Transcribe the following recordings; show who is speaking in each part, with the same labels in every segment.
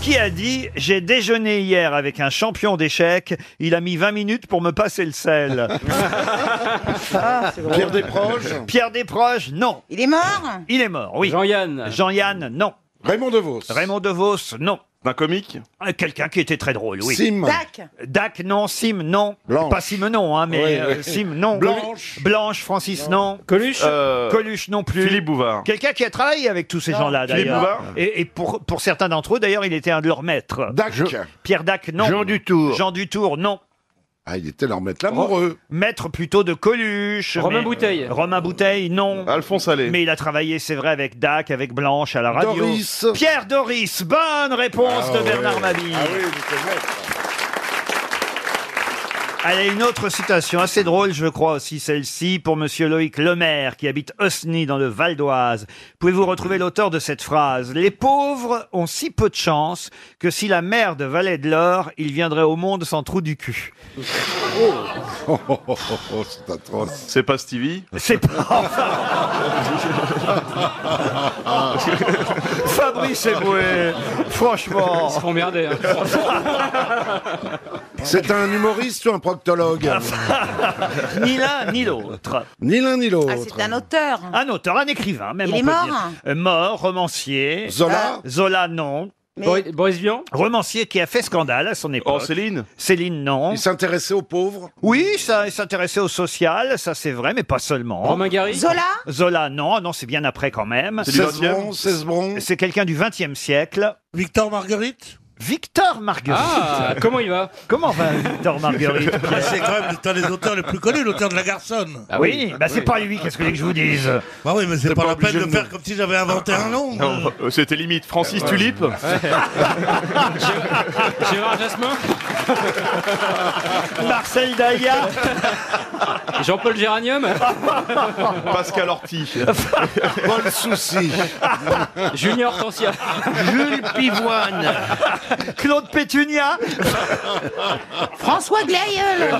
Speaker 1: Qui a dit J'ai déjeuné hier avec un champion d'échecs, il a mis 20 minutes pour me passer le sel.
Speaker 2: Pierre Desproges
Speaker 1: Pierre Desproges, non.
Speaker 3: Ah, Il est mort
Speaker 1: Il est mort, oui. Jean-Yann Jean-Yann, non. Raymond DeVos Raymond DeVos, non. Un comique Quelqu'un qui était très drôle, oui.
Speaker 2: Sim.
Speaker 3: Dac
Speaker 1: Dac, non. Sim, non. Pas Sim, non, hein, mais
Speaker 2: Oui,
Speaker 1: euh,
Speaker 2: oui.
Speaker 1: Sim, non.
Speaker 2: Blanche.
Speaker 1: Blanche, Francis, non. Coluche Coluche, non plus.
Speaker 4: Philippe Bouvard.
Speaker 1: Quelqu'un qui a travaillé avec tous ces gens-là,
Speaker 4: Philippe
Speaker 1: d'ailleurs.
Speaker 4: Bouvard
Speaker 1: Et, et pour, pour certains d'entre eux, d'ailleurs, il était un de leurs maîtres.
Speaker 2: Dac.
Speaker 1: Pierre Dac, non. Jean Dutour. Jean Dutour, non.
Speaker 2: Ah, il était leur maître l'amoureux.
Speaker 1: Maître plutôt de Coluche.
Speaker 5: Romain
Speaker 1: mais- euh,
Speaker 5: Bouteille.
Speaker 1: Romain Bouteille, non.
Speaker 4: Alphonse Allais.
Speaker 1: Mais il a travaillé, c'est vrai, avec Dac, avec Blanche à la radio.
Speaker 2: Doris.
Speaker 1: Pierre Doris, bonne réponse de Bernard Mabille.
Speaker 2: Ah oui, il était maître.
Speaker 1: Allez, une autre citation assez drôle, je crois aussi celle-ci, pour Monsieur Loïc Lemaire, qui habite Osny, dans le Val d'Oise. Pouvez-vous retrouver l'auteur de cette phrase Les pauvres ont si peu de chance que si la mère de Valais de l'Or, il viendrait au monde sans trou du cul.
Speaker 2: Oh, oh, oh, oh, oh, c'est atroce.
Speaker 4: C'est pas Stevie
Speaker 1: C'est pas Fabrice Eboué, franchement.
Speaker 5: Ils se font emmerder, hein.
Speaker 2: C'est un humoriste ou un proctologue
Speaker 1: Ah, Ni l'un ni l'autre.
Speaker 2: Ni l'un ni l'autre.
Speaker 3: Ah, c'est un auteur.
Speaker 1: Un auteur, Ah un écrivain, même.
Speaker 3: Il
Speaker 1: on
Speaker 3: est
Speaker 1: peut
Speaker 3: mort
Speaker 1: dire. Euh, Mort, romancier. Ah.
Speaker 2: Zola
Speaker 1: Zola, non.
Speaker 3: Mais
Speaker 5: Boris, Boris Vian
Speaker 1: Romancier qui a fait scandale à son époque.
Speaker 4: Oh, Céline
Speaker 1: Céline, non.
Speaker 2: Il s'intéressait aux pauvres
Speaker 1: Oui, ça il s'intéressait au social, ça c'est vrai, mais pas seulement.
Speaker 5: Romain Gary
Speaker 3: Zola
Speaker 1: Zola, non, Ah non, c'est bien après quand même.
Speaker 4: C'est du 20e.
Speaker 2: Cesbron, Cesbron.
Speaker 1: C'est quelqu'un du XXe siècle.
Speaker 6: Victor Marguerite
Speaker 1: Victor Marguerite.
Speaker 5: Ah, comment il va
Speaker 1: Comment va Victor Marguerite
Speaker 6: Ah, C'est quand même un des auteurs les plus connus, l'auteur de La Garçonne.
Speaker 5: Ah
Speaker 1: Oui, bah c'est pas lui, qu'est-ce que vous voulez que je vous dise
Speaker 6: Bah oui, mais c'est pas,
Speaker 4: pas
Speaker 6: la peine
Speaker 4: obligé
Speaker 6: de
Speaker 4: de
Speaker 6: faire
Speaker 4: nous-
Speaker 6: comme si j'avais inventé un nom.
Speaker 4: Non, euh, C'était limite. Francis Tulipe
Speaker 5: Gérard Jasmin
Speaker 1: Marcel Daya
Speaker 5: Jean-Paul Géranium
Speaker 4: Pascal Orti.
Speaker 2: Pas le souci.
Speaker 5: Junior Hortensia
Speaker 7: Jules Pivoine,
Speaker 1: Claude Pétunia
Speaker 3: François Glaïeul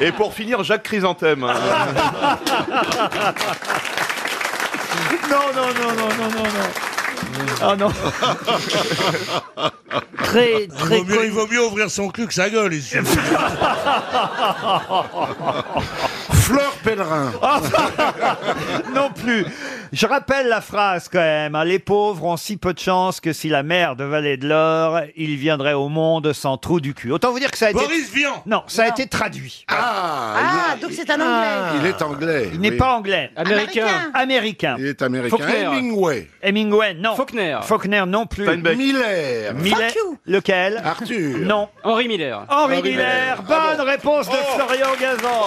Speaker 4: Et pour finir, Jacques Chrysanthème.
Speaker 1: Non, non, non, non, non, non, non. Ah non.
Speaker 7: très,
Speaker 6: Il
Speaker 7: très
Speaker 6: vaut, mieux, il
Speaker 7: connu.
Speaker 6: vaut mieux ouvrir son cul que sa gueule ici.
Speaker 2: Fleur Pellerin.
Speaker 1: non plus. Je rappelle la phrase quand même. hein. Les pauvres ont si peu de chance que si la mère de Vallée de l'Or, il viendrait au monde sans trou du cul. Autant vous dire que ça a été.
Speaker 6: Boris Vian
Speaker 1: Non, ça a été traduit.
Speaker 2: Ah,
Speaker 3: Ah, donc c'est un anglais.
Speaker 2: il, il est anglais.
Speaker 1: Il n'est
Speaker 2: oui.
Speaker 1: pas anglais.
Speaker 5: Américain
Speaker 1: Américain.
Speaker 2: Il est américain.
Speaker 5: Faulkner.
Speaker 2: Hemingway.
Speaker 1: Hemingway, non.
Speaker 5: Faulkner
Speaker 1: Faulkner, non plus.
Speaker 4: Steinbeck.
Speaker 2: Miller.
Speaker 1: Millet,
Speaker 3: Fuck you.
Speaker 1: lequel
Speaker 2: Arthur.
Speaker 1: Non.
Speaker 5: Henri Miller
Speaker 1: Henri
Speaker 2: Henri
Speaker 1: Miller.
Speaker 2: Miller.
Speaker 1: Bonne
Speaker 2: Ah bon.
Speaker 1: réponse de
Speaker 2: Oh.
Speaker 1: Florian Gazan.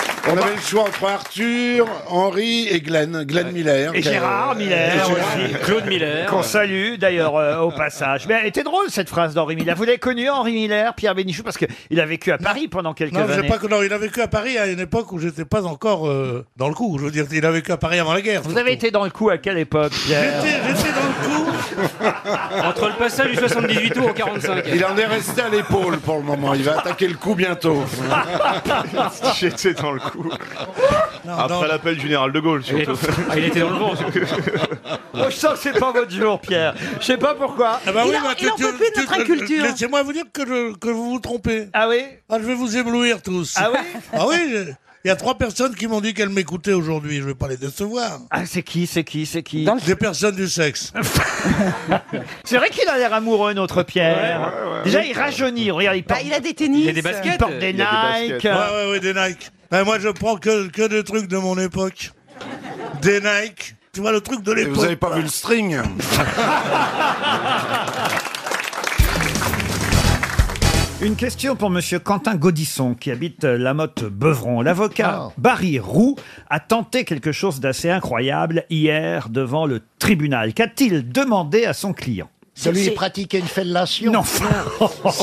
Speaker 2: On avait le choix entre Arthur, Henri et Glenn. Glenn Miller.
Speaker 1: Et
Speaker 2: qui a-
Speaker 1: Gérard Miller aussi.
Speaker 5: Claude Miller
Speaker 1: Qu'on salue d'ailleurs euh, au passage. Mais elle était drôle cette phrase d'Henri Miller. Vous l'avez connu Henri Miller, Pierre Bénichou, parce qu'il a vécu à Paris pendant quelques
Speaker 6: Non, j'ai
Speaker 1: années.
Speaker 6: pas que- non, il a vécu à Paris à une époque où j'étais pas encore euh, dans le coup. Je veux dire, il a vécu à Paris avant la guerre.
Speaker 1: Vous avez été dans le coup à quelle époque, Pierre
Speaker 6: J'étais j'étais dans le coup.
Speaker 5: Entre le passage du 78 tours au 45
Speaker 2: Il en est resté à l'épaule pour le moment. Il va attaquer le coup bientôt.
Speaker 4: J'étais dans le coup.
Speaker 6: Non, non.
Speaker 4: Après l'appel du général de Gaulle,
Speaker 5: il,
Speaker 4: surtout.
Speaker 2: ah,
Speaker 5: était dans le vent
Speaker 1: Oh, Je sens que c'est pas votre jour, Pierre. Je sais pas pourquoi.
Speaker 6: Ah bah
Speaker 3: Il
Speaker 6: oui,
Speaker 3: en-
Speaker 6: bah,
Speaker 3: il en peut plus de notre inculture.
Speaker 6: Laissez-moi vous dire que, je- que vous vous trompez.
Speaker 1: Ah oui
Speaker 6: Ah, je vais vous éblouir tous.
Speaker 1: Ah oui
Speaker 6: Ah oui, je- il y a trois personnes qui m'ont dit qu'elles m'écoutaient aujourd'hui. Je vais pas les décevoir.
Speaker 1: Ah, c'est qui, c'est qui, c'est qui
Speaker 6: Des personnes du sexe.
Speaker 1: C'est vrai qu'il a l'air amoureux, notre Pierre. Déjà, il rajeunit. Regarde, il porte,
Speaker 3: Bah, il a des tennis.
Speaker 5: Il a des baskets.
Speaker 1: il porte des
Speaker 4: Il a des
Speaker 1: Nike.
Speaker 4: baskets.
Speaker 6: Ouais, ouais, ouais, des Nike. Ouais, moi, je prends que, que des trucs de mon époque. Des Nike. Tu vois, le truc de
Speaker 2: Et vous avez
Speaker 6: l'époque.
Speaker 2: pas vu le string
Speaker 1: Une question pour Monsieur Quentin Gaudisson, qui habite euh, la motte Beuvron.
Speaker 6: Ah.
Speaker 1: L'avocat Barry Roux a tenté quelque chose d'assez incroyable hier devant le tribunal. Qu'a-t-il demandé à son client
Speaker 8: Celui
Speaker 7: C'est-
Speaker 8: qui pratiquait une fellation.
Speaker 1: Non,
Speaker 7: En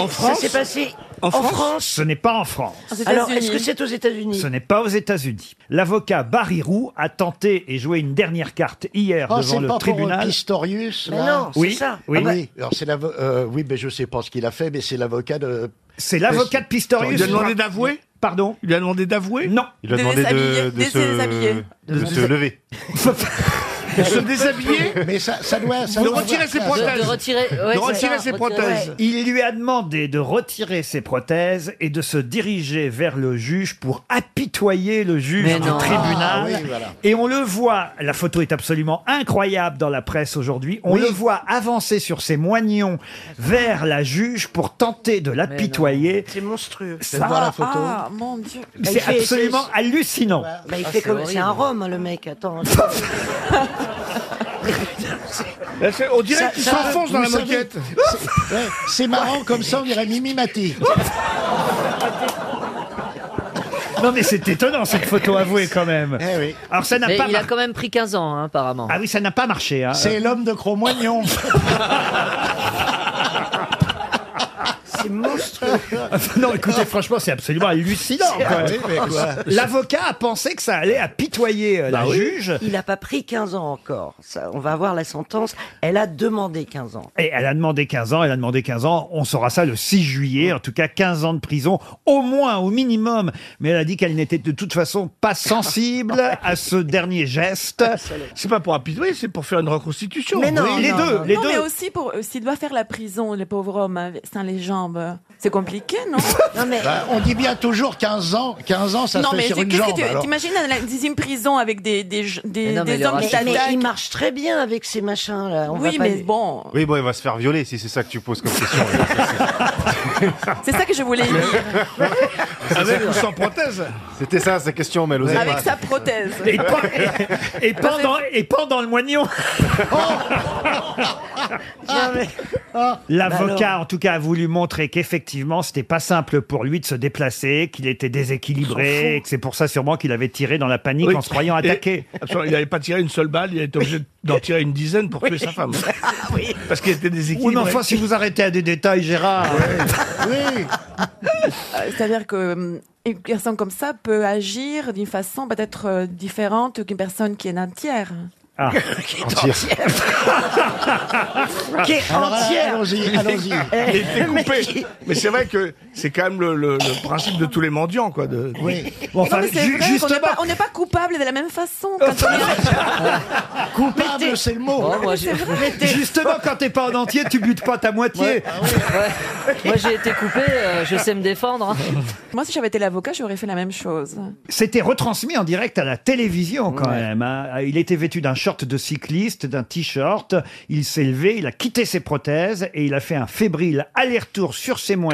Speaker 7: France Ça s'est passé en France,
Speaker 1: ce n'est pas en France.
Speaker 7: Alors, est-ce que c'est aux États-Unis
Speaker 1: Ce n'est pas aux États-Unis. L'avocat Barry Roux a tenté et joué une dernière carte hier
Speaker 8: Oh,
Speaker 1: devant
Speaker 8: c'est
Speaker 1: le
Speaker 8: pas pour euh,
Speaker 1: tribunal.
Speaker 8: Pistorius,
Speaker 7: Mais
Speaker 8: là
Speaker 7: non,
Speaker 1: Oui,
Speaker 7: c'est ça.
Speaker 1: oui.
Speaker 8: Ah oui, alors c'est l'avo- euh, oui, mais je sais pas ce qu'il a fait, mais c'est l'avocat de.
Speaker 1: C'est l'avocat de Pistorius.
Speaker 8: Il a demandé
Speaker 1: d'avouer Pardon
Speaker 9: Il lui a demandé d'avouer
Speaker 1: Non.
Speaker 9: Il lui a demandé de, de se, de se lever.
Speaker 6: Se déshabiller
Speaker 8: Mais ça, ça doit. Ça
Speaker 6: De
Speaker 8: doit
Speaker 6: retirer
Speaker 8: avoir
Speaker 6: ses
Speaker 8: ça.
Speaker 6: prothèses.
Speaker 10: retirer, ouais, c'est
Speaker 6: De retirer
Speaker 10: ça,
Speaker 6: ses prothèses.
Speaker 1: Il lui a demandé de retirer ses prothèses et de se diriger vers le juge pour apitoyer le juge
Speaker 10: Mais
Speaker 1: du
Speaker 10: non.
Speaker 1: tribunal.
Speaker 8: Ah oui, voilà.
Speaker 1: Et on le voit, la photo est absolument incroyable dans la presse aujourd'hui, on
Speaker 8: Oui.
Speaker 1: le voit avancer sur ses moignons vers la juge pour tenter de l'apitoyer.
Speaker 11: C'est monstrueux.
Speaker 1: Ça,
Speaker 8: Faites voir la photo.
Speaker 12: Ah, mon Dieu.
Speaker 1: c'est
Speaker 11: Bah, Il fait-
Speaker 1: absolument hallucinant.
Speaker 11: Bah, il
Speaker 10: Ah,
Speaker 11: fait
Speaker 10: c'est
Speaker 11: comme.
Speaker 10: horrible.
Speaker 11: C'est un rhum, le mec. Attends.
Speaker 6: Là, c'est- On dirait
Speaker 8: Ça-
Speaker 6: qu'il
Speaker 8: ça-
Speaker 6: s'enfonce dans la
Speaker 8: vous savez-
Speaker 6: moquette.
Speaker 8: C'est- ouais, C'est marrant comme ça, on dirait Mimi Mati.
Speaker 1: Non mais c'est étonnant cette photo avouée quand même.
Speaker 8: Eh oui.
Speaker 1: Alors ça n'a
Speaker 10: Mais
Speaker 1: pas
Speaker 10: il a
Speaker 1: mar-
Speaker 10: quand même pris 15 ans, hein, apparemment.
Speaker 1: Ah oui, ça n'a pas marché. hein.
Speaker 8: C'est l'homme de Cro-Moignon.
Speaker 11: C'est monstrueux.
Speaker 1: non, écoutez, franchement, c'est absolument hallucinant. quoi.
Speaker 8: Oui, mais quoi
Speaker 1: L'avocat a pensé que ça allait apitoyer
Speaker 11: Bah
Speaker 1: euh, la juge.
Speaker 11: Il n'a pas pris 15 ans encore. Ça, on va avoir la sentence. Elle a demandé 15 ans.
Speaker 1: Et elle a demandé 15 ans, elle a demandé 15 ans, on saura ça le 6 juillet, en tout cas 15 ans de prison, au moins, au minimum. Mais elle a dit qu'elle n'était de toute façon pas sensible à ce dernier geste.
Speaker 6: C'est pas pour apitoyer, c'est pour faire une reconstitution.
Speaker 11: Mais non,
Speaker 6: Oui.
Speaker 1: les
Speaker 11: non,
Speaker 1: deux,
Speaker 11: non.
Speaker 1: les
Speaker 7: non,
Speaker 1: deux.
Speaker 7: mais aussi, pour, euh, s'il doit faire la prison, le pauvre homme, hein, sans les jambes, c'est compliqué, non
Speaker 11: Non, mais
Speaker 8: Bah, On dit bien toujours 15 ans. 15 ans, ça
Speaker 7: Non,
Speaker 8: se fait
Speaker 7: mais
Speaker 8: sur
Speaker 7: c'est-
Speaker 8: une
Speaker 7: qu'est-ce
Speaker 8: jambe.
Speaker 7: que tu
Speaker 8: alors.
Speaker 7: t'imagines la- dans une prison avec des, des, je- des,
Speaker 10: Mais non, mais
Speaker 7: des
Speaker 10: le
Speaker 7: hommes qui
Speaker 10: rachat-
Speaker 11: mais il
Speaker 7: t'attaquent
Speaker 11: marche très bien avec ces machins-là. On
Speaker 7: Oui,
Speaker 11: va pas
Speaker 7: mais
Speaker 11: lui-
Speaker 7: bon,
Speaker 13: Oui, bon, il va se faire violer si c'est ça que tu poses comme question.
Speaker 7: c'est ça que je voulais dire,
Speaker 6: Avec ou sans prothèse.
Speaker 13: C'était ça sa question, mais elle osait
Speaker 7: avec sa prothèse.
Speaker 1: Et, pen- et pendant, et pendant le moignon,
Speaker 11: Non, mais- Bah
Speaker 1: l'avocat
Speaker 11: alors.
Speaker 1: en tout cas a voulu montrer qu'effectivement c'était pas simple pour lui de se déplacer, qu'il était déséquilibré, et que c'est pour ça sûrement qu'il avait tiré dans la panique
Speaker 6: Oui.
Speaker 1: en se croyant
Speaker 6: Et-
Speaker 1: attaqué.
Speaker 6: absolument, il n'avait pas tiré une seule balle, il était obligé d'en tirer une dizaine pour tuer sa femme. Parce qu'il était
Speaker 1: Oui, mais
Speaker 6: déséquilibré.
Speaker 1: enfin, si vous arrêtez à des détails, Gérard.
Speaker 8: Oui.
Speaker 7: Euh, C'est-à-dire que hum, une personne comme ça peut agir d'une façon peut-être euh, différente qu'une personne qui est entière.
Speaker 11: qui est
Speaker 8: Alors,
Speaker 11: entière.
Speaker 8: allons-y, allons-y.
Speaker 6: Il était coupé. Eh, Mais c'est vrai que c'est quand même le, le- le principe de tous les mendiants, quoi. De...
Speaker 8: Oui.
Speaker 1: Bon,
Speaker 7: Non,
Speaker 1: enfin,
Speaker 7: mais c'est
Speaker 1: ju-
Speaker 7: vrai qu'on
Speaker 1: justement,
Speaker 7: n'est pas- on n'est pas, coupable de la même façon. Quand on est-
Speaker 1: Ah,
Speaker 8: Coupable, c'est le mot.
Speaker 10: Oh, moi, j'ai...
Speaker 1: justement, quand t'es pas en entier, tu butes pas ta moitié.
Speaker 10: Moi, j'ai été coupé, euh, je sais me défendre. hein.
Speaker 7: Moi, si j'avais été l'avocat, j'aurais fait la même chose.
Speaker 1: C'était retransmis en direct à la télévision quand même. hein. Il était vêtu d'un short de cycliste, d'un t-shirt. Il s'est levé, il a quitté ses prothèses et il a fait un fébrile aller-retour sur ses moignons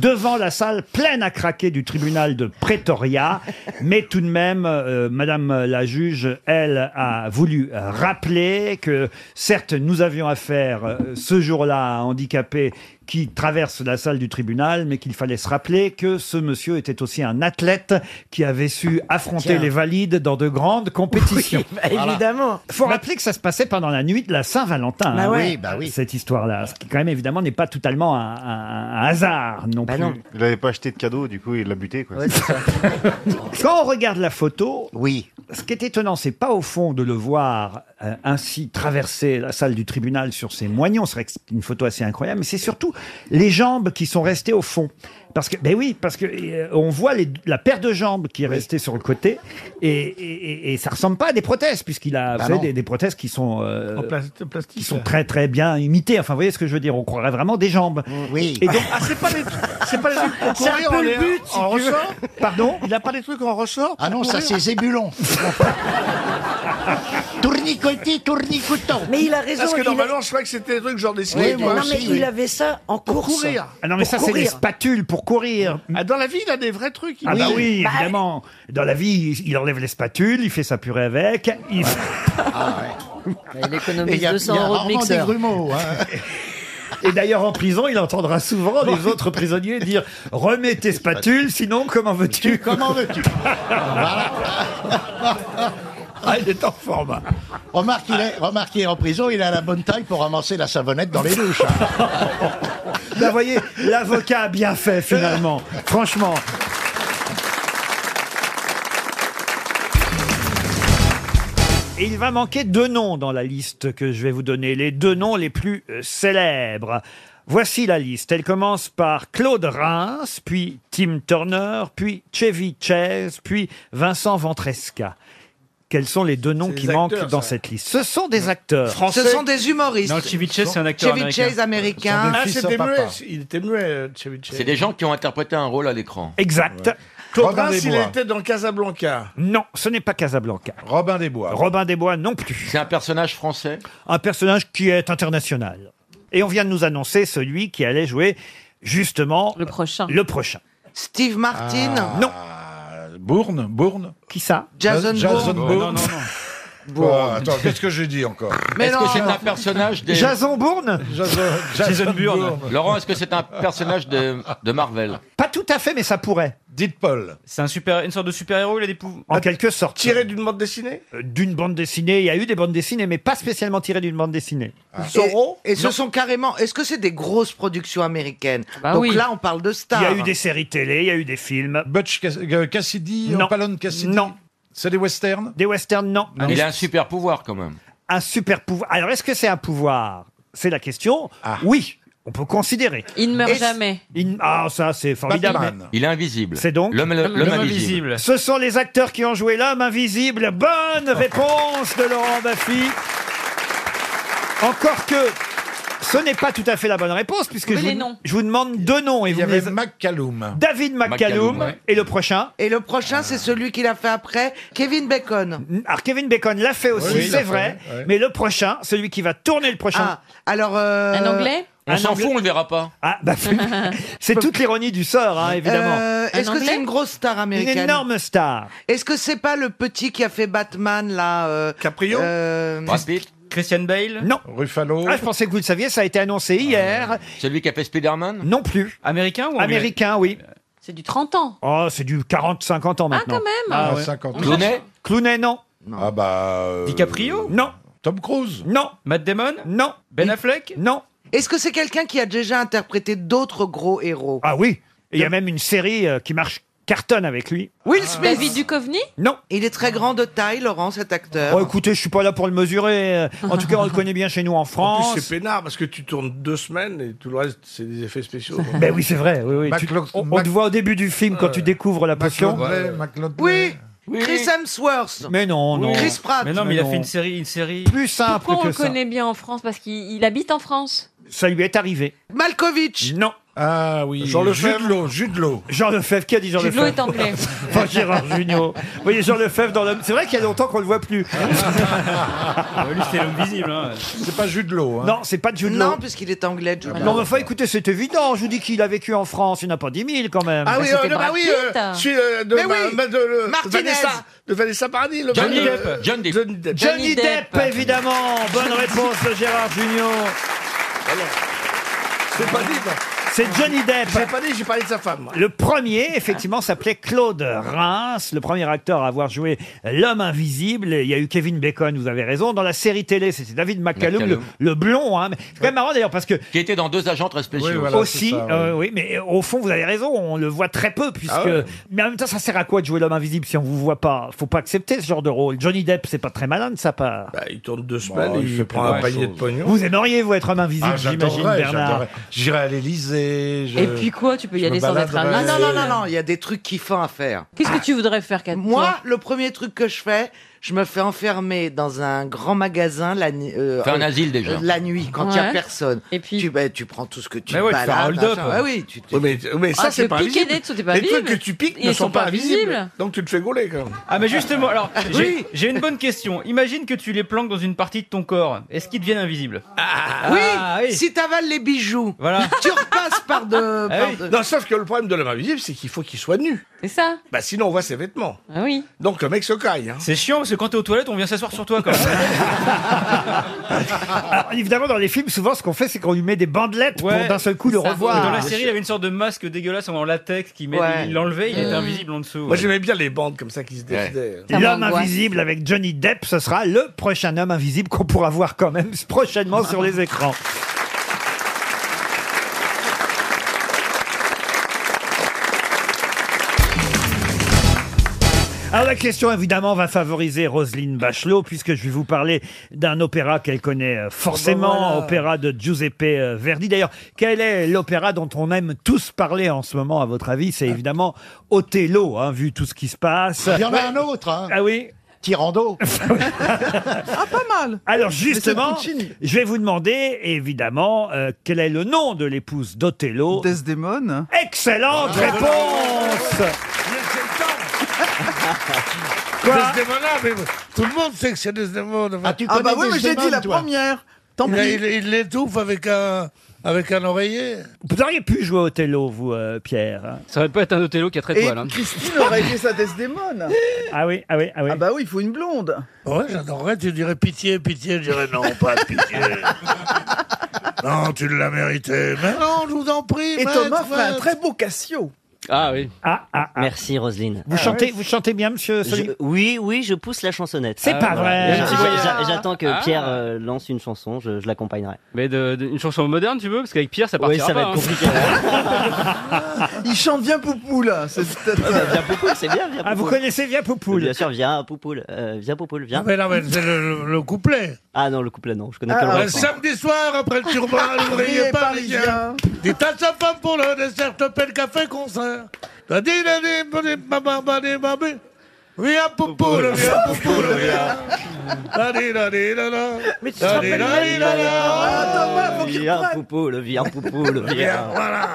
Speaker 1: devant la salle pleine à craquer du tribunal de Pretoria. Mais tout de même, euh, Madame la juge, elle a voulu rappeler que certes nous avions affaire euh, ce jour-là à un handicapé qui traverse la salle du tribunal, mais qu'il fallait se rappeler que ce monsieur était aussi un athlète qui avait su affronter les valides dans de grandes compétitions.
Speaker 11: Bah, Évidemment.
Speaker 1: Il faut rappeler que ça se passait pendant la nuit de la Saint-Valentin.
Speaker 11: Bah
Speaker 1: hein,
Speaker 11: ouais.
Speaker 8: Oui, bah oui.
Speaker 1: Cette histoire-là, ce qui quand même évidemment n'est pas totalement un, un- un hasard non
Speaker 11: Bah
Speaker 1: plus.
Speaker 11: non.
Speaker 13: Il n'avait pas acheté de cadeau, du coup il l'a buté. Quoi.
Speaker 1: Quand on regarde la photo,
Speaker 8: Oui.
Speaker 1: ce qui est étonnant, c'est pas au fond de le voir euh, ainsi traverser la salle du tribunal sur ses moignons. C'est vrai que c'est une photo assez incroyable, mais c'est surtout les jambes qui sont restées au fond. Parce que, ben oui, parce que euh, on voit les- la paire de jambes qui est restée sur le côté, et, et, et- et ça ressemble pas à des prothèses, puisqu'il a
Speaker 8: Bah
Speaker 1: fait
Speaker 8: non.
Speaker 1: des, des prothèses qui sont euh,
Speaker 6: En plas- plastique.
Speaker 1: qui sont très très bien imitées. Enfin, vous voyez ce que je veux dire On croirait vraiment des jambes.
Speaker 8: Oui.
Speaker 1: Et donc,
Speaker 6: Ah, c'est pas des, c'est pas des trucs pour
Speaker 11: C'est un
Speaker 6: courir
Speaker 11: peu
Speaker 6: en
Speaker 11: le
Speaker 6: l'air,
Speaker 11: but, si
Speaker 6: en
Speaker 11: tu veux.
Speaker 6: ressort.
Speaker 1: pardon
Speaker 6: Il n'a pas des trucs en ressort.
Speaker 8: Ah non, ça c'est Zébulon. tournicoté, tournicoton.
Speaker 11: Mais il a raison.
Speaker 6: Parce que
Speaker 11: il a-
Speaker 6: normalement, je crois que c'était des trucs genre dessinés.
Speaker 8: Oui,
Speaker 6: tu
Speaker 8: moi
Speaker 6: vois.
Speaker 11: Non, mais
Speaker 8: aussi, oui.
Speaker 11: il avait ça en
Speaker 6: Pour
Speaker 11: course.
Speaker 6: courir.
Speaker 1: ah non, mais
Speaker 11: Pour
Speaker 1: ça c'est des
Speaker 11: courir.
Speaker 1: spatules pour courir.
Speaker 6: Ah, dans la vie, il a des vrais trucs. il-
Speaker 1: Ah bah oui,
Speaker 11: Bah-
Speaker 1: évidemment. Dans la vie, il- il enlève les spatules, il fait sa purée avec. Il...
Speaker 10: Il
Speaker 8: Et
Speaker 10: économise
Speaker 8: il y a, il y
Speaker 10: 200
Speaker 8: a
Speaker 10: euros de
Speaker 8: rarement des
Speaker 10: mixeur.
Speaker 8: grumeaux. hein.
Speaker 1: Et d'ailleurs, en prison, il entendra souvent les autres prisonniers dire « Remets tes spatules, sinon comment veux-tu »
Speaker 8: Comment veux-tu
Speaker 6: Ah, il est en forme.
Speaker 8: Remarque, il est, remarque, il est en prison, il a la bonne taille pour ramasser la savonnette dans les douches. hein.
Speaker 1: Là, vous Bah, voyez, l'avocat a bien fait, finalement. Franchement. Et il va manquer deux noms dans la liste que je vais vous donner, les deux noms les plus euh, célèbres. Voici la liste. Elle commence par Claude Reims, puis Tim Turner, puis Chevy Chase, puis Vincent Ventresca. Quels sont les deux noms qui
Speaker 11: des
Speaker 1: manquent
Speaker 11: acteurs,
Speaker 1: dans
Speaker 11: ça.
Speaker 1: cette liste Ce sont des acteurs.
Speaker 11: Ce sont des humoristes.
Speaker 1: Non, Ceviche, c'est un acteur
Speaker 11: Ceviche
Speaker 1: américain.
Speaker 11: est américain.
Speaker 6: Ah, c'était muet. Il était muet, euh, Ceviche.
Speaker 14: C'est des gens qui ont interprété un rôle à l'écran.
Speaker 1: Exact.
Speaker 6: Claude
Speaker 1: Robin
Speaker 6: Reims,
Speaker 1: des
Speaker 6: il
Speaker 1: Bois.
Speaker 6: était dans Casablanca.
Speaker 1: Non, ce n'est pas Casablanca.
Speaker 14: Robin des Bois.
Speaker 1: Robin des Bois non plus.
Speaker 14: C'est un personnage français.
Speaker 1: Un personnage qui est international. Et on vient de nous annoncer celui qui allait jouer justement le prochain. Le prochain.
Speaker 11: Steve Martin.
Speaker 1: Non.
Speaker 11: Bourne, Bourne.
Speaker 1: Qui ça
Speaker 11: Jason,
Speaker 2: Jason
Speaker 11: Bourne.
Speaker 2: Bourne. Oh, Non, non, Bon, attends, qu'est-ce que j'ai dit encore
Speaker 11: Mais
Speaker 14: est-ce
Speaker 11: non.
Speaker 14: que c'est un personnage des...
Speaker 1: Jason Bourne
Speaker 2: Jason,
Speaker 14: Laurent, est-ce que c'est un personnage de, de Marvel
Speaker 1: Pas tout à fait, mais ça pourrait.
Speaker 14: Dites Paul.
Speaker 15: C'est un super, une sorte de super-héros, il a des pouvoirs.
Speaker 1: En quelque sorte.
Speaker 6: Tiré d'une bande dessinée
Speaker 1: Euh, D'une bande dessinée, il y a eu des bandes dessinées, mais pas spécialement tirées d'une bande dessinée.
Speaker 11: Zorro Et, ce
Speaker 1: Non.
Speaker 11: sont carrément. Est-ce que c'est des grosses productions américaines
Speaker 1: Bah
Speaker 11: Donc
Speaker 1: oui.
Speaker 11: là, on parle de
Speaker 1: Il
Speaker 11: stars.
Speaker 1: y a eu des séries télé, il y a eu des films. Butch Cassidy, Palon Cassidy Non. C'est des westerns Des westerns, non.
Speaker 15: Ah,
Speaker 14: Il a un super pouvoir quand même.
Speaker 1: Un super pouvoir. Alors, est-ce que c'est un pouvoir C'est la question. Oui, on peut considérer.
Speaker 16: Il ne meurt
Speaker 1: Est-ce-
Speaker 16: jamais.
Speaker 1: Il- Ah, ça, c'est formidable.
Speaker 14: Il est invisible.
Speaker 1: C'est donc
Speaker 14: l'homme l'homme invisible.
Speaker 1: Ce sont les acteurs qui ont joué l'homme invisible. Bonne réponse de Laurent Baffy. Encore que ce n'est pas tout à fait la bonne réponse puisque
Speaker 11: Trouvez
Speaker 1: je
Speaker 11: les
Speaker 1: vous,
Speaker 11: noms.
Speaker 1: je vous demande deux noms et vous me les-
Speaker 11: McCallum.
Speaker 1: David McCallum,
Speaker 11: McCallum, ouais.
Speaker 1: et le prochain. Ah.
Speaker 11: Et le prochain, c'est celui qu'il a fait après, Kevin Bacon.
Speaker 1: Alors Kevin Bacon l'a fait aussi,
Speaker 11: Oui, il l'a
Speaker 1: c'est
Speaker 11: fait,
Speaker 1: vrai.
Speaker 11: ouais.
Speaker 1: Mais le prochain, celui qui va tourner le prochain.
Speaker 11: Ah, alors. euh,
Speaker 16: Un Anglais
Speaker 14: On
Speaker 1: Un
Speaker 14: s'en
Speaker 1: Anglais.
Speaker 14: fout, on le verra pas.
Speaker 1: Ah, bah, c'est toute l'ironie du sort, hein, évidemment.
Speaker 11: euh, Est-ce que c'est une grosse star
Speaker 1: une
Speaker 11: américaine
Speaker 1: énorme star.
Speaker 11: Est-ce que c'est pas le petit qui a fait Batman là euh,
Speaker 6: Caprio
Speaker 11: euh,
Speaker 15: Christian Bale
Speaker 1: Non.
Speaker 14: Ruffalo.
Speaker 1: Ah, je pensais que vous le saviez, ça a été annoncé hier.
Speaker 14: Celui qui a fait Spider-Man
Speaker 1: Non plus.
Speaker 15: Américain ou anglais
Speaker 1: Américain, oui.
Speaker 16: C'est du 30 ans.
Speaker 1: Oh, c'est du 40-50 ans maintenant.
Speaker 16: quand même. Ah, ouais.
Speaker 2: 50
Speaker 16: On Clooney cherche-
Speaker 1: Clooney, non.
Speaker 2: Ah bah. euh,
Speaker 15: DiCaprio
Speaker 1: Non.
Speaker 2: Tom Cruise
Speaker 1: Non.
Speaker 15: Matt Damon
Speaker 1: Non.
Speaker 15: Ben Affleck
Speaker 1: Non.
Speaker 11: Est-ce que c'est quelqu'un qui a déjà interprété d'autres gros héros
Speaker 1: Ah oui. Et Il y a même une série euh, qui marche cartonne avec lui.
Speaker 11: Will Smith
Speaker 16: David Duchovny
Speaker 1: Ah. Non.
Speaker 11: Il est très grand de taille, Laurent, cet acteur.
Speaker 1: Oh, écoutez, je suis pas là pour le mesurer. Euh, En tout cas, on le connaît bien chez nous en
Speaker 6: En
Speaker 1: France.
Speaker 6: plus, c'est peinard parce que tu tournes deux semaines et tout le reste, c'est des effets spéciaux.
Speaker 1: ben oui, c'est vrai. oui, oui.
Speaker 6: Mac
Speaker 1: Tu-
Speaker 6: Lo-
Speaker 1: on, on
Speaker 6: Mac- Euh,
Speaker 1: te voit au début du film quand
Speaker 6: Ouais.
Speaker 1: tu découvres la potion.
Speaker 11: oui, Chris Hemsworth.
Speaker 1: Mais non, non.
Speaker 11: Chris Pratt.
Speaker 15: Mais non, mais, il a fait une série, une série.
Speaker 1: Plus simple
Speaker 16: Pourquoi on
Speaker 1: que
Speaker 16: le
Speaker 1: ça.
Speaker 16: connaît bien en France Parce qu'il il habite en France.
Speaker 1: Ça lui est arrivé.
Speaker 11: Malkovich.
Speaker 1: Non.
Speaker 2: Ah oui. Jean Lefebvre. Jude Law, Jude Law.
Speaker 1: Jean Lefebvre, qui a dit Jean
Speaker 16: Jude Law
Speaker 1: Lefebvre
Speaker 16: est anglais.
Speaker 1: Enfin, Gérard Junior. Vous voyez, Jean Lefebvre dans l'homme. C'est vrai qu'il y a longtemps qu'on le voit plus.
Speaker 15: Ouais, Ah, lui, c'était l'homme visible. Hein.
Speaker 2: C'est pas Jude Law. Hein.
Speaker 1: Non, c'est pas Jude Law.
Speaker 11: Non, puisqu'il est anglais, Jude
Speaker 1: Non, mais
Speaker 11: Law.
Speaker 1: enfin, écoutez, c'est évident. Je vous dis qu'il a vécu en France. Il n'y en a pas 10 000 quand même.
Speaker 6: Ah oui,
Speaker 11: c'était
Speaker 6: euh, non, bah
Speaker 11: Brad
Speaker 6: oui,
Speaker 11: Pitt.
Speaker 6: euh, celui euh, de,
Speaker 11: Mais
Speaker 6: ma-
Speaker 11: oui.
Speaker 6: ma- de, le-
Speaker 11: Martinez.
Speaker 6: Vanessa, de Vanessa Paradis. Le
Speaker 14: Johnny
Speaker 6: mari de-
Speaker 14: Depp. Johnny Depp.
Speaker 6: Johnny Depp.
Speaker 1: Johnny
Speaker 16: Johnny
Speaker 1: Depp,
Speaker 16: Depp.
Speaker 1: évidemment. Bonne réponse de Gérard Junior.
Speaker 6: C'est pas dit, quoi.
Speaker 1: C'est Johnny Depp.
Speaker 6: J'ai pas dit, j'ai parlé de sa femme. moi.
Speaker 1: Le premier, effectivement, s'appelait Claude Reims, le premier acteur à avoir joué L'homme invisible. Et Il y a eu Kevin Bacon, vous avez raison. Dans la série télé, c'était David McCallum, le,
Speaker 14: McCallum.
Speaker 1: le blond. hein. Mais C'est quand même marrant d'ailleurs parce que
Speaker 14: Qui était dans deux agents très spéciaux.
Speaker 2: Oui, voilà.
Speaker 1: aussi,
Speaker 2: c'est ça, ouais.
Speaker 1: euh, oui, mais au fond, vous avez raison, on le voit très peu puisque.
Speaker 2: Ah ouais.
Speaker 1: Mais en même temps, ça sert à quoi de jouer l'homme invisible si on vous voit pas Faut pas accepter ce genre de rôle. Johnny Depp, c'est pas très malin de sa part.
Speaker 6: Bah, il tourne deux semaines
Speaker 2: Bon,
Speaker 6: et
Speaker 2: il
Speaker 6: il,
Speaker 2: fait
Speaker 6: prend
Speaker 2: pas
Speaker 6: un panier de
Speaker 2: grand-chose.
Speaker 6: pognon.
Speaker 1: Vous aimeriez vous être homme invisible,
Speaker 2: Ah,
Speaker 1: j'imagine,
Speaker 2: j'adorerais,
Speaker 1: Bernard.
Speaker 2: j'adorerais. J'irais à l'Elysée. je-
Speaker 16: Et puis quoi Tu peux y
Speaker 2: je me
Speaker 16: aller sans être un
Speaker 11: Ah
Speaker 2: baladerais.
Speaker 11: non, non, non, non, il y a des trucs kiffants à faire.
Speaker 16: Qu'est-ce que tu voudrais faire, Kat
Speaker 11: Moi, le premier truc que je fais, je me fais enfermer dans un grand magasin la, nu- euh,
Speaker 14: Fais un
Speaker 11: euh,
Speaker 14: asile déjà.
Speaker 11: euh, la nuit quand il y a
Speaker 16: Ouais.
Speaker 11: personne.
Speaker 16: Et puis-
Speaker 11: tu, ben, tu prends tout ce que tu
Speaker 15: Mais ouais, tu fais un
Speaker 11: balades.
Speaker 15: hold-up.
Speaker 11: machin. Ouais, oui, tu te-
Speaker 6: Oui, mais,
Speaker 17: euh,
Speaker 6: mais ça,
Speaker 16: Ah,
Speaker 6: c'est
Speaker 16: te
Speaker 6: pas
Speaker 16: piquer
Speaker 6: invisible.
Speaker 16: des trucs, c'est pas
Speaker 6: Les trucs
Speaker 16: visible.
Speaker 6: que tu piques
Speaker 16: Ils
Speaker 6: ne sont,
Speaker 16: sont
Speaker 6: pas
Speaker 16: pas
Speaker 6: invisibles.
Speaker 16: visibles.
Speaker 6: Donc tu te fais gauler, quand même.
Speaker 15: Ah, mais justement, alors, j'ai-
Speaker 11: Oui.
Speaker 15: j'ai une bonne question. Imagine que tu les planques dans une partie de ton corps. Est-ce qu'ils deviennent invisibles
Speaker 11: oui,
Speaker 15: Ah, oui.
Speaker 11: si t'avales les bijoux,
Speaker 15: Voilà.
Speaker 11: tu repasses par
Speaker 8: Euh,
Speaker 11: de.
Speaker 15: Ah
Speaker 11: par
Speaker 15: oui.
Speaker 11: de-
Speaker 6: Hein Eh Non, sauf que le problème de l'homme invisible, c'est qu'il faut qu'il soit nu.
Speaker 16: C'est ça
Speaker 6: Bah, sinon, on voit ses vêtements.
Speaker 16: Ah oui.
Speaker 6: Donc le mec se caille. Hein.
Speaker 15: C'est chiant parce que quand t'es aux toilettes, on vient s'asseoir sur toi quand même.
Speaker 1: Alors, évidemment, dans les films, souvent, ce qu'on fait, c'est qu'on lui met des bandelettes pour
Speaker 15: Ouais,
Speaker 1: d'un seul coup le
Speaker 16: ça.
Speaker 1: revoir.
Speaker 15: Dans la série, il avait une sorte de masque dégueulasse en latex qui met,
Speaker 11: Ouais.
Speaker 15: il l'enlevait, il était invisible en dessous.
Speaker 6: Moi,
Speaker 15: ouais.
Speaker 6: j'aimais bien les bandes comme ça qui se décidaient.
Speaker 16: Ça
Speaker 1: L'homme
Speaker 16: m'angoisse.
Speaker 1: invisible avec Johnny Depp, ce sera le prochain homme invisible qu'on pourra voir quand même prochainement sur les écrans. Alors la question évidemment va favoriser Roselyne Bachelot puisque je vais vous parler d'un opéra qu'elle connaît euh, forcément, opéra de Giuseppe euh, Verdi. D'ailleurs, quel est l'opéra dont on aime tous parler en ce moment à votre avis C'est évidemment Othello, hein, vu tout ce qui se passe.
Speaker 18: Il y en a un autre. hein.
Speaker 1: Ah oui
Speaker 8: Tirando.
Speaker 1: Ah, pas mal. Alors justement,
Speaker 8: Mais c'est Puccini.
Speaker 1: je vais vous demander évidemment euh, quel est le nom de l'épouse d'Othello. Desdemone. Excellente
Speaker 6: Ah, Bravo.
Speaker 1: réponse. Quoi
Speaker 6: Desdemona, mais tout le monde sait que c'est Desdemona. Ah,
Speaker 8: tu Ah connais bah oui, mais j'ai Desdemone, dit la toi première. Tant
Speaker 6: il,
Speaker 8: pis.
Speaker 6: il- il l'étouffe avec un, avec un oreiller.
Speaker 1: Vous auriez pu jouer Othello, vous, euh, Pierre. Ça aurait pas être un Othello qui a hein.
Speaker 17: Et
Speaker 6: hein.
Speaker 17: Christine aurait été sa Desdémone.
Speaker 1: Ah oui, ah oui, ah oui.
Speaker 17: Ah bah oui, il faut une blonde.
Speaker 6: Ouais, j'adorerais, tu dirais pitié, pitié, je dirais non, pas pitié. non, tu l'as mérité. Mais non, je vous en prie.
Speaker 17: Et
Speaker 6: maître,
Speaker 17: Thomas ferait un
Speaker 6: maître.
Speaker 17: très beau Cassio.
Speaker 1: Ah oui. Ah, ah,
Speaker 19: Merci Roselyne.
Speaker 1: Vous
Speaker 17: Ah,
Speaker 1: chantez, vous chantez bien, monsieur Soli
Speaker 19: Je- oui, oui, je pousse la chansonnette.
Speaker 1: C'est Ah, pas voilà. vrai.
Speaker 19: J'a-
Speaker 1: Ah.
Speaker 19: j'a- J'attends que
Speaker 1: Ah.
Speaker 19: Pierre euh, lance une chanson, je, je l'accompagnerai.
Speaker 15: Mais de, de- une chanson moderne, tu veux Parce qu'avec Pierre, ça
Speaker 19: Oui,
Speaker 15: partira
Speaker 19: ça va être
Speaker 15: pas, hein.
Speaker 19: compliqué.
Speaker 17: Il chante bien Poupou là. C'est
Speaker 19: Viens Poupoule, c'est bien. Viens
Speaker 1: Ah, vous
Speaker 19: Poupoule.
Speaker 1: connaissez Viens Poupoule
Speaker 19: Bien sûr, viens Poupoule. Euh, viens Poupoule, viens.
Speaker 6: Ah, mais non, mais c'est le, le- le couplet.
Speaker 19: Ah non, le couplet, non, je connais que le
Speaker 6: Ah, Le
Speaker 19: refrain.
Speaker 6: samedi soir, après le turban, l'ouvrier
Speaker 19: Ouvrier
Speaker 6: parisien.
Speaker 19: Ah, parisien.
Speaker 6: Dit à sa femme pour le dessert, te paie le café concert. T'as dit, t'as dit, t'as dit, maman, maman, maman, maman. Viens, poupoule, viens, poupoule, viens. T'as dit, t'as dit, t'as dit.
Speaker 19: Mais tu te
Speaker 6: T'as dit,
Speaker 19: rappelles
Speaker 6: t'as
Speaker 19: même
Speaker 6: dit,
Speaker 19: pas.
Speaker 6: t'as dit.
Speaker 19: Ah, Viens Poupoule, viens Poupoule,
Speaker 6: Viens,
Speaker 19: viens.
Speaker 6: voilà.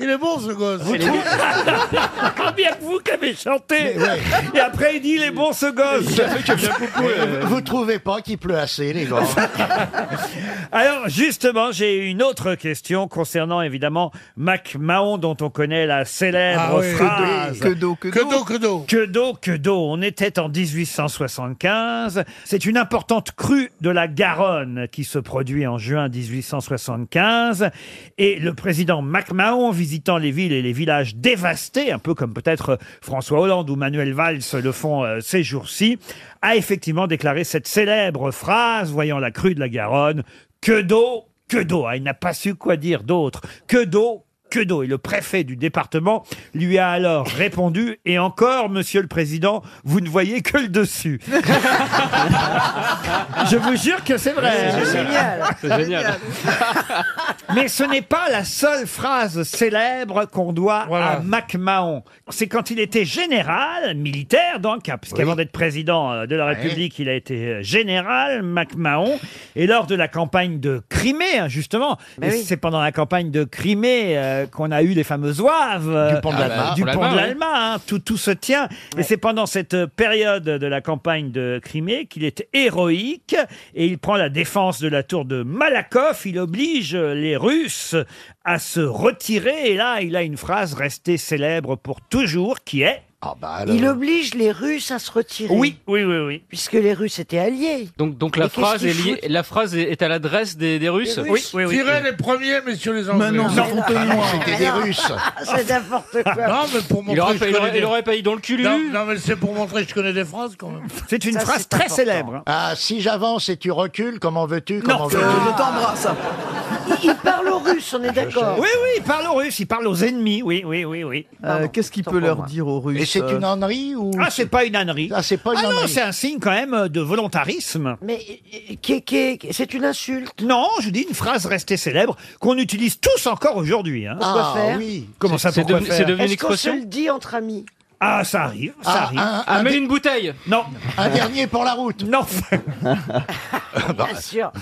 Speaker 6: Il est bon, ce gosse.
Speaker 19: Il est
Speaker 1: Ah, bien que vous qui avez chanté. Et après, il dit, il est bon ce gosse.
Speaker 6: euh.
Speaker 8: Vous trouvez pas qu'il pleut assez, les gars
Speaker 1: Alors justement, j'ai une autre question concernant évidemment Mac Mahon dont on connaît la célèbre
Speaker 6: Ah oui.
Speaker 1: phrase.
Speaker 6: Que do, que do, que do. Que do, que do.
Speaker 1: Que do, que do. On était en 1875. C'est une importante crue de la Garonne qui se produit en juin 1875. Et le président Mac Mahon, visitant les villes et les villages dévastés, un peu comme peut-être François Hollande ou Manuel Valls le font euh, ces jours-ci, a effectivement déclaré cette célèbre phrase, voyant la crue de la Garonne, que d'eau, que d'eau. Ah, il n'a pas su quoi dire d'autre. Que d'eau, que d'eau. Et le préfet du département lui a alors répondu, et encore, monsieur le président, vous ne voyez que le dessus. Je vous jure que c'est vrai.
Speaker 3: C'est génial. C'est génial.
Speaker 1: Mais ce n'est pas la seule phrase célèbre qu'on doit à Mac Mahon. C'est quand il était général, militaire donc, hein, puisqu'avant d'être président euh, de la République, il a été euh, général, Mac Mahon. Et lors de la campagne de Crimée, hein, justement,
Speaker 20: Mais
Speaker 1: et
Speaker 20: oui.
Speaker 1: c'est pendant la campagne de Crimée euh, qu'on a eu les fameuses ouaves. euh,
Speaker 8: Du pont de Ah l'Alma. bah,
Speaker 1: du
Speaker 8: pont de
Speaker 1: pont de
Speaker 8: l'Alma, oui.
Speaker 1: l'Alma, hein, tout, tout se tient. Et c'est pendant cette euh, période de la campagne de Crimée qu'il est héroïque et il prend la défense de la tour de Malakoff. Il oblige euh, les Russes à se retirer. Et là, il a une phrase restée célèbre pour toujours qui est.
Speaker 8: Ah, bah,
Speaker 7: Il oblige les Russes à se retirer.
Speaker 1: Oui, oui, oui, oui.
Speaker 7: Puisque les Russes étaient alliés.
Speaker 15: Donc, donc la,
Speaker 7: Mais qu'est-ce
Speaker 15: phrase
Speaker 7: qu'ils
Speaker 15: est liée, la phrase est est à l'adresse des, des Russes
Speaker 7: Des Russes. Oui, oui, oui.
Speaker 6: Tirez les premiers, messieurs les Anglais.
Speaker 15: Mais non,
Speaker 6: Non.
Speaker 15: racontez-moi.
Speaker 6: C'était des Russes.
Speaker 7: C'est n'importe quoi.
Speaker 6: Non, mais pour
Speaker 15: Il aurait
Speaker 6: montrer.
Speaker 15: pas- il aurait- il aurait
Speaker 6: pas eu dans le cul, non, non, mais c'est pour montrer que je connais des phrases quand même.
Speaker 1: C'est
Speaker 6: une phrase très célèbre, hein.
Speaker 8: Ah, si j'avance et tu recules, comment veux-tu comment veux-tu
Speaker 17: t'embrasse.
Speaker 7: Il parle aux Russes, on est d'accord.
Speaker 1: Oui, oui, il parle aux Russes, il parle aux ennemis. Oui, oui, oui, oui.
Speaker 17: Euh, Qu'est-ce qu'il peut leur dire aux Russes euh
Speaker 8: Et c'est une ânerie ou
Speaker 1: Ah, c'est pas une ânerie.
Speaker 8: Ah, c'est pas une
Speaker 1: Ah non,
Speaker 8: ânerie.
Speaker 1: c'est un signe quand même de volontarisme.
Speaker 7: Mais euh, qui- qui- qui- c'est une insulte.
Speaker 1: Non, je vous dis une phrase restée célèbre qu'on utilise tous encore aujourd'hui. hein.
Speaker 6: Ah,
Speaker 7: Pourquoi faire
Speaker 1: Comment ça,
Speaker 15: C'est
Speaker 1: pourquoi
Speaker 15: devenu-
Speaker 1: faire
Speaker 15: c'est devenu une
Speaker 7: Est-ce qu'on se le dit entre amis
Speaker 1: Ah, ça arrive, ça
Speaker 15: Ah,
Speaker 1: arrive.
Speaker 15: un- un Amène dé- une
Speaker 1: bouteille Non.
Speaker 8: Un dernier pour la route.
Speaker 1: Non.
Speaker 7: Bien sûr.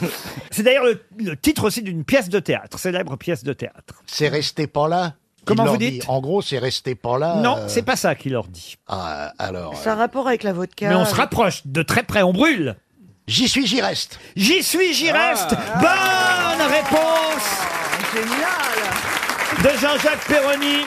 Speaker 1: C'est d'ailleurs le, le titre aussi d'une pièce de théâtre, célèbre pièce de théâtre.
Speaker 8: C'est resté pas là. Il
Speaker 1: Comment
Speaker 8: leur
Speaker 1: vous
Speaker 8: dit.
Speaker 1: dites
Speaker 8: En gros, c'est resté pas là.
Speaker 1: Non,
Speaker 8: euh,
Speaker 1: c'est pas ça qu'il leur dit.
Speaker 8: Ah, alors.
Speaker 7: C'est un rapport avec la vodka.
Speaker 1: Mais on se rapproche de très près, on brûle.
Speaker 8: J'y suis, j'y reste.
Speaker 1: J'y suis, j'y reste. Bonne réponse
Speaker 17: Génial
Speaker 1: de Jean-Jacques Perroni.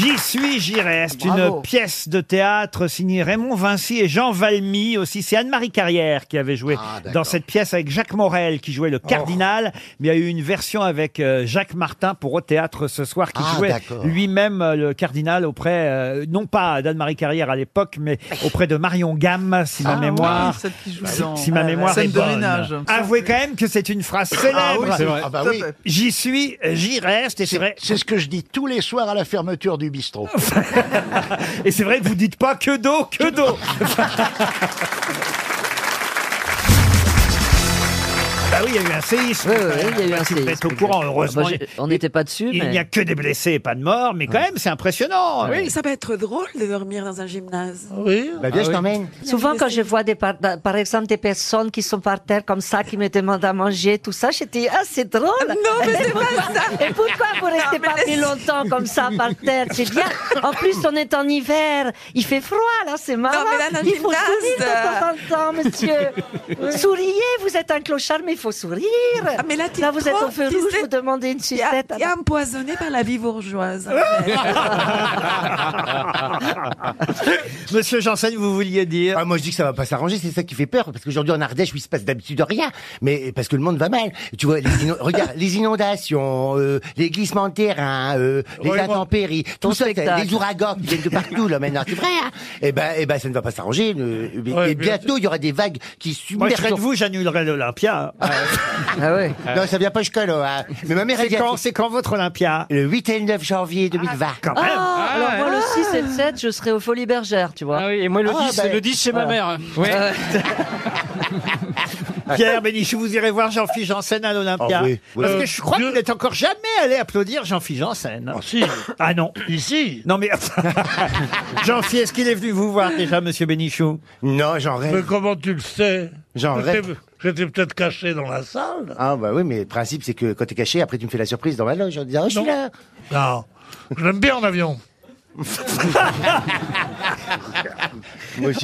Speaker 1: J'y suis, j'y reste. Une pièce de théâtre signée Raymond Vinci et Jean Valmy aussi. C'est Anne-Marie Carrière qui avait joué
Speaker 8: Ah,
Speaker 1: dans cette pièce avec Jacques Morel qui jouait le
Speaker 8: Oh.
Speaker 1: cardinal. Mais il y a eu une version avec euh, Jacques Martin pour au théâtre ce soir qui
Speaker 8: Ah,
Speaker 1: jouait
Speaker 8: d'accord.
Speaker 1: lui-même euh, le cardinal auprès, euh, non pas d'Anne-Marie Carrière à l'époque, mais auprès de Marion Gamme, si ma
Speaker 17: Ah,
Speaker 1: mémoire.
Speaker 17: oui, celle qui joue
Speaker 1: si-
Speaker 17: dans-
Speaker 1: si ma
Speaker 17: Ah, la
Speaker 1: mémoire
Speaker 17: scène
Speaker 1: est
Speaker 17: de
Speaker 1: bonne.
Speaker 17: ménage.
Speaker 1: Avouez quand même que c'est une phrase célèbre.
Speaker 8: Ah oui, c'est vrai. Ah bah oui.
Speaker 1: J'y suis, j'y reste, et c'est vrai.
Speaker 8: C'est ce que je dis tous les soirs à la fermeture du bistrot.
Speaker 1: Et c'est vrai que vous dites pas que d'eau, que d'eau. bah oui, il y a eu un séisme.
Speaker 10: Ouais,
Speaker 1: quand
Speaker 10: ouais,
Speaker 1: même.
Speaker 10: il y a eu un
Speaker 1: Vous êtes
Speaker 10: séisme,
Speaker 1: au courant,
Speaker 10: exactement.
Speaker 1: heureusement.
Speaker 10: Bah, je- on n'était pas dessus,
Speaker 1: Il
Speaker 10: mais-
Speaker 1: n'y a que des blessés et pas de morts, mais quand même, c'est impressionnant.
Speaker 21: Oui, ça va être drôle de dormir dans un gymnase.
Speaker 1: Oui.
Speaker 7: euh,
Speaker 21: Bah, viens, Ah je oui. t'emmène.
Speaker 22: Souvent, quand je vois, des par, par exemple, des personnes qui sont par terre comme ça, qui me demandent à manger, tout ça, je dis « Ah, c'est drôle !»
Speaker 21: Non, Oh, mais c'est pas ça.
Speaker 22: Et pourquoi vous
Speaker 21: Non,
Speaker 22: restez
Speaker 21: mais
Speaker 22: pas
Speaker 21: laisse-
Speaker 22: plus longtemps comme ça par terre C'est bien En plus, on est en hiver, il fait froid, là, c'est marrant
Speaker 21: mais là, dans euh. le
Speaker 22: Il faut
Speaker 21: gymnase,
Speaker 22: sourire de temps en temps, monsieur
Speaker 21: Ouais.
Speaker 22: Souriez, vous êtes un clochard, mais il faut sourire
Speaker 21: Ah, mais là, t'es
Speaker 22: Là, vous êtes
Speaker 21: trop,
Speaker 22: au feu
Speaker 21: tu
Speaker 22: rouge,
Speaker 21: sais,
Speaker 22: vous demandez une
Speaker 21: Il
Speaker 22: sucette.
Speaker 21: y a empoisonné par la vie bourgeoise.
Speaker 1: Ah,
Speaker 21: en fait.
Speaker 6: Ah.
Speaker 1: Monsieur Janssen, vous vouliez dire
Speaker 13: ah, Moi, je dis que ça va pas s'arranger, c'est ça qui fait peur. Parce qu'aujourd'hui, en Ardèche, où il se passe d'habitude rien, mais parce que le monde va mal. Tu vois, les ino- regarde, les inondations, euh, les glissements de terrain, euh, les
Speaker 2: Regarde-moi.
Speaker 13: intempéries, tout
Speaker 2: Ton
Speaker 13: ça, t'as-
Speaker 2: spectacle.
Speaker 13: les ouragans qui viennent de partout, là, maintenant, c'est vrai, hein Eh ben, eh ben, ça ne va pas s'arranger. le- et- et bientôt, il y aura des vagues qui
Speaker 1: Moi, je
Speaker 13: submergeront.
Speaker 1: serais de vous, j'annulerais l'Olympia.
Speaker 13: Ah ouais Non, ça vient pas jusqu'à là. hein. Mais ma mère,
Speaker 1: C'est
Speaker 13: elle dit à
Speaker 1: quand-
Speaker 13: tout-
Speaker 1: c'est quand votre Olympia
Speaker 13: Le 8 et le 9 janvier 2020.
Speaker 10: Ah, alors moi le 6 et le 7, je serai au Folie Bergère, tu vois.
Speaker 13: et moi, le Ah, 10, ben, le
Speaker 1: 10 chez ma mère. Ouais. Pierre Bénichou, vous irez voir Jean-Philippe Janssen à l'Olympia.
Speaker 13: Ah oui, oui.
Speaker 1: Parce
Speaker 13: Euh,
Speaker 1: que je crois que vous n'êtes encore jamais allé applaudir Jean-Philippe Janssen. Ah si. Ah non. Ici. Non mais Jean-Philippe, est-ce qu'il est venu vous voir déjà, Monsieur Bénichou
Speaker 13: Non, j'en
Speaker 6: Mais comment tu le sais
Speaker 13: J'en
Speaker 6: J'étais-
Speaker 13: rêve.
Speaker 6: J'étais peut-être caché dans la salle.
Speaker 13: Ah bah oui, mais le principe c'est que quand t'es caché, après tu me fais la surprise dans ma loge en disant oh, je suis là.
Speaker 6: Non, Ah, je l'aime bien en avion.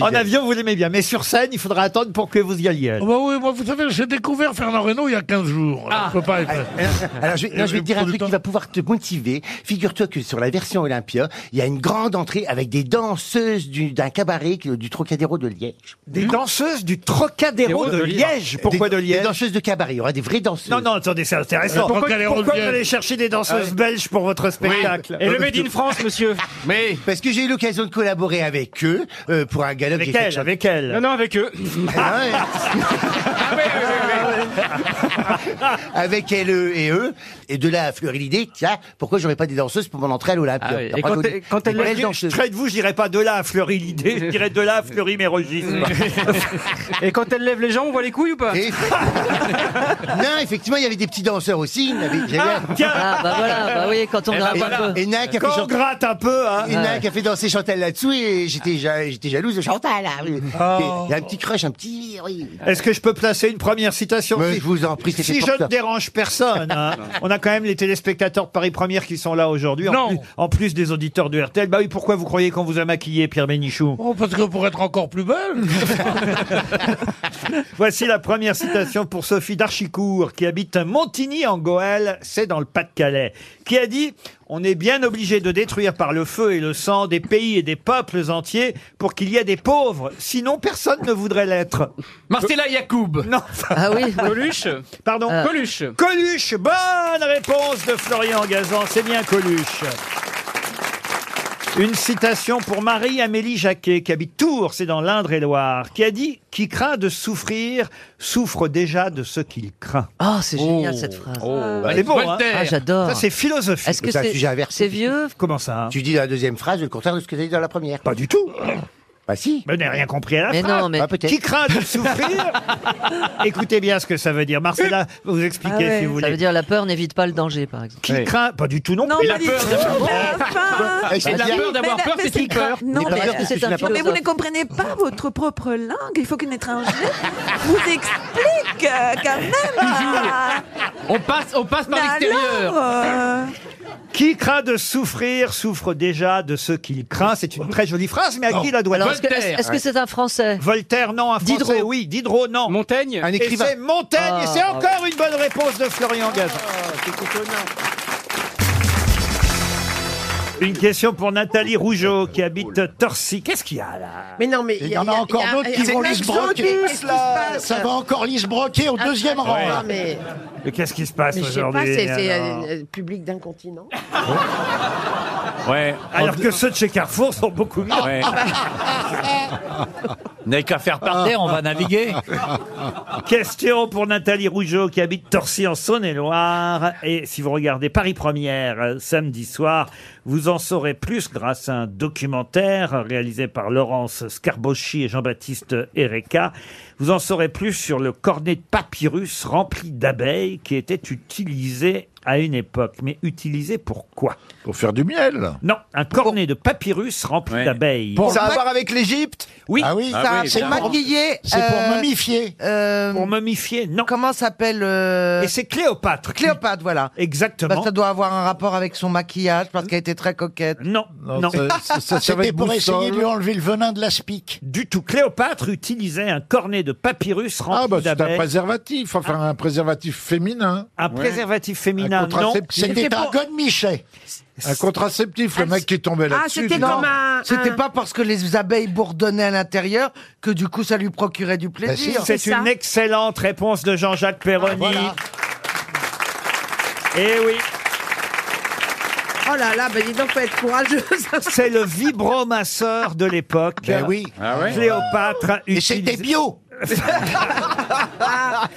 Speaker 1: En avion, vous l'aimez bien, mais sur scène, il faudra attendre pour que vous y alliez.
Speaker 6: Ah bah oui, moi, vous savez, j'ai découvert Fernand Reynaud il y a 15 jours.
Speaker 1: Ah.
Speaker 6: Alors, je peux pas être-
Speaker 13: Ah, Alors je, vais- non, je vais te dire un truc qui va pouvoir te motiver. Figure-toi que sur la version Olympia, il y a une grande entrée avec des danseuses du- d'un cabaret qui- du Trocadéro de Liège. Mmh.
Speaker 1: Des danseuses du Trocadéro de Liège Pourquoi de Liège
Speaker 13: Des danseuses de cabaret, il y aura des vraies danseuses.
Speaker 1: Non, non, attendez, c'est intéressant.
Speaker 13: Pourquoi- pourquoi
Speaker 1: vous allez chercher des
Speaker 13: Ah,
Speaker 1: danseuses belges pour votre spectacle
Speaker 13: France, monsieur Mais Parce que j'ai eu l'occasion de collaborer avec eux euh, pour un galop.
Speaker 1: Avec elle, avec elle.
Speaker 13: Non, non, avec eux. Ah avec elle eux et eux. Et de là a fleuri l'idée, tiens, pourquoi j'aurais pas des danseuses pour mon entrée à
Speaker 1: Ah
Speaker 13: l'Olympia T'as pas connu- des belles
Speaker 1: je
Speaker 13: danseuses.
Speaker 1: serais de vous, j'irais pas de là à Fleury l'idée, je dirais de là à Fleury mes registres.
Speaker 13: Et quand elle lève les gens, on voit les couilles ou pas Non, effectivement, il y avait des petits danseurs aussi. il y avait- j'avais-
Speaker 10: Ah, tiens. Ah, bah voilà, bah oui, quand on
Speaker 13: Et-
Speaker 10: gratte
Speaker 13: et-
Speaker 10: un peu.
Speaker 13: Et Nac a
Speaker 10: Quand
Speaker 13: fait
Speaker 10: on
Speaker 13: chanter-
Speaker 10: gratte un peu, hein.
Speaker 13: Et Nac
Speaker 10: Ouais.
Speaker 13: a fait danser Chantal là-dessous et j'étais ja- j'étais jalouse de Chantal. hein. Il y a un petit crush, un petit. oui.
Speaker 1: Ah. Est-ce que je peux placer une première citation
Speaker 13: Mais
Speaker 1: Si-
Speaker 13: je vous en prie, c'était
Speaker 1: Si
Speaker 13: pour
Speaker 1: je
Speaker 13: ça.
Speaker 1: ne dérange personne, hein. on a quand même les téléspectateurs de Paris Première qui sont là aujourd'hui, en, plus, en plus des auditeurs de RTL. Bah oui, pourquoi vous croyez qu'on vous a maquillé, Pierre Bénichou
Speaker 6: Oh, parce que pour être encore plus belle.
Speaker 1: Voici la première citation pour Sophie d'Archicourt, qui habite Montigny en Goële, c'est dans le Pas-de-Calais, qui a dit On est bien obligé de détruire par le feu et le sang des pays et des peuples entiers pour qu'il y ait des pauvres, sinon personne ne voudrait l'être.
Speaker 15: Marcella Yacoub.
Speaker 1: Non.
Speaker 15: Ah oui. Coluche.
Speaker 1: Pardon.
Speaker 15: Euh. Coluche.
Speaker 1: Coluche. Bonne réponse de Florian Gazan. C'est bien Coluche. Une citation pour Marie-Amélie Jacquet, qui habite Tours, c'est dans l'Indre-et-Loire, qui a dit « Qui craint de souffrir, souffre déjà de ce qu'il craint. »
Speaker 10: Oh, c'est génial, cette phrase.
Speaker 1: bah, Elle est beau, hein
Speaker 10: Ah, j'adore.
Speaker 1: Ça, c'est philosophique.
Speaker 10: Est-ce que c'est c'est vieux
Speaker 1: Comment ça
Speaker 13: Tu dis dans la deuxième phrase le contraire de ce que tu as dit dans la première.
Speaker 1: Pas du tout.
Speaker 13: Bah si.
Speaker 1: Mais n'ai rien compris à la
Speaker 13: Mais
Speaker 1: phrase.
Speaker 13: non, mais- Ah, peut-être.
Speaker 1: Qui craint de souffrir Écoutez bien ce que ça veut dire. Marcella, vous expliquez
Speaker 10: Ah ouais.
Speaker 1: si vous voulez.
Speaker 10: Ça veut dire la peur n'évite pas le danger, par exemple.
Speaker 1: Qui craint Pas du tout non,
Speaker 10: Non,
Speaker 1: plus.
Speaker 10: mais dites-
Speaker 1: d'avoir-
Speaker 10: Ah, c'est
Speaker 1: Et la
Speaker 10: bien.
Speaker 1: peur d'avoir
Speaker 10: Mais la-
Speaker 1: peur,
Speaker 10: mais
Speaker 1: c'est
Speaker 10: c'est
Speaker 1: une peur.
Speaker 21: Non,
Speaker 1: Et
Speaker 21: mais,
Speaker 1: parce que c'est un
Speaker 21: mais vous
Speaker 1: philosophe.
Speaker 21: ne comprenez pas votre propre langue. Il faut qu'une étrangère vous explique euh, quand même.
Speaker 15: On passe, on passe par
Speaker 21: Mais
Speaker 15: l'extérieur.
Speaker 7: euh
Speaker 21: alors,
Speaker 1: Qui craint de souffrir souffre déjà de ce qu'il craint. C'est une très jolie phrase, mais à qui la doit-on
Speaker 10: Alors, est-ce que- Est-ce est-ce que c'est un Français
Speaker 1: Voltaire, non. Un Français,
Speaker 10: Diderot.
Speaker 1: oui. Diderot, non. Montaigne
Speaker 10: Un écrivain.
Speaker 1: Et c'est Montaigne,
Speaker 10: Ah,
Speaker 1: et c'est
Speaker 10: bravo.
Speaker 1: encore une bonne réponse de Florian Gazan.
Speaker 7: Ah,
Speaker 1: Une question pour Nathalie Rougeau, qui habite Torcy. Qu'est-ce qu'il y a, là
Speaker 7: Mais non, mais
Speaker 8: Il y en a encore
Speaker 7: il y a-
Speaker 8: d'autres
Speaker 7: il y a-
Speaker 8: qui
Speaker 7: c'est
Speaker 8: vont
Speaker 7: Max
Speaker 8: lisbroquer.
Speaker 7: Auguste, là.
Speaker 8: Ça va encore lisbroquer
Speaker 9: Ah,
Speaker 8: au deuxième rang.
Speaker 1: Ouais.
Speaker 8: hein.
Speaker 7: Mais,
Speaker 1: Mais qu'est-ce qui se passe
Speaker 7: mais je sais pas,
Speaker 1: aujourd'hui hein,
Speaker 7: c'est c'est,
Speaker 1: alors
Speaker 7: euh, public d'un continent.
Speaker 1: Alors que ceux de chez Carrefour sont beaucoup mieux. N'est qu'à faire par terre, on va naviguer. Question pour Nathalie Rougeau qui habite Torcy en Saône-et-Loire. Et si vous regardez Paris Première euh, samedi soir, vous en saurez plus grâce à un documentaire réalisé par Laurence Scarbocchi et Jean-Baptiste Ereka. Vous en saurez plus sur le cornet de papyrus rempli d'abeilles qui était utilisé à une époque. Mais utilisé pour quoi Pour faire du miel Non, un cornet de papyrus rempli d'abeilles.
Speaker 23: Ça a à voir avec l'Égypte
Speaker 1: Oui.
Speaker 23: Ah
Speaker 1: oui, Ah oui,
Speaker 23: c'est
Speaker 1: évidemment.
Speaker 23: maquillé.
Speaker 1: C'est pour
Speaker 23: mummifier.
Speaker 1: pour mummifier, non.
Speaker 11: euh, Comment s'appelle euh,
Speaker 1: Et c'est Cléopâtre.
Speaker 11: Cléopâtre, voilà.
Speaker 1: Exactement.
Speaker 11: Bah, ça doit avoir un rapport avec son maquillage parce qu'elle était très coquette.
Speaker 1: Non, non.
Speaker 8: C'était pour essayer
Speaker 1: hein.
Speaker 8: de lui enlever le venin de l'aspic.
Speaker 1: Du tout. Cléopâtre utilisait un cornet de papyrus rempli
Speaker 2: Ah, bah, c'est un
Speaker 1: d'abeilles.
Speaker 2: préservatif. Enfin, un préservatif féminin.
Speaker 1: Un préservatif féminin,
Speaker 2: Un contraceptif.
Speaker 1: non. C'était
Speaker 2: un
Speaker 1: pour-
Speaker 2: godemichet. Un contraceptif, le mec qui tombait
Speaker 1: Ah,
Speaker 2: là-dessus. dis donc.
Speaker 11: C'était pas parce que les abeilles bourdonnaient à l'intérieur que du coup ça lui procurait
Speaker 1: Bah,
Speaker 11: du plaisir.
Speaker 1: C'est Ah, une excellente réponse de Jean-Jacques Perroni. Eh oui.
Speaker 9: Oh là
Speaker 1: bah,
Speaker 9: là, ben dis donc, faut être courageux.
Speaker 1: C'est le vibromasseur de l'époque.
Speaker 9: Ben
Speaker 11: oui. Ah ouais.
Speaker 1: Cléopâtre
Speaker 11: Et
Speaker 1: utilisait-
Speaker 11: c'était bio. Euh,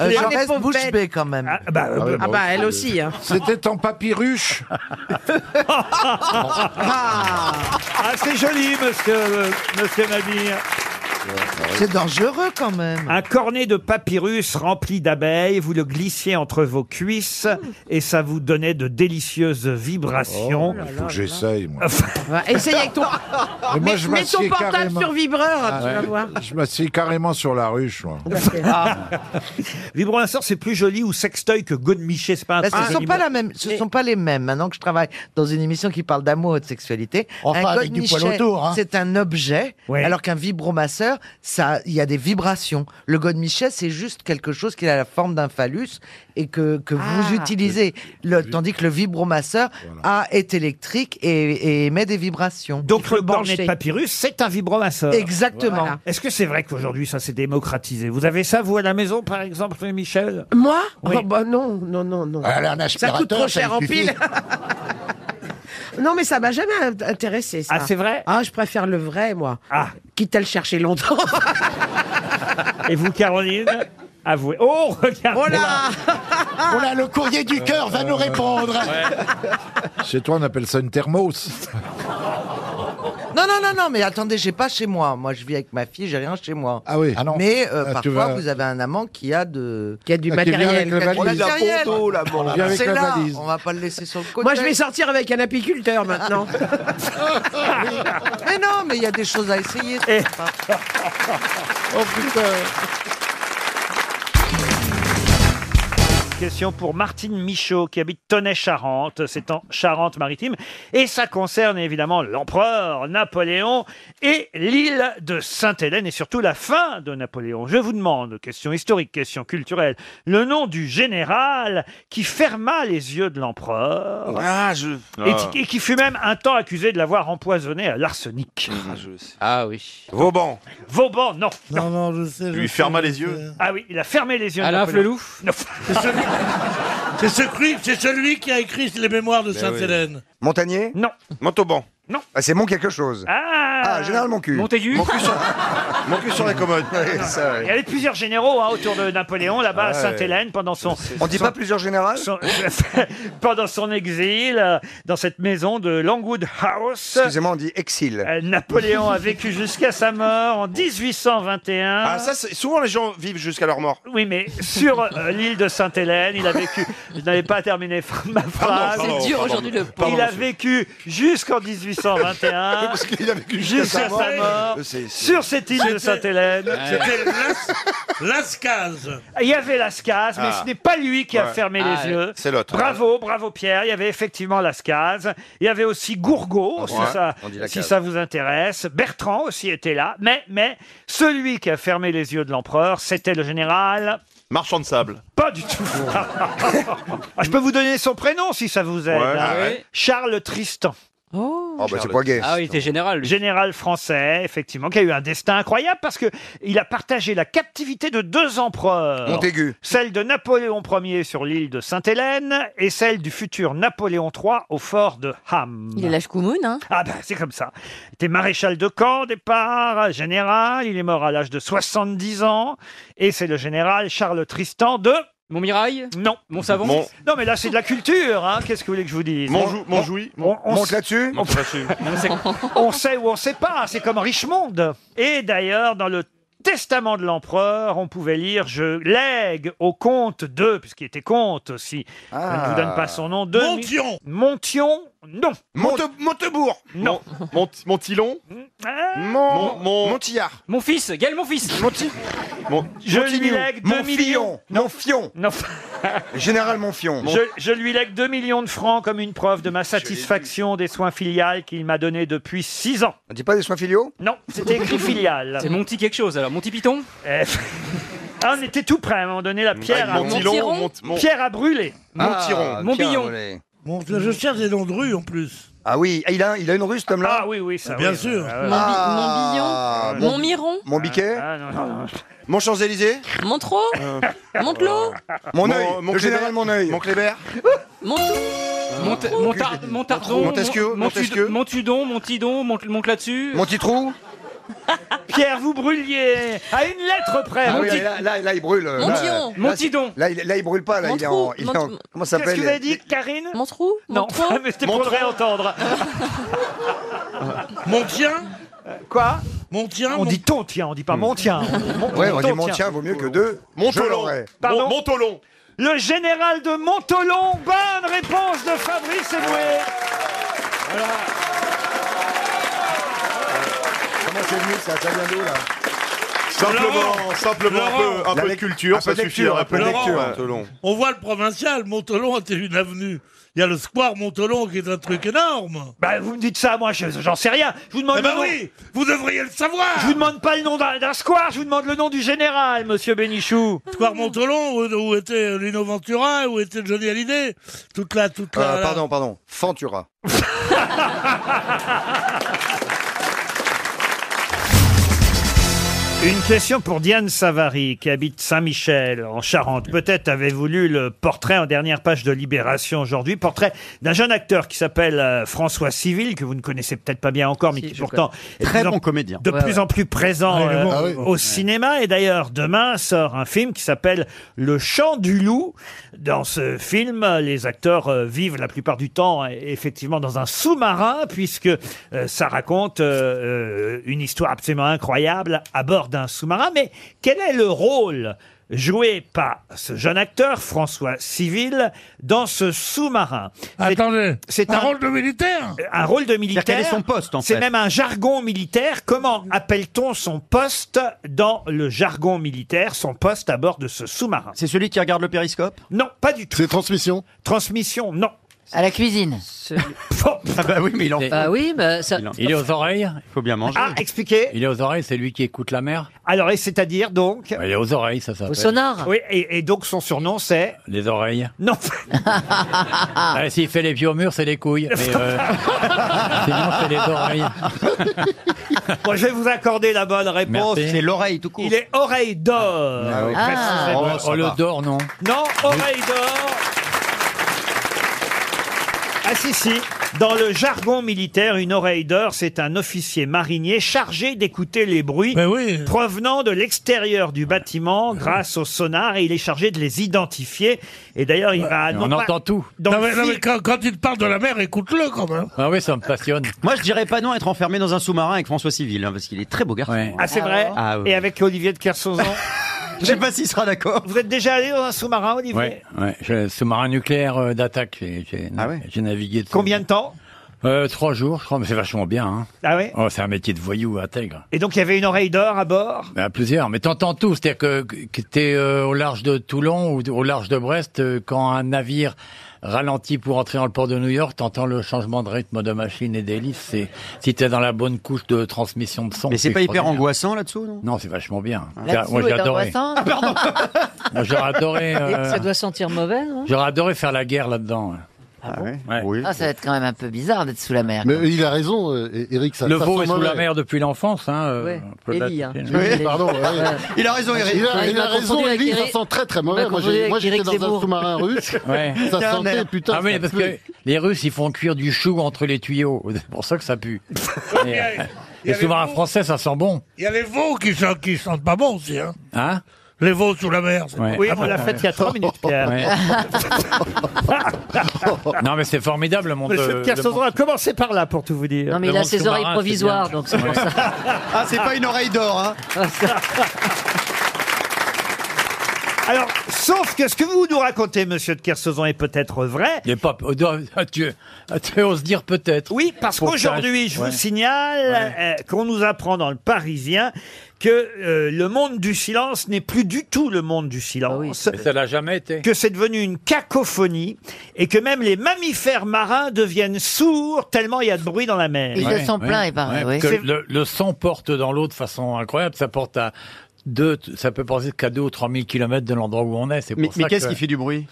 Speaker 1: Les-
Speaker 11: J'en
Speaker 1: les
Speaker 11: reste
Speaker 1: pauvres
Speaker 11: bouche
Speaker 1: bêtes.
Speaker 11: bée quand même.
Speaker 1: Ah bah, euh,
Speaker 11: Ah bah, elle aussi, hein.
Speaker 2: C'était en papyruche.
Speaker 1: ah, c'est joli, monsieur, euh, monsieur Mabir.
Speaker 11: C'est dangereux quand même.
Speaker 1: Un cornet de papyrus rempli d'abeilles, vous le glissiez entre vos cuisses et ça vous donnait de délicieuses vibrations.
Speaker 2: Il faut que j'essaye, moi.
Speaker 9: Bah, Essaye avec ton.
Speaker 2: Mais moi,
Speaker 9: Mets-
Speaker 2: je
Speaker 9: mets
Speaker 2: m'assieds
Speaker 9: ton portable
Speaker 2: carrément.
Speaker 9: sur vibreur,
Speaker 2: Ah,
Speaker 9: tu
Speaker 2: ouais.
Speaker 9: vas voir.
Speaker 2: Je m'assieds carrément sur la ruche, moi.
Speaker 1: Vibromasseur, Ah. c'est plus joli ou sextoy que Godemichet, c'est pas un
Speaker 11: Bah,
Speaker 1: très
Speaker 11: ce sont
Speaker 1: joli
Speaker 11: pas
Speaker 1: mot.
Speaker 11: la même, ce sont pas les mêmes. Maintenant que je travaille dans une émission qui parle d'amour et de sexualité,
Speaker 8: Enfin,
Speaker 11: un
Speaker 8: avec du poil
Speaker 11: godemichet,
Speaker 8: autour, hein.
Speaker 11: c'est un objet,
Speaker 8: Ouais.
Speaker 11: alors qu'un vibromasseur, ça, il y a des vibrations. Le godemichet, c'est juste quelque chose qui a la forme d'un phallus et que, que vous utilisez, le, tandis que le vibromasseur a, est électrique et, et émet des vibrations.
Speaker 1: Donc le cornet de papyrus, c'est un vibromasseur.
Speaker 11: Exactement.
Speaker 1: Voilà. Est-ce que c'est vrai qu'aujourd'hui ça s'est démocratisé Vous avez ça vous à la maison par exemple, Michel
Speaker 9: Moi
Speaker 1: Oui.
Speaker 9: Oh, bah non, non, non, non.
Speaker 1: Ah, là, un
Speaker 9: ça
Speaker 1: aspirateur,
Speaker 9: coûte trop
Speaker 1: ça
Speaker 9: cher en
Speaker 1: lui suffit.
Speaker 9: pile. non, mais ça m'a jamais in- intéressé. Ça.
Speaker 1: Ah, c'est vrai
Speaker 9: Ah, je préfère le vrai, moi.
Speaker 1: Ah.
Speaker 9: Quitte à le chercher longtemps.
Speaker 1: Et vous, Caroline Avouez. Oh, regardez
Speaker 9: Oh là
Speaker 8: Oh là, le courrier du cœur va nous répondre.
Speaker 2: Chez toi, on appelle ça une thermos.
Speaker 11: Non, non, non, non, mais attendez, j'ai pas chez moi. Moi, je vis avec ma fille, j'ai rien chez moi. Ah oui. Mais euh,
Speaker 2: Ah, tu
Speaker 11: parfois,
Speaker 2: vas-
Speaker 11: vous avez un amant qui a de,
Speaker 9: qui a du
Speaker 11: Ah, qui vient
Speaker 9: matériel.
Speaker 11: avec le
Speaker 9: Qui a du
Speaker 11: valise.
Speaker 9: matériel.
Speaker 11: Ponto, là, bon, là. Viens avec
Speaker 9: C'est
Speaker 11: la
Speaker 9: là.
Speaker 11: valise. On va pas le laisser sur le côté.
Speaker 9: Moi, je vais sortir avec un apiculteur maintenant.
Speaker 11: mais non, mais il y a des choses à essayer. c'est pas-
Speaker 2: Oh putain
Speaker 1: Question pour Martine Michaud qui habite Tonnet-Charente, c'est en Charente-Maritime, et ça concerne évidemment l'empereur Napoléon et l'île de Sainte-Hélène et surtout la fin de Napoléon. Je vous demande, question historique, question culturelle, le nom du général qui ferma les yeux de l'empereur
Speaker 13: Ah, je.
Speaker 1: et, qui- et qui fut même un temps accusé de l'avoir empoisonné à l'arsenic.
Speaker 13: Ah oui. Vauban.
Speaker 1: Vauban, non.
Speaker 13: Non, non, je sais. Lui ferma les yeux.
Speaker 1: Ah oui, il a fermé les yeux. de
Speaker 13: Alain
Speaker 1: Napoléon. Non.
Speaker 6: C'est celui, c'est celui qui a écrit les mémoires
Speaker 13: Ben
Speaker 6: de Sainte-Hélène.
Speaker 13: Montagnier
Speaker 1: Non.
Speaker 13: Montauban
Speaker 1: Non.
Speaker 13: Ah, c'est mon quelque chose.
Speaker 1: Ah,
Speaker 13: général mon cul.
Speaker 1: Montaigu
Speaker 13: Mon cul sur, mon cul sur la commode. Ouais, ça, ouais.
Speaker 1: Il y avait plusieurs généraux hein, autour de Napoléon, là-bas à
Speaker 13: Ah ouais.
Speaker 1: Sainte-Hélène, pendant son.
Speaker 13: On dit
Speaker 1: son-
Speaker 13: pas plusieurs générales
Speaker 1: son- pendant son exil, euh, dans cette maison de Longwood House.
Speaker 13: Excusez-moi, on dit exil.
Speaker 1: Euh, Napoléon a vécu jusqu'à sa mort en 1821.
Speaker 13: Ah, ça, c'est- souvent les gens vivent jusqu'à leur mort.
Speaker 1: Oui, mais sur euh, l'île de Sainte-Hélène, il a vécu. Je n'avais pas terminé ma phrase.
Speaker 13: pardon, C'est dur pardon. aujourd'hui, le pauvre.
Speaker 1: Il a
Speaker 13: Pardon,
Speaker 1: vécu jusqu'en 1821.
Speaker 13: Parce qu'il a vécu jusqu'à
Speaker 1: jusqu'à sa
Speaker 13: sa
Speaker 1: mort.
Speaker 13: mort. Euh, C'est- c'est-
Speaker 1: Sur cette île de
Speaker 6: C'était-
Speaker 1: Sainte-Hélène.
Speaker 6: C'était Las- Lascaz.
Speaker 1: Il y avait Lascaz, mais
Speaker 6: Ah.
Speaker 1: ce n'est pas lui qui a
Speaker 6: Ouais.
Speaker 1: fermé
Speaker 6: Ah,
Speaker 1: les yeux.
Speaker 13: c'est l'autre.
Speaker 1: Bravo, bravo Pierre. Il y avait effectivement Lascaz. Il y avait aussi Gourgaud, si,
Speaker 13: Ouais,
Speaker 1: ça,
Speaker 13: on dit Lascaz.
Speaker 1: si ça vous intéresse. Bertrand aussi était là. Mais, mais celui qui a fermé les yeux de l'empereur, c'était le général.
Speaker 13: Marchand de sable.
Speaker 1: Pas du tout. Ah, je peux vous donner son prénom si ça vous aide.
Speaker 13: Ouais,
Speaker 1: hein.
Speaker 13: ouais.
Speaker 1: Charles Tristan. Oh,
Speaker 24: Ah, bah, c'est pas gay. Ah oui,
Speaker 1: était général. Général français, effectivement, qui a eu un destin incroyable parce que il a partagé la captivité de deux empereurs.
Speaker 24: Montaigu.
Speaker 1: Celle de Napoléon Ier sur l'île de Sainte-Hélène et celle du futur Napoléon III au fort de Ham.
Speaker 16: Il est lâche Koumoun, hein
Speaker 1: Ah ben, c'est comme ça. Il était maréchal de camp au départ, général, il est mort à l'âge de 70 ans et c'est le général Charles Tristan de... Montmirail Non.
Speaker 5: Montsavon
Speaker 1: Savon Non mais là c'est de la culture, hein. qu'est-ce que vous voulez que je vous dise
Speaker 25: Montjou-
Speaker 1: On-
Speaker 25: Montjouy
Speaker 1: on- on
Speaker 25: Monte
Speaker 1: s-
Speaker 25: là-dessus
Speaker 1: on-
Speaker 25: Monte là-dessus.
Speaker 1: on sait- On sait ou on sait pas, c'est comme Richmond. Et d'ailleurs dans le testament de l'empereur, on pouvait lire « Je lègue au comte de », puisqu'il était comte aussi,
Speaker 13: Ah.
Speaker 1: je ne vous donne pas son nom, de...
Speaker 6: Montion
Speaker 1: Montion, non
Speaker 25: Montebourg
Speaker 1: Non. Ah.
Speaker 25: Montilon Mon- Mon- Montillard
Speaker 5: Mon fils, Gaël, mon fils.
Speaker 1: Je lui lègue 2 millions.
Speaker 24: Mon fion.
Speaker 1: Non.
Speaker 24: Général Monfion.
Speaker 1: Je, je lui lègue 2 millions de francs comme une preuve de ma satisfaction des soins filiales qu'il m'a donnés depuis 6 ans.
Speaker 24: On dit pas des soins filiaux
Speaker 1: Non, c'était écrit filial.
Speaker 5: C'est mon petit quelque chose alors, mon petit piton
Speaker 1: Eh, ah, on était tout près à un moment donné, la pierre
Speaker 25: Ah,
Speaker 1: a,
Speaker 25: Montilon, Montiron Mont- Mont-
Speaker 1: pierre a
Speaker 24: Ah,
Speaker 1: brûlé.
Speaker 25: Montiron.
Speaker 5: Montbillon.
Speaker 6: Bon, je cherche des noms de rue en plus.
Speaker 24: Ah oui, il a, il a une ruse comme là
Speaker 1: Ah oui, oui, ça.
Speaker 6: Bien
Speaker 1: oui,
Speaker 6: sûr.
Speaker 1: ouais, ouais.
Speaker 24: Ah,
Speaker 16: Mon Miron
Speaker 24: Mon biquet
Speaker 1: Ah, non, non, non.
Speaker 24: Mon Champs-Élysées
Speaker 16: Mon Trot Mon Clos
Speaker 24: Mon œil
Speaker 25: Mon
Speaker 24: Le
Speaker 25: Clébert
Speaker 24: général Mon œil
Speaker 25: Mon Clébert
Speaker 16: Mon
Speaker 5: Monta- Monta- Montardon,
Speaker 24: Montesquieu,
Speaker 5: Mon-
Speaker 24: Montesquieu.
Speaker 5: Montud- Montudon, Montidon, Mont- Montclatus.
Speaker 24: Mon titrou
Speaker 1: Pierre, vous brûliez à une lettre près.
Speaker 24: Ah
Speaker 1: mon
Speaker 24: oui,
Speaker 1: petit-
Speaker 24: là, là, là, il brûle. euh, là,
Speaker 5: Montillon.
Speaker 24: là, c'est-
Speaker 5: Montidon.
Speaker 24: Là, il- là, il brûle pas. Là, il est en. il est en-
Speaker 16: Montrou.
Speaker 24: comment ça s'appelle
Speaker 1: Qu'est-ce que vous avez dit, Karine
Speaker 16: Mon Trou
Speaker 1: Non, mais c'était pour le réentendre.
Speaker 6: Ah. Mon tien
Speaker 1: Euh, Quoi
Speaker 6: Mon tien
Speaker 1: On dit ton tien, on dit pas mon tien. On dit mon-
Speaker 24: Hmm. Ouais, on dit
Speaker 1: ton
Speaker 24: mon tien vaut mieux que deux. Je l'aurais.
Speaker 1: Pardon
Speaker 25: Montolon.
Speaker 1: Le général de Montolon. Bonne réponse de Fabrice Eboué.
Speaker 24: Comment c'est venu ça Ça vient d'où là
Speaker 25: Simplement,
Speaker 6: Laurent.
Speaker 25: simplement un peu, un
Speaker 24: La
Speaker 25: peu de
Speaker 24: lec-
Speaker 25: culture,
Speaker 24: un
Speaker 25: ça
Speaker 24: peu de
Speaker 25: suffit.
Speaker 24: lecture,
Speaker 25: Un
Speaker 24: un
Speaker 25: peu
Speaker 24: peu
Speaker 25: de
Speaker 24: de
Speaker 25: lecture,
Speaker 24: lecture.
Speaker 25: Montolon.
Speaker 6: On voit le provincial, Montelon était une avenue. Il y a le square Montelon qui est un truc énorme.
Speaker 1: Bah, vous me dites ça, moi, je- j'en sais rien. Je vous demande
Speaker 6: Eh ben
Speaker 1: le nom.
Speaker 6: oui, vous devriez le savoir.
Speaker 1: Je vous demande pas le nom d'un d'un square, je vous demande le nom du général, monsieur Bénichou.
Speaker 6: Square Montelon, où, où était Lino Ventura, où était Johnny Hallyday, toute la, toute la.
Speaker 24: Euh,
Speaker 6: la-
Speaker 24: Pardon, pardon. Fantura.
Speaker 1: Une question pour Diane Savary, qui habite Saint-Michel, en Charente. Peut-être avez-vous lu le portrait en dernière page de Libération aujourd'hui, portrait d'un jeune acteur qui s'appelle euh, François Civil, que vous ne connaissez peut-être pas bien encore, mais qui pourtant est de
Speaker 19: Très
Speaker 1: plus en-
Speaker 19: bon comédien.
Speaker 1: de
Speaker 19: Ouais,
Speaker 1: plus
Speaker 19: ouais.
Speaker 1: en plus présent
Speaker 19: Ah, il est
Speaker 1: euh,
Speaker 19: bon. Ah oui.
Speaker 1: au cinéma. Et d'ailleurs, demain sort un film qui s'appelle Le Chant du Loup. Dans ce film, les acteurs euh, vivent la plupart du temps euh, effectivement dans un sous-marin, puisque euh, ça raconte euh, euh, une histoire absolument incroyable à bord d'un sous-marin. Mais quel est le rôle joué par ce jeune acteur, François Civil, dans ce sous-marin
Speaker 6: Attendez,
Speaker 1: c'est
Speaker 6: un
Speaker 1: un-
Speaker 6: rôle de militaire.
Speaker 1: un rôle de militaire.
Speaker 19: quel est son poste, en
Speaker 1: C'est
Speaker 19: fait
Speaker 1: même un jargon militaire. Comment appelle-t-on son poste dans le jargon militaire, son poste à bord de ce sous-marin
Speaker 19: C'est celui qui regarde le périscope
Speaker 1: Non, pas du tout.
Speaker 4: C'est transmission
Speaker 1: Transmission, non.
Speaker 10: À la cuisine.
Speaker 19: Ah bah oui, mais il en fait.
Speaker 10: Bah oui, mais ça.
Speaker 17: Il est aux oreilles,
Speaker 19: Il faut bien manger.
Speaker 1: Ah, expliquez.
Speaker 17: il est aux oreilles, c'est lui qui écoute la mer.
Speaker 1: Alors, et c'est-à-dire donc
Speaker 17: Il est aux oreilles, ça s'appelle.
Speaker 10: Au sonar.
Speaker 1: Oui, et, et donc son surnom c'est
Speaker 17: Les oreilles.
Speaker 1: non.
Speaker 17: Ah, s'il fait les vieux murs, c'est les couilles. Mais, euh, sinon, c'est les oreilles.
Speaker 1: Moi, je vais vous accorder la bonne réponse.
Speaker 17: Merci.
Speaker 19: C'est l'oreille tout court. Ah
Speaker 1: Il est oreille d'or.
Speaker 19: oui.
Speaker 1: précisément.
Speaker 17: Oh, oh, le dort, non.
Speaker 1: Non, oreille d'or. Ah si si, dans le jargon militaire, une oreille d'or, c'est un officier marinier chargé d'écouter les bruits
Speaker 6: Mais Ben oui.
Speaker 1: provenant de l'extérieur du bâtiment grâce au sonar et il est chargé de les identifier. Et d'ailleurs, il va...
Speaker 17: on
Speaker 1: pas-
Speaker 17: entend tout.
Speaker 1: dans
Speaker 6: non,
Speaker 1: le
Speaker 6: mais, non,
Speaker 1: film-
Speaker 6: mais quand, quand il parle de la mer, écoute-le quand
Speaker 1: hein.
Speaker 6: même.
Speaker 17: Ah oui, ça me passionne.
Speaker 19: Moi, je dirais pas non à être enfermé dans un sous-marin avec François Civil, hein, parce qu'il est très beau garçon.
Speaker 17: Ouais.
Speaker 19: hein.
Speaker 1: Ah c'est vrai
Speaker 19: Ah, oui.
Speaker 1: Et avec Olivier de Kersauzon.
Speaker 19: Je sais pas s'il sera d'accord.
Speaker 1: Vous êtes déjà allé dans un sous-marin, Olivier
Speaker 17: Ouais, ouais. Je- Sous-marin nucléaire euh, d'attaque, j'ai j'ai-
Speaker 19: Ah ouais
Speaker 17: j'ai navigué. dessus.
Speaker 1: Combien de temps
Speaker 17: euh, Trois jours, je crois, mais c'est vachement bien. Hein.
Speaker 1: Ah ouais
Speaker 17: Oh, c'est un métier de voyou intègre.
Speaker 1: Et donc, il y avait une oreille d'or à bord
Speaker 17: Ben, plusieurs, mais t'entends tout. C'est-à-dire que, que t'es euh, au large de Toulon ou au large de Brest, euh, quand un navire ralentit pour entrer dans le port de New York, t'entends le changement de rythme de machine et d'hélice. C'est- Si t'es dans la bonne couche de transmission de son.
Speaker 19: Mais c'est pas hyper
Speaker 17: extraordinaire.
Speaker 19: angoissant là-dessous, non
Speaker 17: Non, c'est vachement bien.
Speaker 10: Là-dessous
Speaker 17: Ah, Moi, j'ai
Speaker 10: est
Speaker 17: adoré.
Speaker 10: angoissant.
Speaker 1: Ah,
Speaker 17: Moi, J'aurais adoré, euh,
Speaker 10: Ça doit sentir mauvais, non
Speaker 17: hein. j'aurais adoré faire la guerre là-dedans. hein.
Speaker 26: Ah, ça va être quand même un peu bizarre d'être sous la mer.
Speaker 27: Mais il a raison, euh, Eric. Ça,
Speaker 17: Le
Speaker 27: ça
Speaker 17: veau
Speaker 27: sent
Speaker 17: est sous
Speaker 27: mauvais.
Speaker 17: la mer depuis l'enfance. Hein, euh,
Speaker 26: Ouais.
Speaker 17: on peut
Speaker 26: Et
Speaker 17: la-
Speaker 26: lit, hein.
Speaker 27: Oui, pardon. ouais.
Speaker 26: Il a raison, Eric.
Speaker 27: Il a,
Speaker 26: Ouais, il
Speaker 27: il a
Speaker 26: m'a
Speaker 27: raison,
Speaker 26: confondu avec
Speaker 27: Eric.
Speaker 26: Eric.
Speaker 27: Ça sent très très
Speaker 17: Il
Speaker 27: mauvais.
Speaker 17: m'a
Speaker 27: Moi,
Speaker 17: confondu
Speaker 27: j'ai-
Speaker 17: avec
Speaker 27: moi, j'étais
Speaker 17: Eric
Speaker 27: dans un
Speaker 17: Zemmour.
Speaker 27: sous-marin russe.
Speaker 17: Ouais.
Speaker 27: Ça sentait, putain.
Speaker 17: Ah oui,
Speaker 27: ça
Speaker 17: parce
Speaker 27: puait.
Speaker 17: que les Russes, ils font cuire du chou entre les tuyaux. C'est pour ça que ça pue. Et, euh,
Speaker 6: Il y
Speaker 17: et
Speaker 6: avait
Speaker 17: souvent, un
Speaker 6: beaucoup-
Speaker 17: Français, ça sent bon.
Speaker 6: Il y a les veaux qui sentent, qui sentent pas bon aussi. Hein.
Speaker 17: Hein
Speaker 6: les veaux sous la mer. c'est
Speaker 17: Ouais.
Speaker 6: pas
Speaker 17: Oui,
Speaker 6: Ah bon.
Speaker 17: on l'a faite il y a trois minutes, Pierre. Ouais. Non, mais c'est formidable, mon
Speaker 1: Monsieur Pierre Sauzon a commencé par là, pour tout vous dire.
Speaker 17: Non, mais Le il a monde ses oreilles sous-marin, c'est provisoires, bien. donc c'est pour ça. Ah,
Speaker 1: Ah, c'est pas une oreille d'or, hein Alors, sauf que ce que vous nous racontez, monsieur de Kersauzon, est peut-être vrai.
Speaker 17: Il n'est pas. Ah, tu, ah, tu oses dire peut-être.
Speaker 1: Oui, Parce qu'aujourd'hui, je vous signale euh, qu'on nous apprend dans le Parisien que euh, le monde du silence n'est plus du tout le monde du silence.
Speaker 17: Ah Mais ça l'a jamais été.
Speaker 1: que c'est devenu une cacophonie et que même les mammifères marins deviennent sourds tellement il y a de bruit dans la mer.
Speaker 17: Ouais, ouais, ouais, parce que le, le son porte dans l'eau de façon incroyable. Ça porte à deux, ça peut porter qu'à 2 ou 3000 km de l'endroit où on est. c'est pour
Speaker 4: Mais-
Speaker 17: ça
Speaker 4: mais qu'est-ce
Speaker 17: que-
Speaker 4: qui fait du bruit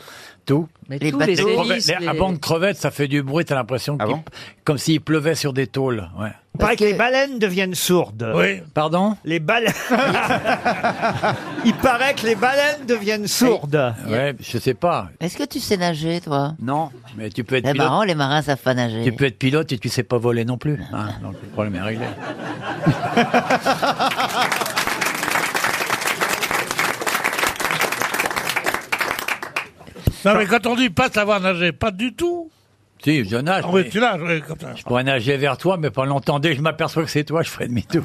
Speaker 17: Tout.
Speaker 4: Mais Les tous les bateaux. hélices,
Speaker 17: crevettes,
Speaker 4: les- Ah
Speaker 17: À bande crevette, ça fait du bruit. T'as l'impression qu'il- comme s'il pleuvait sur des tôles. Ouais.
Speaker 1: Il paraît que... les baleines deviennent sourdes.
Speaker 17: Oui. Pardon
Speaker 1: Les baleines. Il paraît que les baleines deviennent sourdes.
Speaker 17: Ouais, je sais pas.
Speaker 26: Est-ce que tu sais nager, toi
Speaker 17: Non. Mais tu peux être
Speaker 4: Eh ben,
Speaker 26: C'est
Speaker 17: pilote.
Speaker 26: marrant, les marins savent pas
Speaker 17: Tu
Speaker 26: nager.
Speaker 17: peux être pilote et tu sais pas voler non plus. hein. donc le problème est réglé.
Speaker 6: Non, mais quand on dit pas savoir nager, pas du tout.
Speaker 17: Si, je nage.
Speaker 6: Ah oui,
Speaker 17: mais
Speaker 6: tu nages, oui, comme ça.
Speaker 17: Je pourrais nager vers toi, mais pendant longtemps, dès que je m'aperçois que c'est toi, je ferai demi-tour.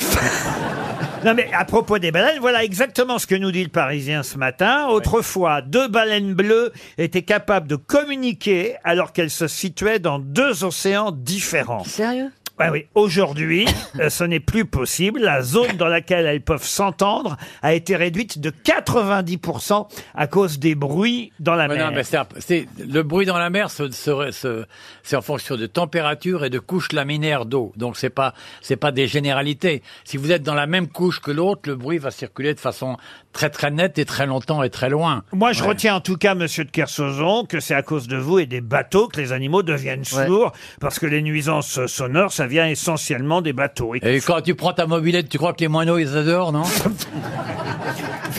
Speaker 1: Non mais à propos des baleines, voilà exactement ce que nous dit le Parisien ce matin. Autrefois, deux baleines bleues étaient capables de communiquer alors qu'elles se situaient dans deux océans différents.
Speaker 26: Sérieux
Speaker 1: Ouais, oui, aujourd'hui, euh, ce n'est plus possible. La zone dans laquelle elles peuvent s'entendre a été réduite de 90% à cause des bruits dans la
Speaker 17: Ouais,
Speaker 1: mer.
Speaker 17: non, mais c'est un- c'est- le bruit dans la mer, se- se- se- c'est en fonction de température et de couche laminaire d'eau. Donc c'est pas c'est pas des généralités. Si vous êtes dans la même couche que l'autre, le bruit va circuler de façon très très nette et très longtemps et très loin.
Speaker 1: Moi, je retiens en tout cas, monsieur de Kersauzon, que c'est à cause de vous et des bateaux que les animaux deviennent sourds, parce que les nuisances sonores, ça vient essentiellement des bateaux. Et-
Speaker 17: Et quand tu prends ta mobilette, tu crois que les moineaux ils adorent, non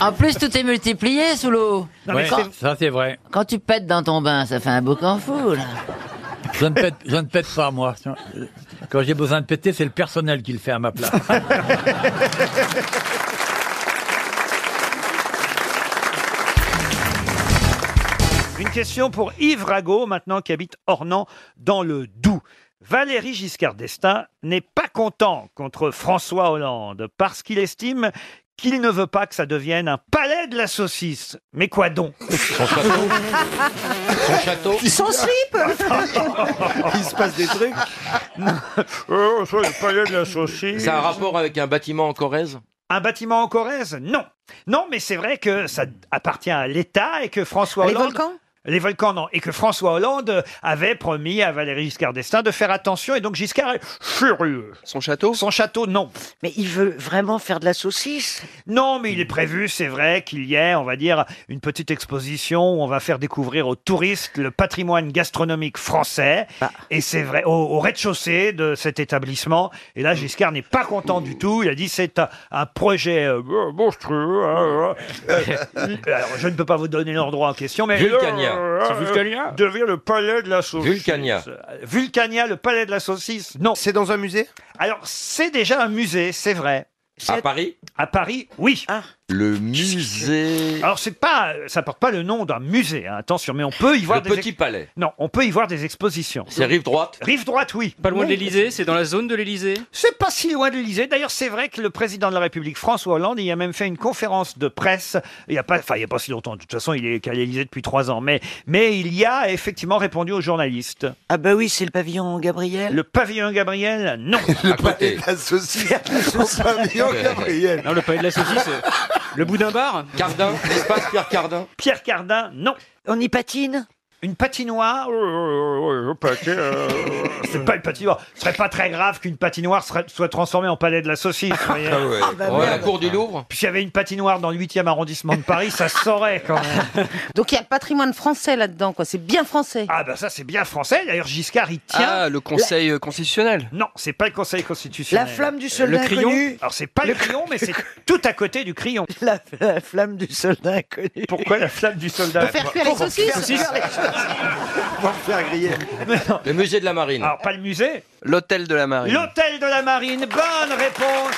Speaker 26: En plus, tout est multiplié sous l'eau.
Speaker 17: Ouais,
Speaker 26: quand,
Speaker 17: Ça c'est vrai.
Speaker 26: quand tu pètes dans ton bain, ça fait un boucan fou, là.
Speaker 17: Je ne pète, je ne pète pas moi. Quand j'ai besoin de péter, c'est le personnel qui le fait à ma place.
Speaker 1: Une question pour Yves Rago, maintenant qui habite Ornans, dans le Doubs. Valéry Giscard d'Estaing n'est pas content contre François Hollande parce qu'il estime qu'il ne veut pas que ça devienne un palais de la saucisse. Mais quoi donc
Speaker 25: Son château. Ah,
Speaker 1: Son
Speaker 25: Il se passe des trucs.
Speaker 1: Oh, ça, le palais de la saucisse.
Speaker 28: C'est un rapport avec un bâtiment en Corrèze
Speaker 1: Un bâtiment en Corrèze Non. Non, mais c'est vrai que ça appartient à l'État et que François
Speaker 28: Les
Speaker 1: Hollande... volcans les volcans, non. Et que François Hollande avait promis à Valéry Giscard d'Estaing de faire attention. Et donc Giscard est furieux.
Speaker 28: Son château
Speaker 1: Son château, non.
Speaker 7: Mais il veut vraiment faire de la saucisse
Speaker 1: Non, mais il est prévu, c'est vrai, qu'il y ait, on va dire, une petite exposition où on va faire découvrir aux touristes le patrimoine gastronomique français. Et c'est vrai, au, au rez-de-chaussée de cet établissement. Et là, Giscard n'est pas content du tout. Il a dit c'est un, un projet euh, monstrueux. hein, hein. Euh, alors, je ne peux pas vous donner l'endroit en question, mais.
Speaker 28: Vulcania. C'est
Speaker 1: Vulcania Devient le palais de la saucisse.
Speaker 28: Vulcania.
Speaker 1: Vulcania, le palais de la saucisse. Non. C'est dans un musée Alors, c'est déjà un musée, c'est vrai.
Speaker 28: À Paris
Speaker 1: À Paris, oui.
Speaker 28: Le musée.
Speaker 1: Alors c'est pas, ça porte pas le nom d'un musée, hein, attention, mais on peut y voir
Speaker 28: Le
Speaker 1: des
Speaker 28: petit
Speaker 1: ex-
Speaker 28: palais.
Speaker 1: Non, on peut y voir des expositions.
Speaker 28: C'est rive droite.
Speaker 1: Rive droite, oui.
Speaker 5: Pas loin de
Speaker 1: Non.
Speaker 5: l'Elysée, c'est dans la zone de l'Elysée.
Speaker 1: C'est pas si loin de l'Elysée. D'ailleurs, c'est vrai que le président de la République, François Hollande, il a même fait une conférence de presse. Il y a pas, enfin, il y a pas si longtemps. De toute façon, il est qu'à l'Elysée depuis trois ans. Mais, mais il y a effectivement répondu aux journalistes.
Speaker 7: Ah bah oui, c'est le pavillon Gabriel.
Speaker 1: Le pavillon Gabriel, non.
Speaker 24: Le palais de la saucisse. Son pavillon, Gabriel.
Speaker 5: Non, le palais de la saucisse. euh, le boudin bar
Speaker 28: Cardin, l'espace Pierre Cardin.
Speaker 1: Pierre Cardin, non.
Speaker 7: On y patine
Speaker 1: Une patinoire C'est pas une patinoire. Ce serait pas très grave qu'une patinoire serait- soit transformée en palais de la saucisse. vous voyez.
Speaker 28: Ah ouais. Ah bah Ouais, merde. la cour du Louvre.
Speaker 1: Puis s'il y avait une patinoire dans le 8e arrondissement de Paris, ça se saurait quand même.
Speaker 9: Donc il y a le patrimoine français là-dedans, quoi. C'est bien français.
Speaker 1: Ah bah ça c'est bien français. D'ailleurs Giscard il tient.
Speaker 28: Ah, le Conseil euh, constitutionnel.
Speaker 1: Non, c'est pas le Conseil constitutionnel. Euh,
Speaker 9: La flamme du soldat
Speaker 1: Le crayon.
Speaker 9: inconnu.
Speaker 1: Alors c'est pas le, crayon, mais c'est tout à côté du crayon.
Speaker 7: La, flamme du soldat inconnu.
Speaker 1: Pourquoi la flamme du soldat
Speaker 9: Pour faire cuire les saucisses. Faire les
Speaker 28: faire griller. Le musée de la marine. Alors,
Speaker 1: pas le musée
Speaker 28: L'hôtel de la marine.
Speaker 1: Ah L'hôtel de la Marine. Bonne réponse.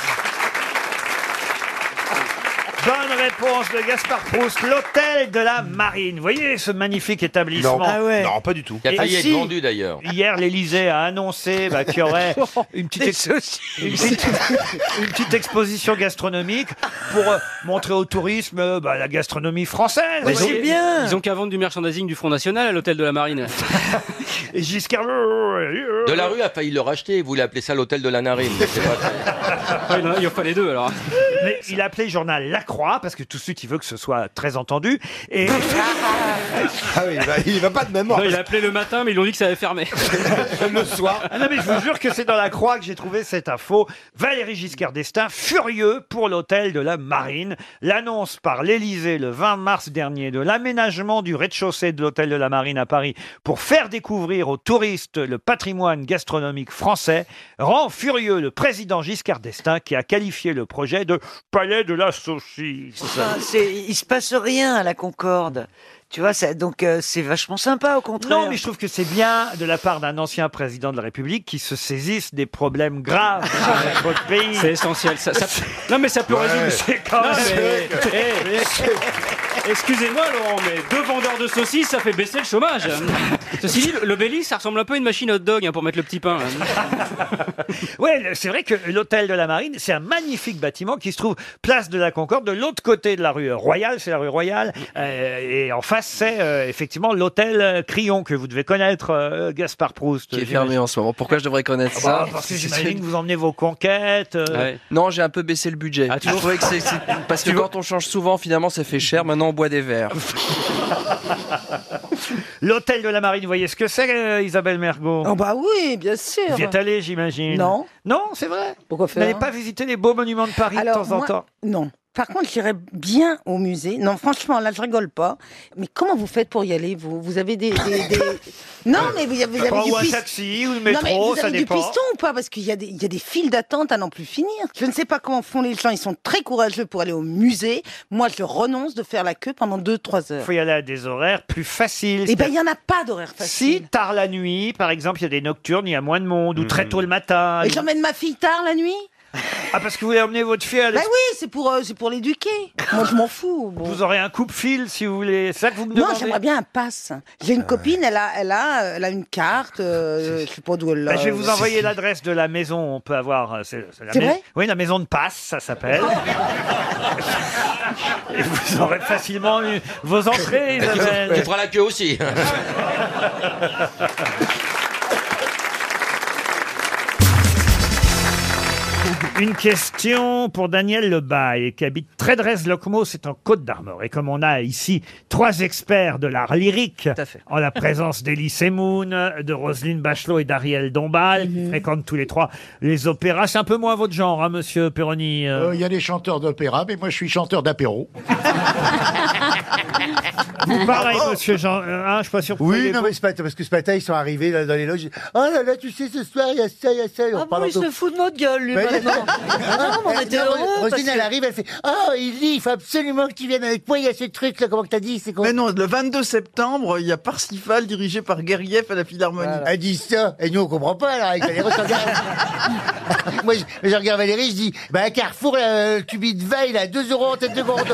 Speaker 1: Bonne réponse de Gaspard Proust, l'hôtel de la Marine. Vous voyez ce magnifique établissement
Speaker 9: Ah
Speaker 28: non, pas du tout. Il a
Speaker 1: Et-
Speaker 28: failli
Speaker 1: Ah,
Speaker 28: être
Speaker 1: si.
Speaker 28: vendu d'ailleurs.
Speaker 1: Hier, l'Elysée a annoncé bah, qu'il y aurait une petite, ex- une petite- une petite exposition gastronomique pour euh, montrer au tourisme euh, bah, la gastronomie française.
Speaker 15: Ils ont- Ils ont qu'à vendre du merchandising du Front National à l'hôtel de la Marine.
Speaker 1: Et Giscard.
Speaker 28: De la rue a failli le racheter. Vous l'appelez ça l'hôtel de la narine. mais c'est pas-
Speaker 15: Il en fallait deux alors.
Speaker 1: Mais il a appelé le journal La Croix parce que tout de suite il veut que ce soit très entendu. Et
Speaker 25: Ah oui, il va, il va pas de même
Speaker 15: Non, il a appelé le matin, mais ils lui ont dit que ça avait fermé.
Speaker 1: le soir. Ah non, mais je vous jure que c'est dans la croix que j'ai trouvé cette info. Valéry Giscard d'Estaing, furieux pour l'hôtel de la Marine. L'annonce par l'Élysée le 20 mars dernier de l'aménagement du rez-de-chaussée de l'hôtel de la Marine à Paris pour faire découvrir aux touristes le patrimoine gastronomique français rend furieux le président Giscard d'Estaing qui a qualifié le projet de palais de la saucisse.
Speaker 7: Enfin, Ah, c'est- il se passe rien à la Concorde. Tu vois, ça- donc euh, c'est vachement sympa au contraire.
Speaker 1: Non, mais je trouve que c'est bien de la part d'un ancien président de la République qui se saisisse des problèmes graves de notre pays.
Speaker 15: C'est essentiel. Ça, ça- Non, mais ça peut
Speaker 1: Ouais.
Speaker 15: résumer.
Speaker 1: C'est quand
Speaker 15: Non,
Speaker 1: même-
Speaker 15: mais- Eh, eh, Excusez-moi, Laurent, mais deux vendeurs de saucisses, ça fait baisser le chômage. Ceci dit, le- le Bélis, ça ressemble un peu à une machine hot dog hein, pour mettre le petit pain.
Speaker 1: Ouais, le- c'est vrai que l'hôtel de la Marine, c'est un magnifique bâtiment qui se trouve place de la Concorde, de l'autre côté de la rue Royale, c'est la rue Royale, euh, et en face c'est euh, effectivement l'hôtel euh, Crillon que vous devez connaître, euh, Gaspard Proust.
Speaker 19: Qui est
Speaker 1: j'imagine.
Speaker 19: fermé en ce moment. Pourquoi je devrais connaître
Speaker 1: Ah
Speaker 19: ça
Speaker 1: bah, parce que j'imagine que vous emmenez vos conquêtes. euh,
Speaker 19: Non, j'ai un peu baissé le budget.
Speaker 1: Ah,
Speaker 19: Je
Speaker 1: toujours
Speaker 19: trouvais que c'est- c'est- Parce que quand on change souvent, finalement, ça fait cher. Maintenant, on boit des verres.
Speaker 1: L'hôtel de la Marine, vous voyez ce que c'est, euh, Isabelle Mergot
Speaker 9: Oh bah oui, bien sûr.
Speaker 1: Vous y êtes allée, j'imagine
Speaker 9: Non.
Speaker 1: Non, c'est vrai.
Speaker 9: Pourquoi
Speaker 1: Vous
Speaker 9: faire hein
Speaker 1: n'allez pas visiter les beaux monuments de Paris de temps en
Speaker 9: moi,
Speaker 1: temps
Speaker 9: Non. Par contre, j'irais bien au musée. Non, franchement, là, je rigole pas. Mais comment vous faites pour y aller Vous, vous avez des, des- des- Non, mais vous, avez vous avez
Speaker 1: Prends
Speaker 9: du
Speaker 1: ou un
Speaker 9: pis-
Speaker 1: taxi, ou le
Speaker 9: non, mais
Speaker 1: métro,
Speaker 9: vous
Speaker 1: ça
Speaker 9: avez du
Speaker 1: dépend.
Speaker 9: piston ou pas Parce qu'il y, a des- il y a des files d'attente à n'en plus finir. Je ne sais pas comment font les gens. Ils sont très courageux pour aller au musée. Moi, je renonce de faire la queue pendant 2-3
Speaker 1: Il
Speaker 9: heures.
Speaker 1: faut y aller à des horaires plus faciles.
Speaker 9: Eh ben, il n'y en a pas d'horaire facile.
Speaker 1: Si, tard la nuit, par exemple, il y a des nocturnes, il y a moins de monde, ou très tôt le matin.
Speaker 9: Et j'emmène ma fille tard la nuit
Speaker 1: Ah, parce que vous voulez emmener votre fille à
Speaker 9: Ben
Speaker 1: l'es-
Speaker 9: oui, c'est pour, euh, c'est pour l'éduquer. Moi, je m'en fous. bon.
Speaker 1: Vous aurez un coupe-fil, si vous voulez. C'est ça que vous me
Speaker 9: Non,
Speaker 1: demandez
Speaker 9: j'aimerais bien un pass. J'ai
Speaker 27: Ah
Speaker 9: une copine, elle a, elle a, euh, elle a une carte, euh, je sais pas d'où elle l'a.
Speaker 1: Ben, je vais vous envoyer l'adresse de la maison. On peut avoir. euh, C'est c'est la
Speaker 9: Euh, C'est
Speaker 1: mais-
Speaker 9: vrai
Speaker 1: Oui, la maison de passe, ça s'appelle. Et vous aurez facilement eu vos entrées,
Speaker 28: Tu feras-
Speaker 1: Isabelle.
Speaker 28: tu feras la queue aussi.
Speaker 1: Une question pour Daniel Lebaille, qui habite Trédresse-Locmo, c'est en Côte d'Armor. Et comme on a ici trois experts de l'art lyrique, en la présence d'Elie Semoun, de Roselyne Bachelot et d'Ariel Dombal,
Speaker 19: Mhm.
Speaker 1: qui fréquentent tous les trois les opéras, c'est un peu moins votre genre, hein, monsieur Perroni.
Speaker 8: Euh, Il
Speaker 1: euh.
Speaker 8: y a des chanteurs d'opéra, mais moi je suis chanteur d'apéro.
Speaker 1: Vous pareil, monsieur Jean. euh, hein, je suis pas sûr que vous
Speaker 22: Oui,
Speaker 1: ayez
Speaker 22: non, mais ce matin, parce que ce matin, ils sont arrivés là, dans les loges. Oh là là, tu sais, ce soir, il y a ça, il y a ça.
Speaker 16: Ah bon, il se fout de notre gueule, lui,
Speaker 22: Mais-
Speaker 16: maintenant. non, mais on était
Speaker 22: Non,
Speaker 16: heureux. parce
Speaker 22: Roselyne,
Speaker 16: que-
Speaker 22: elle arrive, elle fait Oh, il dit, il faut absolument que tu viennes avec moi, il y a ce truc-là, comment que t'as dit c'est quoi
Speaker 25: Mais non, le 22 septembre, il y a Parsifal dirigé par Gergiev à la Philharmonie.
Speaker 22: Elle dit ça, et nous, on comprend pas, alors, avec Valérie, on se regarde. Ah, Moi, je, je regarde Valérie, je dis Bah, à Carrefour, là, le tubi de veille, il a 2 euros en tête de gondole.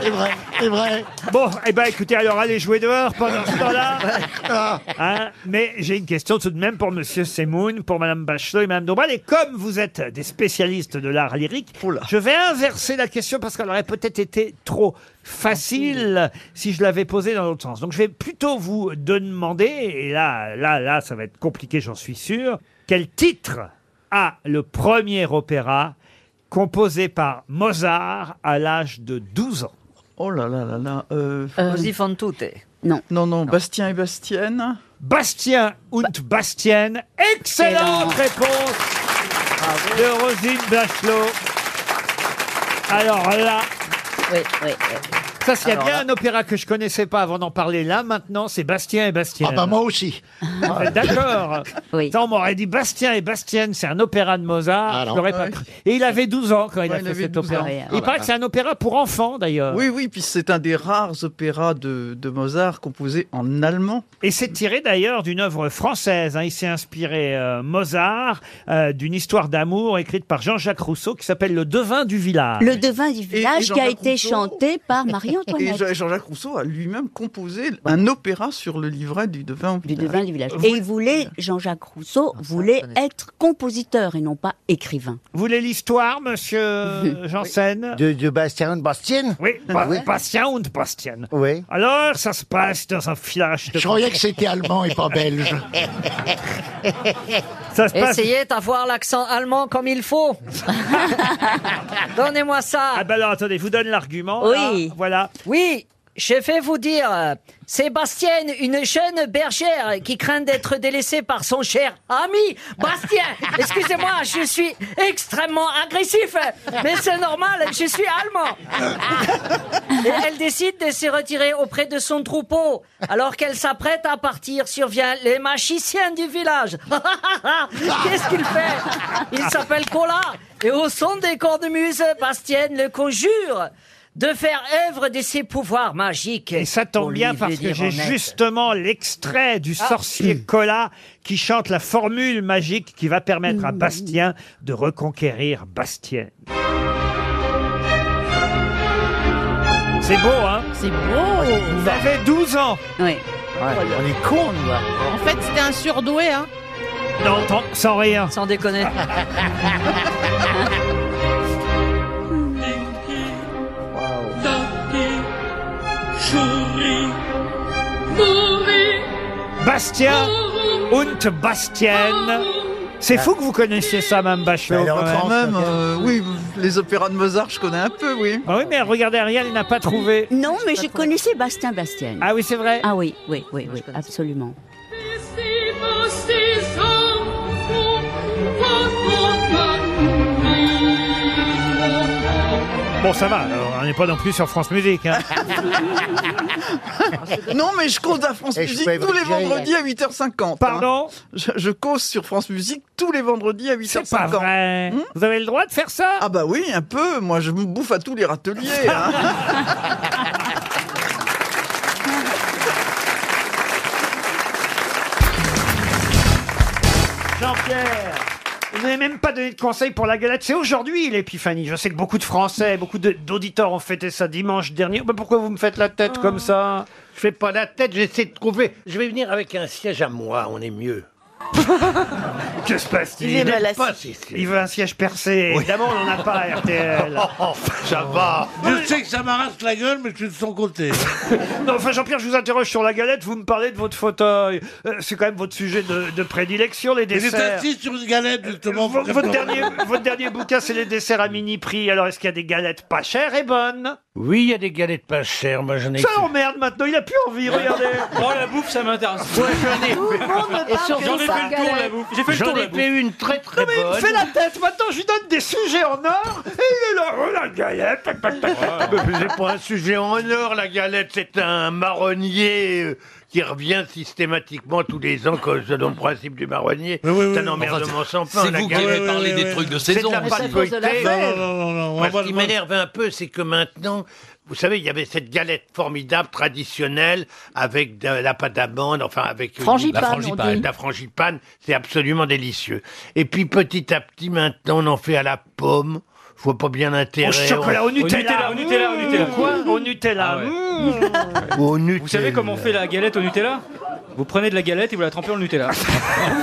Speaker 8: C'est vrai, c'est vrai.
Speaker 1: Bon, eh ben écoutez, alors allez jouer dehors pendant ce temps-là. Hein, mais j'ai une question tout de même pour Monsieur Semoun, pour Madame Bachelot et Madame Dombal. Et comme vous êtes des spécialistes de l'art lyrique, je vais inverser la question parce qu'elle aurait peut-être été trop facile si je l'avais posée dans l'autre sens. Donc je vais plutôt vous demander, et là, là, là, ça va être compliqué, j'en suis sûr, quel titre a le premier opéra composé par Mozart à l'âge de 12 ans
Speaker 25: Oh là là là là. Euh...
Speaker 10: Così fan tutte.
Speaker 16: Non.
Speaker 25: Non, non, Bastien et Bastienne.
Speaker 1: Bastien und Bastienne. Excellente réponse
Speaker 25: Ah,
Speaker 1: de Rosine Bachelot. Alors là.
Speaker 16: Oui, oui.
Speaker 1: Ça, s'il y a
Speaker 16: Alors
Speaker 1: bien un opéra que je connaissais pas avant d'en parler là, maintenant, c'est Bastien et Bastienne.
Speaker 8: Ah bah moi aussi.
Speaker 1: Vous êtes D'accord. Ça, on m'aurait dit Bastien et Bastienne, c'est un opéra de Mozart.
Speaker 8: Ah, non.
Speaker 1: je l'aurais pas
Speaker 8: Ouais.
Speaker 1: cru. Et il avait 12 ans quand il
Speaker 25: Ouais,
Speaker 1: a
Speaker 25: il
Speaker 1: fait
Speaker 25: avait
Speaker 1: cet
Speaker 25: 12
Speaker 1: opéra.
Speaker 25: ans.
Speaker 1: Il
Speaker 25: Ah, bah,
Speaker 1: paraît que c'est un opéra pour enfants, d'ailleurs.
Speaker 25: Oui, oui, puis c'est un des rares opéras de, de Mozart composé en allemand.
Speaker 1: Et c'est tiré d'ailleurs d'une œuvre française. hein. Il s'est inspiré euh, Mozart euh, d'une histoire d'amour écrite par Jean-Jacques Rousseau qui s'appelle Le devin du village.
Speaker 16: Le devin du
Speaker 25: Et- et
Speaker 16: village qui a
Speaker 25: Jean-Jacques
Speaker 16: été
Speaker 25: Rousseau.
Speaker 16: chanté par
Speaker 25: Et
Speaker 16: Ah, Marie-Antoinette.
Speaker 25: Jean- Jean-Jacques Rousseau a lui-même composé un opéra sur le livret du devin du
Speaker 16: devin du village. Et il voulait, Jean-Jacques Rousseau voulait être compositeur et non pas écrivain.
Speaker 1: Vous voulez l'histoire, monsieur Janssen
Speaker 22: De, de Bastien de Bastien
Speaker 1: Oui, Ba- Bastien und Bastien.
Speaker 22: Oui.
Speaker 1: Alors, ça se passe dans un village de...
Speaker 8: Je croyais que c'était allemand et pas belge.
Speaker 1: Ça se passe...
Speaker 10: Essayez d'avoir l'accent allemand comme il faut. Donnez-moi ça.
Speaker 1: Ah ben alors, attendez, je vous donne l'argument.
Speaker 10: Oui.
Speaker 1: là. Voilà.
Speaker 10: Oui, je vais vous dire, euh, Sébastienne, une jeune bergère qui craint d'être délaissée par son cher ami Bastien. Excusez-moi, je suis extrêmement agressif, mais c'est normal, je suis allemand. Et elle décide de se retirer auprès de son troupeau. Alors qu'elle s'apprête à partir, survient les magiciens du village. Qu'est-ce qu'il fait Il s'appelle Cola. Et au son des cornemuses, Bastienne le conjure de faire œuvre de ses pouvoirs magiques.
Speaker 1: Et ça tombe bien parce que j'ai justement l'extrait du
Speaker 10: Ah.
Speaker 1: sorcier Cola qui chante la formule magique qui va permettre à Bastien de reconquérir Bastien. C'est beau, hein
Speaker 3: C'est beau
Speaker 1: Vous avez 12 ans
Speaker 16: Oui.
Speaker 22: on est con, nous. là.
Speaker 3: En fait, c'était un surdoué, hein
Speaker 1: Non, tant- sans rien.
Speaker 10: Sans déconner.
Speaker 1: Bastien und Bastien. C'est fou que vous connaissiez ça, Mme Bachelot. quand même.
Speaker 25: quand même, euh, oui, les opéras de Mozart, je connais un peu, oui.
Speaker 1: Ah oui, mais regardez, Ariel n'a pas trouvé.
Speaker 16: Non, mais je connaissais Bastien Bastienne.
Speaker 1: Ah oui, c'est vrai
Speaker 16: Ah oui, oui, oui, oui, absolument.
Speaker 1: Bon, ça va, alors, on n'est pas non plus sur France Musique. hein.
Speaker 25: Non, mais Eh, je cause à France
Speaker 22: Et je
Speaker 25: Musique
Speaker 22: peux
Speaker 25: tous les
Speaker 22: évoquer-
Speaker 25: vendredis à 8h50.
Speaker 1: Pardon
Speaker 25: hein. je, je cause sur France Musique tous les vendredis à 8h50.
Speaker 1: pas vrai. Vous avez le droit de faire ça
Speaker 25: Hmm Ah bah oui, un peu. Moi, je me bouffe à tous les râteliers. hein.
Speaker 1: Jean-Pierre vous n'avez même pas donné de conseil pour la galette. C'est aujourd'hui l'épiphanie. Je sais que beaucoup de Français, beaucoup de- d'auditeurs ont fêté ça dimanche dernier. Mais pourquoi vous me faites la tête
Speaker 25: Oh.
Speaker 1: comme ça
Speaker 21: Je fais pas la tête, j'essaie de trouver. Je vais venir avec un siège à moi, on est mieux.
Speaker 1: Que se passe-t-il
Speaker 21: Il est mal assis. Pas, si, si.
Speaker 1: Il veut un siège percé. Évidemment, on n'en a pas, à RTL.
Speaker 21: ça va.
Speaker 6: Je sais que ça m'arrache la gueule, mais je suis de son côté.
Speaker 1: Non, enfin, Jean-Pierre, je vous interroge sur la galette. Vous me parlez de votre fauteuil. Euh, c'est quand même votre sujet de, de prédilection, les
Speaker 6: Il est
Speaker 1: desserts.
Speaker 6: assis sur une galette, justement.
Speaker 1: Vo- Votre dernier, votre dernier bouquin, c'est les desserts à mini prix. Alors, est-ce qu'il y a des galettes pas chères et bonnes
Speaker 21: Oui, il y a des galettes pas chères, moi j'en ai.
Speaker 1: Ça emmerde maintenant, il a plus envie, regardez.
Speaker 15: Oh la bouffe, ça m'intéresse.
Speaker 21: Et surtout
Speaker 15: J'en ai
Speaker 21: pas
Speaker 15: fait le tour
Speaker 21: galette.
Speaker 15: la bouffe. J'ai fait le
Speaker 21: J'en
Speaker 15: tour
Speaker 21: ai
Speaker 15: la bouffe.
Speaker 21: fait une très très
Speaker 1: Mais il me
Speaker 21: bonne.
Speaker 1: fait la tête maintenant, je lui donne des sujets en or et il est là, oh la galette. tac, tac, tac.
Speaker 21: Mais C'est pas un sujet en or, la galette, c'est un marronnier euh, qui revient systématiquement tous les ans comme c'est dans le principe du marronnier. c'est un emmerdement sans fin.
Speaker 28: c'est
Speaker 21: la
Speaker 28: vous qui
Speaker 21: galette.
Speaker 28: avez parlé des trucs de
Speaker 21: C'est
Speaker 28: saison.
Speaker 6: hein.
Speaker 21: de la
Speaker 28: Mais
Speaker 21: pâte
Speaker 28: c'est à cause de la
Speaker 21: feuilletée.
Speaker 28: fête.
Speaker 21: Non, non, non, non,
Speaker 28: Moi,
Speaker 21: Moi,
Speaker 28: moi,
Speaker 21: ce qui
Speaker 28: moi-
Speaker 21: m'énerve un peu, c'est que maintenant, vous savez, il y avait cette galette formidable, traditionnelle, avec de la pâte d'amande, enfin avec euh,
Speaker 3: Frangipane,
Speaker 21: la
Speaker 3: on dit.
Speaker 21: frangipane. La frangipane, c'est absolument délicieux. Et puis petit à petit, maintenant, on en fait à la pomme. Je vois pas bien l'intérêt.
Speaker 1: Au chocolat, au
Speaker 21: On-
Speaker 1: Nutella.
Speaker 15: Au Nutella, au Nutella, au Nutella.
Speaker 1: Mmh. Quoi Au Nutella. Mmh.
Speaker 21: Au Nutella.
Speaker 15: Vous savez comment on fait la galette au Nutella Vous prenez de la galette et vous la trempez en Nutella.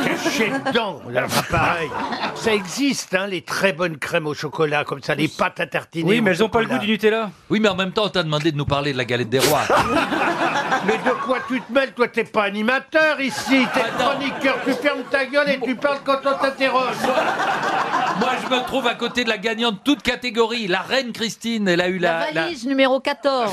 Speaker 21: Cachez dedans, on a fait pareil. Ça existe, hein, les très bonnes crèmes au chocolat, comme ça, les pâtes à tartiner.
Speaker 15: Oui, mais
Speaker 21: au
Speaker 15: elles ont pas le goût
Speaker 21: chocolat.
Speaker 15: du Nutella.
Speaker 28: Oui, mais en même temps, on t'a demandé de nous parler de la galette des rois.
Speaker 21: Mais de quoi tu te mêles Toi, t'es pas Ah, animateur ici, t'es chroniqueur, tu fermes ta gueule et tu parles quand on t'interroge.
Speaker 6: Moi, je me trouve à côté de la gagnante toute catégorie, la reine Christine. Elle a eu la, la-
Speaker 16: Valise numéro 14.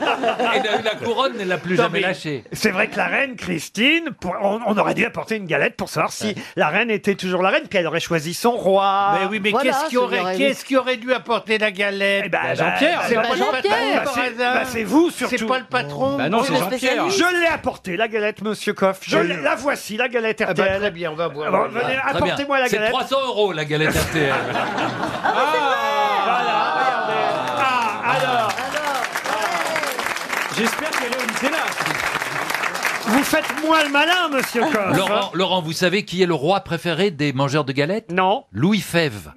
Speaker 6: elle a eu la couronne, elle l'a plus
Speaker 1: Non,
Speaker 6: jamais
Speaker 1: mais
Speaker 6: lâchée.
Speaker 1: C'est vrai que la reine Christine, pour- on, on aurait dû apporter une galette pour savoir si la reine était toujours la reine, puis elle aurait choisi son roi.
Speaker 21: Mais oui, mais qu'est-ce qui aurait, qu'est-ce qui aurait dû apporter la galette
Speaker 1: bah, Jean-Pierre.
Speaker 21: Eh ben, C'est
Speaker 1: Bah,
Speaker 21: pas le
Speaker 1: Jean-Pierre.
Speaker 21: patron,
Speaker 1: Bah,
Speaker 21: par
Speaker 1: c'est-
Speaker 21: hasard.
Speaker 1: bah, c'est vous, surtout.
Speaker 21: C'est pas le patron.
Speaker 1: Bah non, c'est Jean-Pierre. Je l'ai apporté, la galette, monsieur Coff. Je
Speaker 21: Oui.
Speaker 1: l'ai- la voici, la galette
Speaker 21: Ah
Speaker 1: RTL.
Speaker 21: bah, très bien, on va voir.
Speaker 1: Bon, venez,
Speaker 6: Ah, très bien.
Speaker 1: apportez-moi la
Speaker 6: C'est
Speaker 1: galette.
Speaker 6: 300 euros la galette hein. RTL.
Speaker 1: Alors,
Speaker 15: J'espère qu'elle est au lycée là.
Speaker 1: vous faites moins le malin, monsieur
Speaker 17: hein.
Speaker 1: Coff.
Speaker 6: Laurent, Laurent, vous savez qui est le roi préféré des mangeurs de galettes
Speaker 1: Non.
Speaker 6: Louis Fèvre.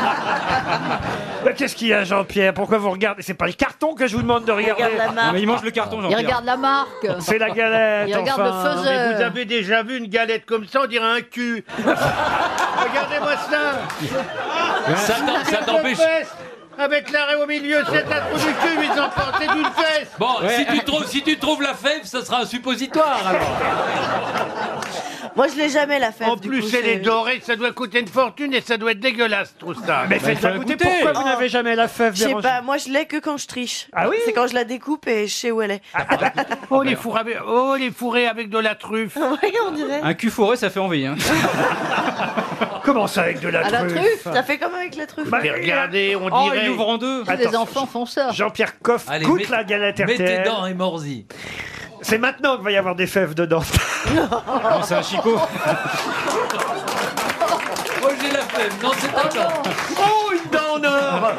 Speaker 1: Mais Bah, Qu'est-ce qu'il y a, Jean-Pierre Pourquoi vous regardez C'est pas le carton que je vous demande de regarder.
Speaker 16: regarde la marque. Non, mais il mange le
Speaker 1: carton,
Speaker 16: Il regarde la marque.
Speaker 1: C'est la galette.
Speaker 16: Il regarde
Speaker 1: enfin.
Speaker 16: le
Speaker 21: bah, Mais
Speaker 16: faiseur.
Speaker 21: vous avez déjà vu une galette comme ça, on dirait un cul. Regardez-moi ça.
Speaker 6: Ah, Ça t'en- ça
Speaker 21: Deux
Speaker 6: t'empêche-
Speaker 21: fesses, Avec l'arrêt au milieu, c'est un trou du cul, ils ont porté d'une fesse.
Speaker 6: Bon, si, tu trouves, si tu trouves la fève, ça sera un suppositoire alors.
Speaker 21: Moi, je l'ai jamais la fève. En plus, elle est dorée, ça doit coûter une fortune et ça doit être dégueulasse, tout ça. Bah,
Speaker 1: Mais faites-la goûter. Pourquoi vous n'avez jamais la fève
Speaker 22: Oh. Je sais
Speaker 1: Véronique
Speaker 22: pas, moi je l'ai que quand je triche.
Speaker 1: Ah oui Ah.
Speaker 22: C'est quand je la découpe et je sais où elle est.
Speaker 21: Oh, les fourrés avec, oh, les fourrés avec de la truffe.
Speaker 22: oui, on dirait.
Speaker 15: Un cul fourré, ça fait envie. Hein.
Speaker 1: Comment ça avec de la
Speaker 22: À la truffe, ça fait comme avec la
Speaker 1: Bah,
Speaker 22: truffe.
Speaker 15: Oh, il ouvre en deux.
Speaker 1: Attends,
Speaker 16: font ça.
Speaker 1: Jean-Pierre Coff
Speaker 6: Allez,
Speaker 1: goûte
Speaker 6: mets-
Speaker 1: la galette
Speaker 6: mets
Speaker 1: RTL.
Speaker 6: tes dents et morsis.
Speaker 1: C'est maintenant qu'il va y avoir des fèves dedans. non, c'est un chicot.
Speaker 6: Moi j'ai la fève, non c'est pas dent.
Speaker 1: Oh, une dent en or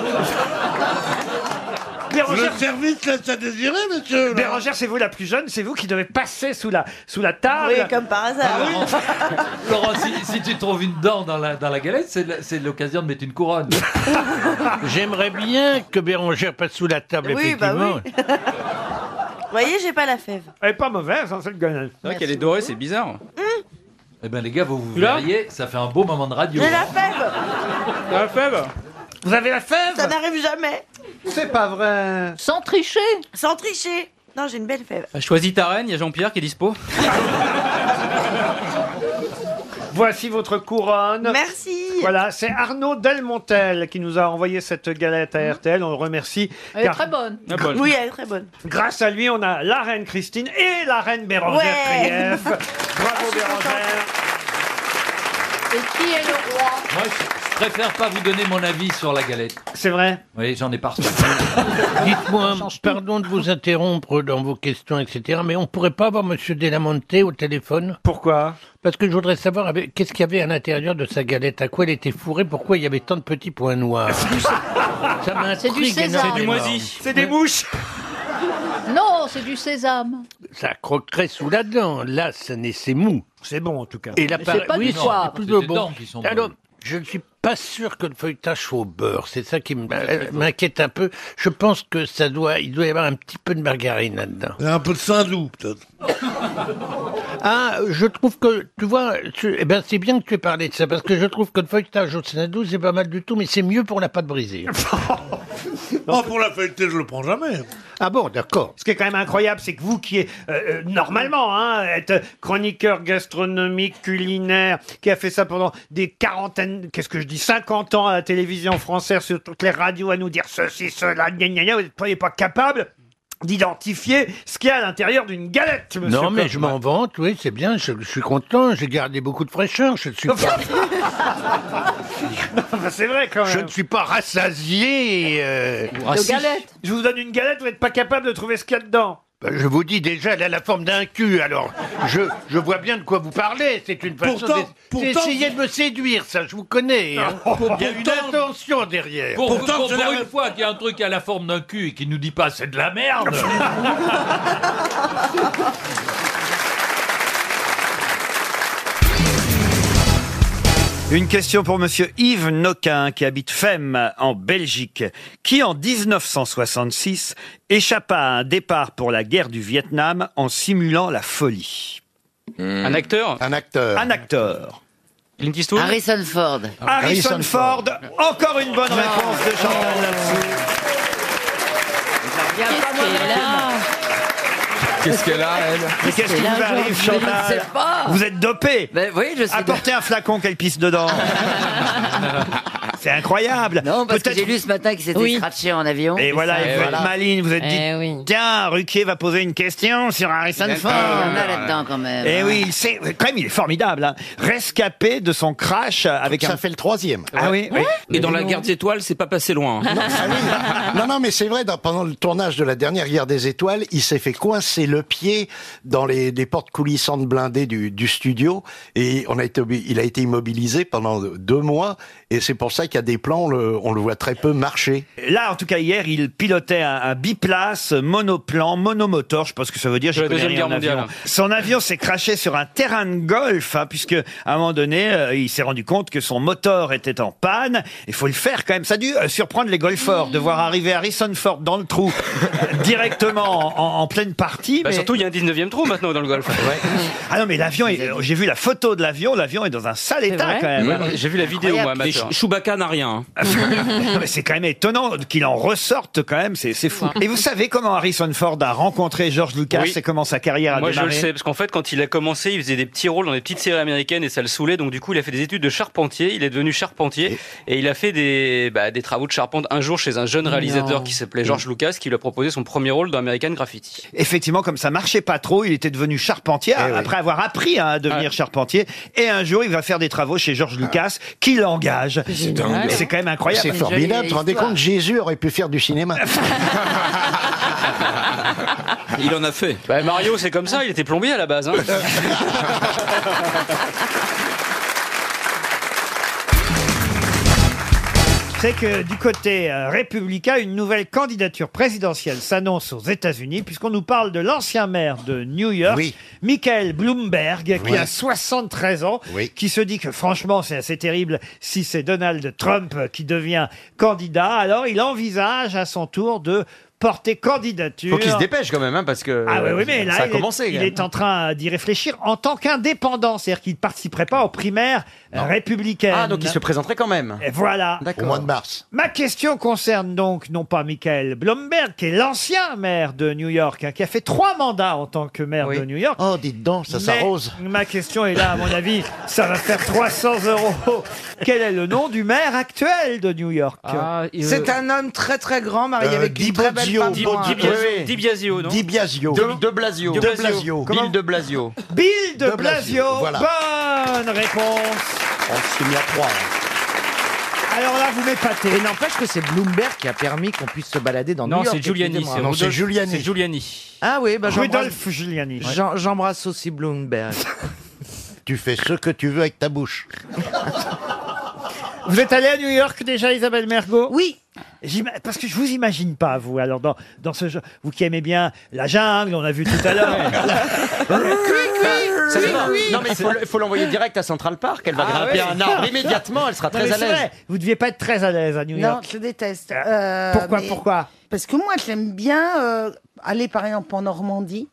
Speaker 22: Le
Speaker 1: service laisse à désirer, monsieur. Bérangère, c'est vous la plus jeune, c'est vous qui devez passer sous la, sous la table.
Speaker 22: Oui, comme par hasard.
Speaker 6: Ah Laurent, si, si tu trouves une dent dans la, dans la galette, c'est la- c'est l'occasion de mettre une couronne.
Speaker 21: J'aimerais bien que Bérangère passe sous la table,
Speaker 22: Oui, bah
Speaker 21: effectivement.
Speaker 22: oui. Vous voyez, j'ai pas la fève.
Speaker 1: Elle est pas mauvaise, hein, cette galette.
Speaker 6: C'est vrai qu'elle est dorée, c'est bizarre. Eh ben les gars, vous vous verriez, ça fait un beau moment de radio.
Speaker 22: J'ai la fève.
Speaker 6: la fève
Speaker 1: Vous avez la fève
Speaker 22: Ça n'arrive jamais.
Speaker 1: C'est pas vrai.
Speaker 16: Sans tricher.
Speaker 22: Sans tricher. Non, j'ai une belle fève.
Speaker 15: Bah, Choisis ta reine, il y a Jean-Pierre qui est dispo.
Speaker 1: Voici votre couronne.
Speaker 22: Merci.
Speaker 1: Voilà, c'est Arnaud Delmontel qui nous a envoyé cette galette
Speaker 22: Hein
Speaker 1: à RTL. On le remercie.
Speaker 16: Elle est
Speaker 1: car- Ah,
Speaker 16: très bonne.
Speaker 6: Ah,
Speaker 22: Oui, elle est très bonne.
Speaker 1: Grâce à lui, on a la reine Christine et la reine Bérangère
Speaker 22: Ouais.
Speaker 1: Krief.
Speaker 22: Ah,
Speaker 1: Bravo Bérangère.
Speaker 16: Et qui est le roi
Speaker 6: Moi je préfère pas vous donner mon avis sur la galette.
Speaker 1: C'est vrai
Speaker 6: Oui, j'en ai pas reçu.
Speaker 21: Dites-moi, pardon de vous interrompre dans vos questions, etc., mais on pourrait pas avoir Monsieur Delamonte au téléphone
Speaker 1: Pourquoi
Speaker 21: Parce que je voudrais savoir avec- qu'est-ce qu'il y avait à l'intérieur de sa galette, à quoi elle était fourrée, pourquoi il y avait tant de petits points noirs. Ça
Speaker 16: C'est du
Speaker 21: m'intrigue
Speaker 16: sésame.
Speaker 21: énormément.
Speaker 1: C'est des mouches.
Speaker 16: Non, c'est du sésame.
Speaker 21: Ça croquerait sous la dent. Là, ça n'est c'est mou.
Speaker 1: C'est bon en tout cas.
Speaker 21: Et la
Speaker 16: Mais
Speaker 21: par-
Speaker 16: c'est pas
Speaker 21: oui,
Speaker 16: du poivre.
Speaker 21: c'est
Speaker 16: C'est
Speaker 21: plutôt
Speaker 16: des
Speaker 21: bon.
Speaker 16: dents qui sont
Speaker 21: Alors,
Speaker 16: bonnes.
Speaker 21: je ne suis pas sûr que le feuilletage soit au beurre. C'est ça qui m-
Speaker 16: Bah,
Speaker 21: m'inquiète un peu. Je pense que ça doit, il doit y avoir un petit peu de margarine là-dedans.
Speaker 17: Un peu de Saint-Loup, peut-être.
Speaker 21: Ah, je trouve que, tu vois, tu- eh ben, c'est bien que tu aies parlé de ça, parce que je trouve que le feuilletage au Sénadou, c'est pas mal du tout, mais c'est mieux pour la pâte brisée.
Speaker 17: Oh, pour la feuilleté, je le prends jamais.
Speaker 21: ah bon, d'accord.
Speaker 1: Ce qui est quand même incroyable, c'est que vous qui êtes euh, euh, normalement hein, êtes chroniqueur gastronomique, culinaire, qui a fait ça pendant des quarantaines, qu'est-ce que je dis, 50 ans à la télévision française, sur toutes les radios, à nous dire ceci, cela, gna gna gna, vous n'êtes pas capable d'identifier ce qu'il y a à l'intérieur d'une galette, monsieur.
Speaker 21: non, mais
Speaker 1: Coq.
Speaker 21: je m'en vante, oui, c'est bien, je, je suis content, j'ai gardé beaucoup de fraîcheur, je ne suis pas,
Speaker 1: Enfin, Ah, bah, c'est vrai quand
Speaker 21: je
Speaker 1: même.
Speaker 21: ne suis pas rassasié. euh,
Speaker 1: Je vous donne une galette, vous n'êtes pas capable de trouver ce qu'il y a dedans.
Speaker 21: Ben, Je vous dis déjà, elle a la forme d'un cul, alors je, je vois bien de quoi vous parlez. C'est une façon
Speaker 17: Pourtant-
Speaker 21: d'ess-
Speaker 17: pourtant-
Speaker 21: d'essayer de me séduire, ça, je vous connais. hein. Il y a une
Speaker 17: Pourtant-
Speaker 21: intention derrière.
Speaker 6: Pour,
Speaker 17: Pourtant,
Speaker 6: pour-
Speaker 17: je
Speaker 6: pour
Speaker 17: la-
Speaker 6: une fois qu'il y a un truc à la forme d'un cul et qui nous dit pas c'est de la merde.
Speaker 1: Une question pour monsieur Yves Noquin qui habite Femme en Belgique, qui en 1966 échappa à un départ pour la guerre du Vietnam en simulant la folie.
Speaker 26: Hmm.
Speaker 15: Un acteur
Speaker 26: Un acteur.
Speaker 1: Un acteur.
Speaker 15: Clint Eastwood
Speaker 16: Harrison Ford.
Speaker 1: Harrison,
Speaker 26: Harrison
Speaker 1: Ford. encore une bonne réponse de Chantal là-dessous.
Speaker 16: Qu'est-ce qu'il est là
Speaker 1: Qu'est-ce qu'elle a, elle Mais qu'est-ce qui
Speaker 26: qu'elle
Speaker 1: vous
Speaker 26: a
Speaker 1: arrive,
Speaker 26: aujourd'hui
Speaker 1: Chantal
Speaker 26: Je ne sais pas. Ben
Speaker 1: Vous êtes dopé
Speaker 26: oui, je suis
Speaker 1: Apportez un flacon qu'elle pisse dedans C'est incroyable
Speaker 26: Non, parce que
Speaker 1: Peut-être-
Speaker 26: j'ai lu ce matin qu'il s'était scratché en avion.
Speaker 1: Et voilà,
Speaker 26: il
Speaker 1: et vous êtes maligne, vous êtes dit Tiens, Ruquier va poser une question sur Harrison
Speaker 26: Eh Il y en
Speaker 1: Ford
Speaker 26: a là-dedans quand même. hein.
Speaker 1: Et oui, il sait- quand même, il est formidable. hein. Rescapé de son crash avec
Speaker 4: ça
Speaker 1: un...
Speaker 4: fait le troisième.
Speaker 1: Ah oui, oui.
Speaker 4: Et dans la guerre des étoiles, c'est pas passé loin. hein.
Speaker 16: Ah
Speaker 8: Ah. Non, non, mais c'est vrai, dans- pendant le tournage de la dernière guerre des étoiles, il s'est fait coincer le pied dans les, des portes coulissantes blindées du, du studio et on a été, obli- il a été immobilisé pendant deux mois et c'est pour ça qu'il y a des plans, on le, on le voit très peu marcher.
Speaker 1: Là, en tout cas, hier, il pilotait un, un biplace, monoplan, monomoteur, je pense que ça veut dire.
Speaker 15: De la
Speaker 1: je connais
Speaker 15: Deuxième
Speaker 1: rien en
Speaker 15: Guerre mondiale.
Speaker 1: avion. Son avion s'est craché sur un terrain de golf, hein, puisque à un moment donné, euh, il s'est rendu compte que son moteur était en panne. Il faut le faire quand même. Ça a dû euh, surprendre les golfeurs de voir arriver Harrison Ford dans le trou euh, directement en, en- en pleine partie.
Speaker 15: Bah,
Speaker 1: mais-
Speaker 15: Surtout, il y a un 19e trou maintenant dans le golf.
Speaker 1: Ah non, mais l'avion, est- j'ai vu la photo de l'avion. L'avion est dans un sale état
Speaker 15: vrai
Speaker 1: quand même. hein.
Speaker 15: Mmh. J'ai vu la vidéo, moi, amateur.
Speaker 4: Et Ch- Chewbacca n'a rien.
Speaker 15: hein.
Speaker 1: Non, Ah, mais c'est quand même étonnant qu'il en ressorte quand même, c'est c'est fou. Et vous savez comment Harrison Ford a rencontré George Lucas
Speaker 15: Oui.
Speaker 1: et comment sa carrière a
Speaker 15: Moi, je
Speaker 1: démarré
Speaker 15: le sais, parce qu'en fait, quand il a commencé, il faisait des petits rôles dans des petites séries américaines et ça le saoulait. Donc, du coup, il a fait des études de charpentier. Il est devenu charpentier et il a fait des, bah, des travaux de charpente un jour chez un jeune réalisateur
Speaker 1: Non.
Speaker 15: qui s'appelait
Speaker 1: Mm.
Speaker 15: George Lucas, qui lui a proposé son premier rôle dans American Graffiti.
Speaker 1: Effectivement, comme ça marchait pas trop, il était devenu charpentier
Speaker 8: Eh
Speaker 1: après avoir appris hein, à devenir
Speaker 15: Ah.
Speaker 1: charpentier. Et un jour, il va faire des travaux chez George Lucas, qui l'engage.
Speaker 8: C'est dingue.
Speaker 1: C'est quand même incroyable.
Speaker 8: Ah. C'est formidable, vous vous rendez compte, Jésus aurait pu faire du cinéma.
Speaker 4: Ah, Il en a fait.
Speaker 15: Bah, Mario, c'est comme ça. Il était plombier à la base. hein.
Speaker 1: C'est que du côté euh, républicain, une nouvelle candidature présidentielle s'annonce aux États-Unis, puisqu'on nous parle de l'ancien maire de New York, Michael Bloomberg, qui
Speaker 13: Oui.
Speaker 1: a 73 ans, qui se dit que franchement, c'est assez terrible si c'est Donald Trump qui devient candidat. Alors, il envisage à son tour de porter candidature.
Speaker 27: Faut qu'il se dépêche quand même, hein, parce que
Speaker 1: Ah oui, oui, mais là,
Speaker 27: ça a
Speaker 1: il,
Speaker 27: commencé.
Speaker 1: est, il est en train d'y réfléchir en tant qu'indépendant, c'est-à-dire qu'il ne participerait pas aux primaires euh, républicaines.
Speaker 27: Ah, donc il se présenterait quand même.
Speaker 1: Et voilà.
Speaker 27: Au mois de mars.
Speaker 1: Ma question concerne donc non pas Michael Blomberg, qui est l'ancien maire de New York, hein, qui a fait trois mandats en tant que maire de New York. Oh, dites donc,
Speaker 8: ça s'arrose.
Speaker 1: Ma question est là, à mon avis, ça va faire 300 euros. Quel est le nom du maire actuel de New York
Speaker 11: C'est un homme très très grand marié
Speaker 1: Euh,
Speaker 11: avec
Speaker 1: Di
Speaker 11: une très belle
Speaker 1: Bozio,
Speaker 11: femme
Speaker 1: Di-
Speaker 11: noire.
Speaker 1: Di Biasio, Oui, oui.
Speaker 15: Di Biasio, non
Speaker 27: Di
Speaker 8: Biasio.
Speaker 27: De, de Blasio.
Speaker 1: De Blasio. Comment
Speaker 27: Bill de Blasio.
Speaker 1: Bill de,
Speaker 27: De Blasio,
Speaker 1: Blasio.
Speaker 27: voilà.
Speaker 1: Bonne réponse.
Speaker 4: Oh,
Speaker 27: On se mis à trois.
Speaker 4: hein.
Speaker 1: Alors là, vous m'épatez.
Speaker 11: Et n'empêche que c'est Bloomberg qui a permis qu'on puisse se balader dans
Speaker 15: non,
Speaker 11: New York.
Speaker 15: c'est Giuliani.
Speaker 11: excusez-moi.
Speaker 15: Rudolph- C'est Giuliani.
Speaker 11: Ah oui, bah j'embrasse-
Speaker 1: Rudolf Giuliani.
Speaker 11: J'en- J'embrasse aussi Bloomberg.
Speaker 8: Tu fais ce que tu veux avec ta bouche.
Speaker 1: Vous êtes allée à New York déjà, Isabelle Mergot Oui. Parce que je vous imagine pas, vous, alors, dans, dans ce jeu. Vous qui aimez bien la jungle, on a vu tout à l'heure.
Speaker 27: Ça
Speaker 1: oui,
Speaker 27: dépend.
Speaker 1: oui.
Speaker 27: Non, mais il faut, le- il faut l'envoyer direct à Central Park. Elle va
Speaker 1: Ah
Speaker 27: grimper
Speaker 1: oui.
Speaker 27: un arbre immédiatement. Elle sera
Speaker 1: Non,
Speaker 27: très
Speaker 1: mais
Speaker 27: à
Speaker 1: c'est
Speaker 27: l'aise.
Speaker 1: vrai, Vous deviez pas être très à l'aise à New
Speaker 9: Non,
Speaker 1: York.
Speaker 9: je déteste.
Speaker 27: Ah.
Speaker 9: Euh,
Speaker 1: pourquoi, pourquoi
Speaker 9: Parce que moi, j'aime bien euh, aller par exemple en Normandie.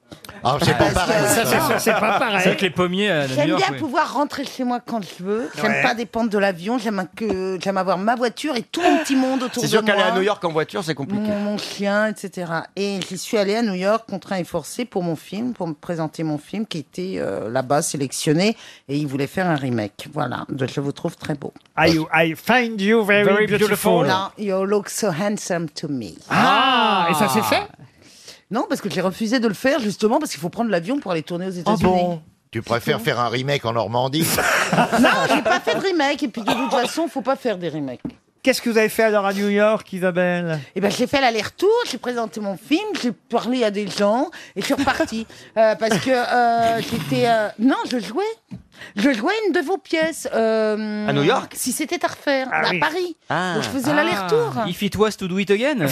Speaker 8: Ah, c'est pas pareil.
Speaker 1: Ça, c'est sûr, c'est pas pareil.
Speaker 15: C'est vrai que les pommiers à New
Speaker 9: J'aime
Speaker 15: York.
Speaker 9: bien
Speaker 15: oui.
Speaker 9: pouvoir rentrer chez moi quand je veux. J'aime
Speaker 27: Ouais.
Speaker 9: pas dépendre de l'avion. J'aime un- que j'aime avoir ma voiture et tout mon petit monde autour
Speaker 27: C'est
Speaker 9: de
Speaker 27: sûr
Speaker 9: moi.
Speaker 27: qu'aller à New York en voiture, c'est compliqué.
Speaker 9: Mon, mon chien, etc. Et j'y suis allée à New York, contraint et forcé, pour mon film, pour me présenter mon film qui était euh, là-bas sélectionné et ils voulaient faire un remake. Voilà, Donc, je vous trouve très beau.
Speaker 1: I, I find you very,
Speaker 9: Very
Speaker 1: beautiful.
Speaker 9: Now you look so handsome to me.
Speaker 1: Ah, et ça s'est fait
Speaker 9: Non, parce que j'ai refusé de le faire justement parce qu'il faut prendre l'avion pour aller tourner aux
Speaker 1: Ah
Speaker 9: États-Unis.
Speaker 8: Tu préfères faire un remake en Normandie
Speaker 9: Non, j'ai pas fait de remake et puis de toute façon, faut pas faire des remakes.
Speaker 1: Qu'est-ce que vous avez fait alors à New York, Isabelle
Speaker 9: Eh ben, j'ai fait l'aller-retour, j'ai présenté mon film, j'ai parlé à des gens et je suis repartie. Euh, parce que euh, j'étais. euh, Non, je jouais. Je jouais une de vos pièces. euh,
Speaker 15: À New York
Speaker 9: Si c'était à refaire,
Speaker 15: Ah
Speaker 9: à
Speaker 15: oui.
Speaker 9: Paris. Donc je faisais l'aller-retour.
Speaker 15: Ah, If it was to do it again.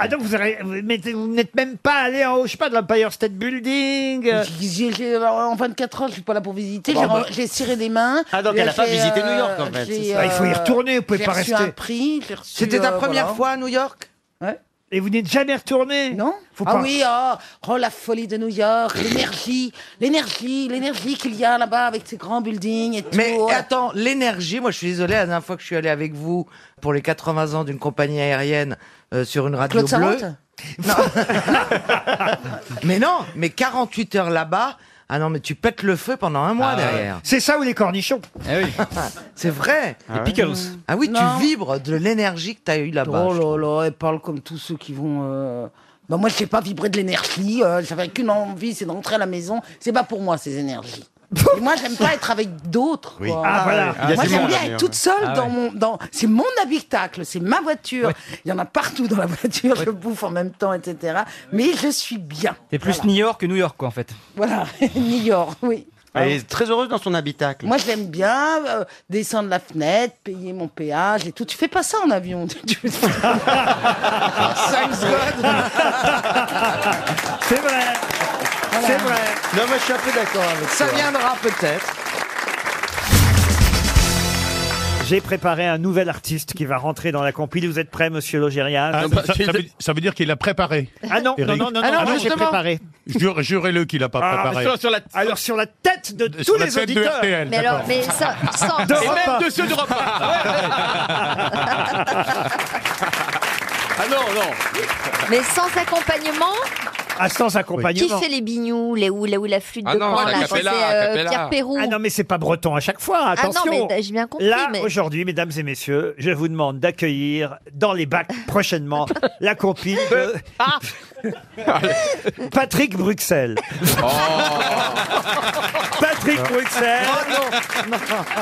Speaker 1: Ah donc vous, aurez- vous mettez- vous n'êtes même pas allé en haut, je sais pas, de l'Empire State Building. euh,
Speaker 9: J'ai- j'ai- en 24 heures, je suis pas là pour visiter.
Speaker 1: Bon,
Speaker 9: j'ai,
Speaker 1: bah.
Speaker 9: j'ai serré des mains.
Speaker 1: Ah, donc elle a pas
Speaker 9: j'ai,
Speaker 1: visité
Speaker 9: euh,
Speaker 1: New York, en fait,
Speaker 9: j'ai,
Speaker 1: c'est ça. Ah, il faut y
Speaker 9: euh,
Speaker 1: retourner, vous pouvez
Speaker 9: j'ai
Speaker 1: pas
Speaker 9: reçu
Speaker 1: rester.
Speaker 9: un prix, j'ai reçu,
Speaker 11: C'était ta
Speaker 9: euh,
Speaker 11: première
Speaker 9: voilà.
Speaker 11: fois à New York
Speaker 1: Et vous n'êtes jamais retourné
Speaker 9: Non
Speaker 1: Faut
Speaker 9: ah
Speaker 1: pas-
Speaker 9: oui, oh, oh, la folie de New York, l'énergie, l'énergie, l'énergie qu'il y a là-bas avec ces grands buildings et tout.
Speaker 11: Mais attends, l'énergie, moi je suis désolé, la dernière fois que je suis allé avec vous pour les 80 ans d'une compagnie aérienne euh, sur une radio
Speaker 9: Claude
Speaker 11: bleue.
Speaker 9: Sarraute
Speaker 11: mais non, mais 48 heures là-bas. Ah non, mais tu pètes le feu pendant un mois
Speaker 1: Ah ouais.
Speaker 11: derrière.
Speaker 1: C'est ça ou les cornichons
Speaker 11: C'est vrai.
Speaker 1: Les Ah ouais. pickles.
Speaker 11: Ah oui,
Speaker 9: Non.
Speaker 11: tu vibres de l'énergie que t'as eue là-bas.
Speaker 9: Oh là là, elle parle comme tous ceux qui vont. euh, Non, moi, je sais pas vibrer de l'énergie. euh, J'avais qu'une envie, c'est d'entrer à la maison. C'est pas pour moi, ces énergies. Et moi, j'aime pas être avec d'autres.
Speaker 29: Oui.
Speaker 9: quoi. Euh,
Speaker 29: Ah, voilà. Il y a
Speaker 9: Moi,
Speaker 29: du
Speaker 9: j'aime
Speaker 29: monde,
Speaker 9: bien
Speaker 29: là,
Speaker 9: être
Speaker 29: mais
Speaker 9: toute seule
Speaker 29: ouais.
Speaker 9: dans
Speaker 29: Ah ouais.
Speaker 9: mon. Dans... C'est mon habitacle, c'est ma voiture. Il y en a partout dans la voiture, je bouffe en même temps, etc. Mais je suis bien.
Speaker 15: T'es plus New York que New York, quoi, en fait.
Speaker 9: Voilà, New York, oui.
Speaker 15: Elle
Speaker 9: est très heureuse dans son habitacle. Moi, je l'aime bien euh, descendre la fenêtre, payer mon péage et tout. Tu fais pas ça en avion. tu- tu-
Speaker 27: Ah,
Speaker 1: C'est vrai.
Speaker 30: C'est vrai. Non, mais je suis un peu d'accord avec
Speaker 11: Ça
Speaker 30: toi.
Speaker 11: viendra peut-être.
Speaker 1: J'ai préparé un nouvel artiste qui va rentrer dans la compile. Vous êtes prêt, monsieur Logérias
Speaker 31: Ah, ça, ça- ça veut, ça veut dire qu'il a préparé.
Speaker 1: Ah non, non,
Speaker 31: Eric.
Speaker 1: non, non, non, non, j'ai préparé.
Speaker 31: Jure- Jurez-le qu'il a pas
Speaker 1: Ah,
Speaker 31: préparé.
Speaker 1: sur- sur la- alors sur la tête de
Speaker 31: sur
Speaker 1: tous
Speaker 31: la
Speaker 1: les
Speaker 31: tête de
Speaker 1: auditeurs.
Speaker 31: RTL, Mais alors, d'accord. mais ça-
Speaker 16: Ah,
Speaker 31: sans-
Speaker 1: D'Europe
Speaker 31: Et même
Speaker 1: un.
Speaker 31: de ceux d'Europe
Speaker 26: Ah non, non.
Speaker 16: Mais sans accompagnement,
Speaker 1: Ah, sans
Speaker 16: qui
Speaker 1: accompagnement.
Speaker 16: fait les bignoux, les ou, les ou la flûte
Speaker 1: Ah
Speaker 16: de
Speaker 1: non,
Speaker 16: Caen,
Speaker 1: la
Speaker 16: là,
Speaker 1: capella,
Speaker 16: c'est, euh,
Speaker 1: capella.
Speaker 16: Pierre Perrou.
Speaker 1: Ah non, mais c'est pas breton à chaque fois,
Speaker 16: Ah non,
Speaker 1: attention.
Speaker 16: mais j'ai bien compris,
Speaker 1: Là,
Speaker 16: mais-
Speaker 1: aujourd'hui, mesdames et messieurs, je vous demande d'accueillir dans les bacs prochainement la compile de Patrick Bruxelles.
Speaker 31: Oh.
Speaker 1: Oh. Patrick Bruxelles.
Speaker 6: Oh,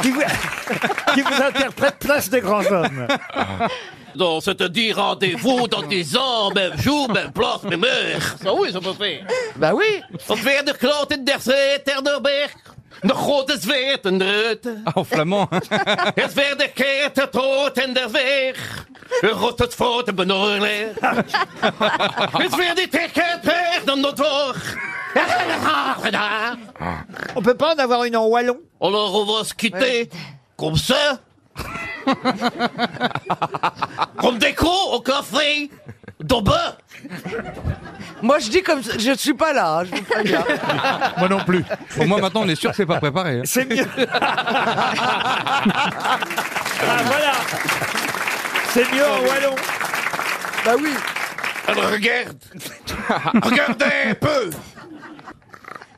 Speaker 1: Qui vous, qui vous interprète place des grands hommes.
Speaker 6: Donc, c'est-à-dire rendez-vous dans 10 ans, même jour, même place, Ben même heure. Ça, oui, ça peut faire.
Speaker 11: Bah oui.
Speaker 6: Op weer de kloten der zee, ter de berg. De grote zweet en reut.
Speaker 15: Ah, en flamand.
Speaker 6: hein. Het weer de keert, het rood en der weg. Rot het voort en benoorlijk. Het weer die ticket, weg dan dat oog.
Speaker 31: Ah,
Speaker 1: On peut pas en avoir une en wallon
Speaker 6: Alors, on va se quitter. Comme ça. Comme des cons au café. D'en bas.
Speaker 11: Moi, je dis comme ça, je suis pas là. hein, je vous préviens.
Speaker 1: Ah,
Speaker 31: Moi non plus.
Speaker 14: Pour moi, maintenant, on est sûr que c'est pas préparé.
Speaker 11: hein.
Speaker 1: C'est mieux.
Speaker 6: Ah, voilà.
Speaker 1: C'est mieux en wallon.
Speaker 6: Bah oui. Alors regarde. Regardez un peu.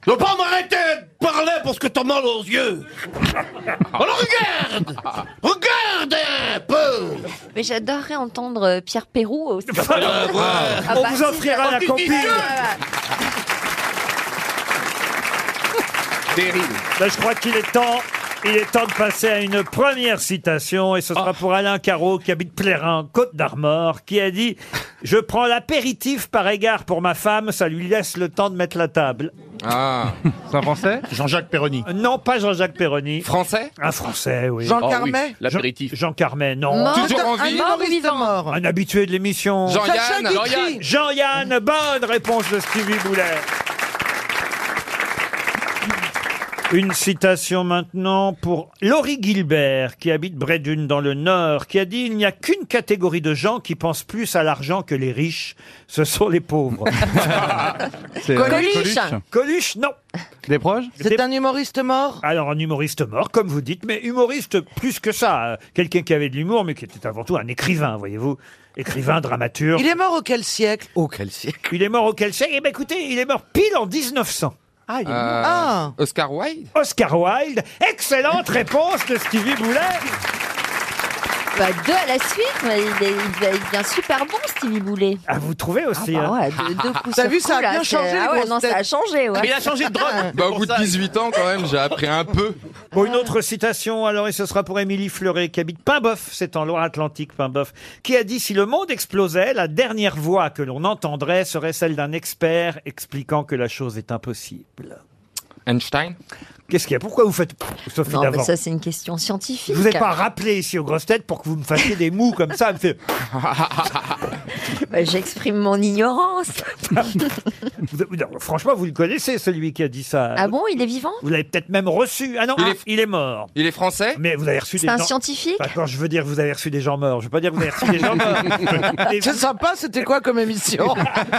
Speaker 6: Ne pas m'arrêter de parler parce que t'as mal aux yeux. Alors regarde. Regarde un peu.
Speaker 16: Mais j'adorerais entendre euh, Pierre Perrou aussi.
Speaker 6: Ah, ouais.
Speaker 16: Ah
Speaker 1: On
Speaker 16: bah,
Speaker 1: vous
Speaker 16: si,
Speaker 1: offrira la
Speaker 16: ça-
Speaker 1: compile. Ben, je crois qu'il est temps. Il est temps de passer à une première citation, et ce
Speaker 11: Ah.
Speaker 1: sera pour Alain Carreau, qui habite Plérin, Côte d'Armor, qui a dit « Je prends l'apéritif par égard pour ma femme, ça lui laisse le temps de mettre la table. » Ah, c'est un Français Jean-Jacques Perroni. Non, pas Jean-Jacques Perroni. Français Un Français, oui.
Speaker 11: Jean Oh, oui, Carmet
Speaker 1: L'apéritif. Jean Carmet, non.
Speaker 11: Mort, Toujours en un vie mort ou vivant
Speaker 1: Un habitué de l'émission.
Speaker 11: Jean-Yann, Sacha Guitry.
Speaker 1: Jean-Yann. Jean-Yann, bonne réponse de Stevie Boulet. Une citation maintenant pour Laurie Gilbert, qui habite Bredune dans le Nord, qui a dit Il n'y a qu'une catégorie de gens qui pensent plus à l'argent que les riches, ce sont les pauvres.
Speaker 14: C'est, euh, Coluche. Coluche
Speaker 17: Ah,
Speaker 1: Coluche, non. Des proches C'est un humoriste mort Alors, un humoriste mort, comme vous dites, mais humoriste plus que ça. Euh, Quelqu'un qui avait de l'humour, mais qui était avant tout un écrivain, voyez-vous. Écrivain, dramaturge.
Speaker 11: Il est mort au quel siècle
Speaker 1: Au quel siècle Il est mort au quel siècle Eh bien, écoutez, il est mort pile en 1900. Ah, il
Speaker 11: Ah.
Speaker 1: Oscar Wilde Oscar Wilde. Excellente réponse de Stevie Boulet.
Speaker 16: Bah, deux à la suite, mais il, est- il va- il devient super bon, Stevie Boulet.
Speaker 1: Ah, vous trouvez aussi
Speaker 16: ah, bah
Speaker 1: hein.
Speaker 16: ouais, deux, deux coups
Speaker 11: T'as
Speaker 16: sur
Speaker 11: vu, ça a
Speaker 16: coup, là,
Speaker 11: bien
Speaker 16: c'est-
Speaker 11: changé, les
Speaker 16: Ah ouais,
Speaker 11: grosses
Speaker 16: non, ça a
Speaker 11: têtes.
Speaker 16: changé, ouais. Ah.
Speaker 14: Bah, au bout de 18 ans, quand même, j'ai appris un peu.
Speaker 1: Bon, une autre citation, alors, et ce sera pour Émilie Fleuret, qui habite Paimboeuf, c'est en Loire-Atlantique, Paimboeuf, qui a dit « Si le monde explosait, la dernière voix que l'on entendrait serait celle d'un expert expliquant que la chose est impossible. » Einstein Qu'est-ce qu'il y a Pourquoi vous faites Sophie
Speaker 16: Non, mais
Speaker 1: d'avant
Speaker 16: ça, c'est hein. une question scientifique.
Speaker 1: Je vous ai pas rappelé ici aux grosses têtes pour que vous me fassiez des mous comme ça. elle me fait-
Speaker 16: Bah, J'exprime mon ignorance.
Speaker 1: Vous- vous- non, franchement, vous le connaissez, celui qui a dit ça.
Speaker 16: ah bon, il est vivant
Speaker 1: Vous l'avez peut-être même reçu. Ah non, ah, il est, mort.
Speaker 14: Il est français
Speaker 1: Mais vous avez reçu des
Speaker 16: C'est un
Speaker 1: gens-
Speaker 16: scientifique
Speaker 1: Enfin, quand je veux dire que vous avez reçu des gens morts, je veux pas dire que vous avez reçu des gens morts. Mais
Speaker 11: C'est sympa, c'était quoi comme émission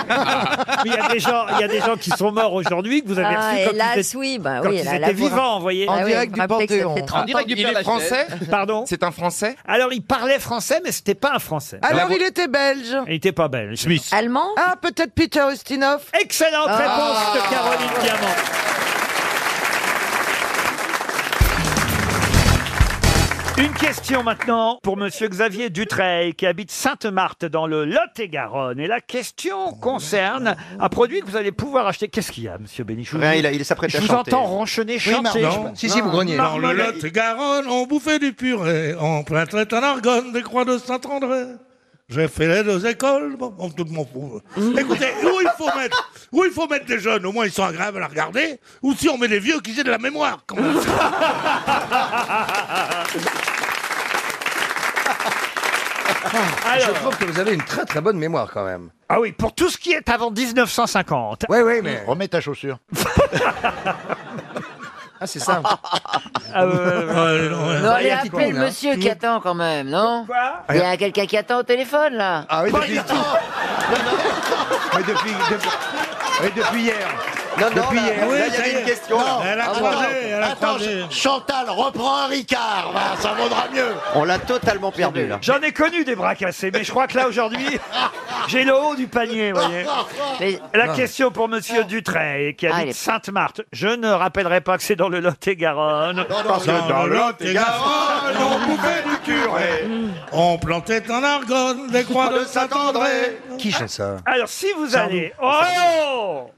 Speaker 1: Ah, Il y, a des gens- il y a des gens qui sont morts aujourd'hui que vous avez
Speaker 16: Ah,
Speaker 1: reçus comme,
Speaker 16: hélas,
Speaker 1: ils étaient-
Speaker 16: oui, bah
Speaker 1: quand
Speaker 16: oui,
Speaker 1: ils
Speaker 16: la- la
Speaker 1: étaient
Speaker 16: voix
Speaker 1: vivant, vous voyez.
Speaker 14: En Ah oui, direct du rappelez que ça Panthéon. fait 30 En direct ans. du
Speaker 1: Il
Speaker 14: Père
Speaker 1: est
Speaker 14: Lachaise.
Speaker 1: français Pardon C'est un français Alors, il parlait français, mais c'était pas un français.
Speaker 11: Alors, il était belge.
Speaker 1: Il était pas belge. Suisse.
Speaker 11: Allemand Ah, peut-être Peter Ustinov.
Speaker 1: Excellente
Speaker 11: Ah.
Speaker 1: réponse de Caroline Diamant. Une question maintenant pour Monsieur Xavier Dutreil qui habite Sainte-Marthe dans le Lot-et-Garonne. Et la question concerne un produit que vous allez pouvoir acheter. Qu'est-ce qu'il y a, Monsieur Bénichou
Speaker 5: Hein,
Speaker 6: Rien, il a- il s'apprête
Speaker 1: Je
Speaker 6: à
Speaker 1: vous
Speaker 6: chanter.
Speaker 1: entends ronchonner,
Speaker 6: Oui,
Speaker 1: chanter.
Speaker 6: Marlon.
Speaker 1: Je-
Speaker 6: Non, Dans le
Speaker 1: Marlon-
Speaker 6: Lot-et-Garonne, on bouffait du purée, on plâtrait à l'argonne des croix de Saint-André. J'ai fait les deux écoles, bon, bon, tout le monde fout.
Speaker 1: Mm.
Speaker 6: Écoutez, où il, faut mettre, où il faut mettre des jeunes, au moins ils sont agréables à la regarder, ou si on met des vieux qui aient de la mémoire. quand même.
Speaker 1: Alors.
Speaker 5: Je trouve que vous avez une très très bonne mémoire quand même.
Speaker 1: Ah oui, pour tout ce qui est avant 1950.
Speaker 5: Oui, oui, mais.
Speaker 8: Remets ta chaussure.
Speaker 5: Ah, c'est ça.
Speaker 1: Ah, ouais, ouais, ouais.
Speaker 26: Non, allez, appelez le monsieur qui attend quand même, non Il y a quelqu'un qui attend au téléphone, là.
Speaker 5: Ah oui,
Speaker 26: Pas
Speaker 5: depuis-
Speaker 26: du tout.
Speaker 5: Mais depuis, depuis- oui, depuis hier.
Speaker 8: Non, non,
Speaker 5: depuis
Speaker 8: là-
Speaker 5: hier.
Speaker 8: oui,
Speaker 5: Là, il y a
Speaker 8: ça y est.
Speaker 5: une question.
Speaker 8: Non. Attends, attends,
Speaker 5: croisé.
Speaker 8: Chantal, reprends un Ricard, va, ça vaudra mieux.
Speaker 1: On l'a totalement perdu, là. J'en ai connu des bras cassés, mais je crois que là, aujourd'hui, j'ai le haut du panier, vous voyez.
Speaker 26: Mais-
Speaker 1: La
Speaker 26: Non.
Speaker 1: question pour Monsieur Dutreil, qui
Speaker 26: Ah,
Speaker 1: habite
Speaker 26: il est-
Speaker 1: Sainte-Marthe. Je ne rappellerai pas que c'est dans le Lot-et-Garonne.
Speaker 6: Parce que dans le Lot-et-Garonne, on bouffait du curé. On plantait en argonne des croix de Saint-André.
Speaker 5: Qui fait ça
Speaker 1: Alors, si vous allez... Oh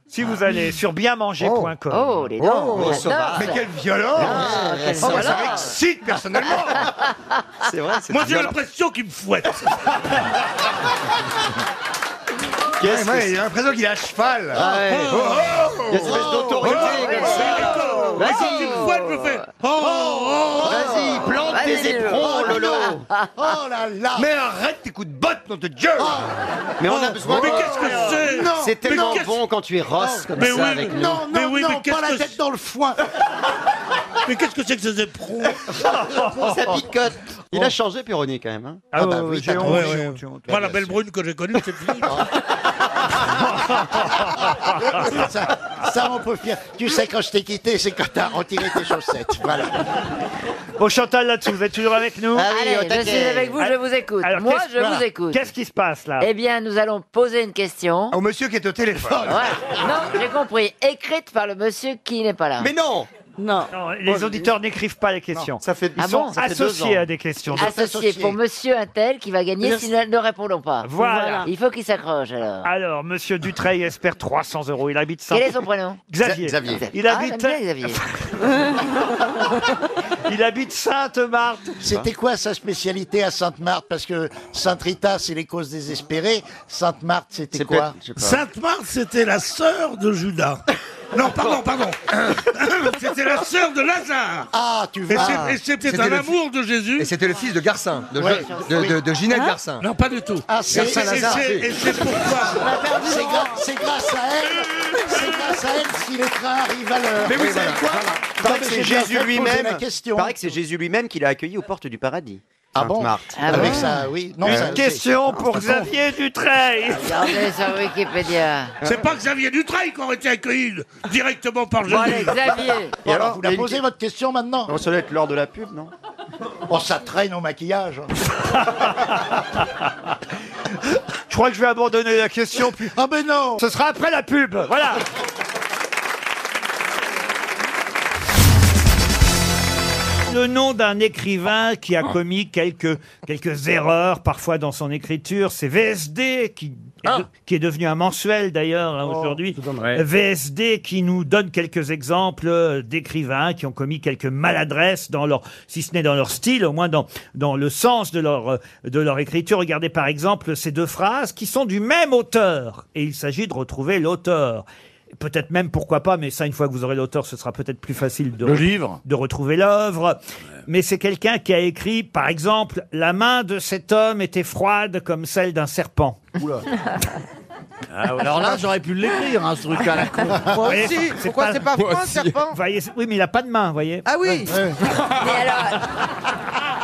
Speaker 1: Si vous allez sur bienmanger.com...
Speaker 26: Oh, les dents, Oh, j'adore sauvage. ça.
Speaker 5: Mais quelle violence
Speaker 26: Ah, quelle
Speaker 5: Oh, bah, Ça
Speaker 26: violence.
Speaker 5: m'excite personnellement C'est vrai,
Speaker 6: Moi, j'ai l'impression qu'il me fouette.
Speaker 5: Qu'est-ce que c'est J'ai l'impression qu'il est à cheval. Oh, oh,
Speaker 6: Il y a une espèce d'autorité comme ça. Vas-y, me fais. oh,
Speaker 5: Vas-y, plante
Speaker 6: Vas-y,
Speaker 5: tes éperons,
Speaker 6: Lolo.
Speaker 5: Lolo.
Speaker 8: Oh là là
Speaker 5: Mais arrête tes coups de botte, nom de Dieu
Speaker 27: Ah. Oh. Mais on a besoin
Speaker 5: Mais
Speaker 27: de-
Speaker 5: qu'est-ce que c'est
Speaker 8: Non,
Speaker 27: C'est
Speaker 8: mais
Speaker 27: tellement
Speaker 8: qu'est-ce-
Speaker 27: bon quand tu es
Speaker 22: Oh.
Speaker 27: rosse comme
Speaker 6: Mais
Speaker 27: ça
Speaker 6: oui,
Speaker 27: avec nous.
Speaker 8: Non, non,
Speaker 6: Mais oui, mais
Speaker 8: non,
Speaker 6: qu'est-ce
Speaker 8: pas la
Speaker 6: que
Speaker 8: tête dans le foin.
Speaker 6: Mais qu'est-ce que c'est que ces éperons
Speaker 27: Ça picote. Il a changé, Péroni, quand même. hein.
Speaker 6: Ah bah oui,
Speaker 27: t'as
Speaker 6: j'ai honte,
Speaker 27: compris.
Speaker 6: j'ai honte, j'ai honte. Moi, la belle brune que j'ai connue, c'est fini.
Speaker 8: ça, ça, on peut faire. Tu sais, quand je t'ai quitté, c'est quand t'as retiré tes chaussettes. Voilà.
Speaker 1: Bon, Chantal, là-dessous, vous êtes toujours avec nous
Speaker 26: Ah oui, Allez, au je taquet. suis avec vous, je vous écoute. Moi,
Speaker 1: qu'est-ce-
Speaker 26: je vous écoute.
Speaker 1: Qu'est-ce qui se passe, là
Speaker 26: Eh bien, nous allons poser une question.
Speaker 5: Au monsieur qui est au téléphone.
Speaker 26: Ouais. Non, j'ai compris. Écrite par le monsieur qui n'est pas là.
Speaker 5: Mais non
Speaker 26: Non.
Speaker 1: Les auditeurs n'écrivent pas les questions.
Speaker 27: Ça fait,
Speaker 26: Ah
Speaker 27: ils sont-
Speaker 26: bon Ah,
Speaker 27: ça fait deux
Speaker 1: Associés
Speaker 27: ans.
Speaker 1: à des questions.
Speaker 26: Associé pour monsieur Intel qui va gagner
Speaker 1: Merci.
Speaker 26: si nous ne répondons pas.
Speaker 1: Voilà.
Speaker 26: Il faut qu'il s'accroche alors.
Speaker 1: Alors, Monsieur Dutreil espère 300 euros. Il habite Saint.
Speaker 26: Quel est son prénom
Speaker 1: Xavier.
Speaker 26: Xavier.
Speaker 1: Il
Speaker 26: Ah,
Speaker 1: habite.
Speaker 26: j'aime bien Xavier.
Speaker 1: Il habite Sainte-Marthe. Hein
Speaker 8: C'était quoi sa spécialité à Sainte-Marthe Parce que Sainte-Rita, c'est les causes désespérées. Sainte-Marthe, c'était quoi
Speaker 6: Sainte Marthe, c'était la sœur de Judas. Non, pardon, pardon. C'était la sœur de Lazare.
Speaker 8: Ah, tu
Speaker 6: Et
Speaker 8: vois.
Speaker 6: c'est- et c'était un
Speaker 5: le
Speaker 6: amour de Jésus.
Speaker 5: Et c'était le fils de Garcin, de,
Speaker 8: Ouais.
Speaker 5: de, de, de, de Ginette
Speaker 8: Hein
Speaker 5: Garcin.
Speaker 6: Non, pas du tout.
Speaker 8: Ah, c'est-
Speaker 5: Garcin
Speaker 8: c'est-
Speaker 5: Lazare.
Speaker 8: c'est-
Speaker 5: si.
Speaker 6: Et c'est pourquoi
Speaker 8: C'est gra- c'est grâce à elle, c'est grâce à elle si les trains arrivent à l'heure.
Speaker 5: Mais vous
Speaker 8: Oui,
Speaker 5: savez
Speaker 8: voilà.
Speaker 5: quoi
Speaker 8: Voilà.
Speaker 27: Paraît que
Speaker 8: Non, mais
Speaker 27: c'est
Speaker 8: j'ai bien
Speaker 27: Jésus
Speaker 8: fait de poser la
Speaker 27: lui-même.
Speaker 8: question.
Speaker 27: Paraît que c'est Jésus lui-même qui l'a accueilli aux portes du paradis.
Speaker 8: Ah bon
Speaker 27: Sainte-Marthe.
Speaker 26: Ah bon
Speaker 8: Avec ça, oui. Non,
Speaker 1: Une
Speaker 8: ça-
Speaker 1: question
Speaker 8: c'est-
Speaker 1: pour Xavier Dutreil.
Speaker 26: Regardez sur Wikipédia.
Speaker 6: C'est pas Xavier Dutreil qui aurait été accueilli directement par Jésus.
Speaker 26: Bon, allez, Xavier.
Speaker 8: Bon,
Speaker 27: Et
Speaker 8: alors,
Speaker 27: alors, il
Speaker 8: vous
Speaker 27: y
Speaker 8: la
Speaker 27: a une-
Speaker 8: posez votre question maintenant
Speaker 27: Non, ça doit être l'heure de la pub, non
Speaker 8: Oh, ça traîne au maquillage.
Speaker 1: Je crois que je vais abandonner la question. puis-
Speaker 8: Ah ben non
Speaker 1: Ce sera après la pub. Voilà. Le nom d'un écrivain qui a commis quelques, quelques erreurs, parfois dans son écriture, c'est VSD, qui, est
Speaker 26: Ah.
Speaker 1: de- qui est devenu un mensuel d'ailleurs
Speaker 26: Oh.
Speaker 1: hein, aujourd'hui. VSD qui nous donne quelques exemples euh, d'écrivains qui ont commis quelques maladresses dans leur, si ce n'est dans leur style, au moins dans, dans le sens de leur, euh, de leur écriture. Regardez par exemple ces deux phrases qui sont du même auteur. Et il s'agit de retrouver l'auteur. Peut-être même, pourquoi pas, mais ça, une fois que vous aurez l'auteur, ce sera peut-être plus facile de, de retrouver l'œuvre. Mais c'est quelqu'un qui a écrit, par exemple, La main de cet homme était froide comme celle d'un serpent.
Speaker 27: Alors
Speaker 7: Ah,
Speaker 27: là, j'aurais pu l'écrire, hein, ce truc à la con.
Speaker 1: Vous voyez,
Speaker 11: aussi. Pourquoi c'est pas
Speaker 1: Moi
Speaker 11: froid,
Speaker 1: aussi.
Speaker 11: serpent
Speaker 1: Vous voyez, c'est- Oui, mais il a pas de main, vous voyez.
Speaker 11: Ah oui Mais alors,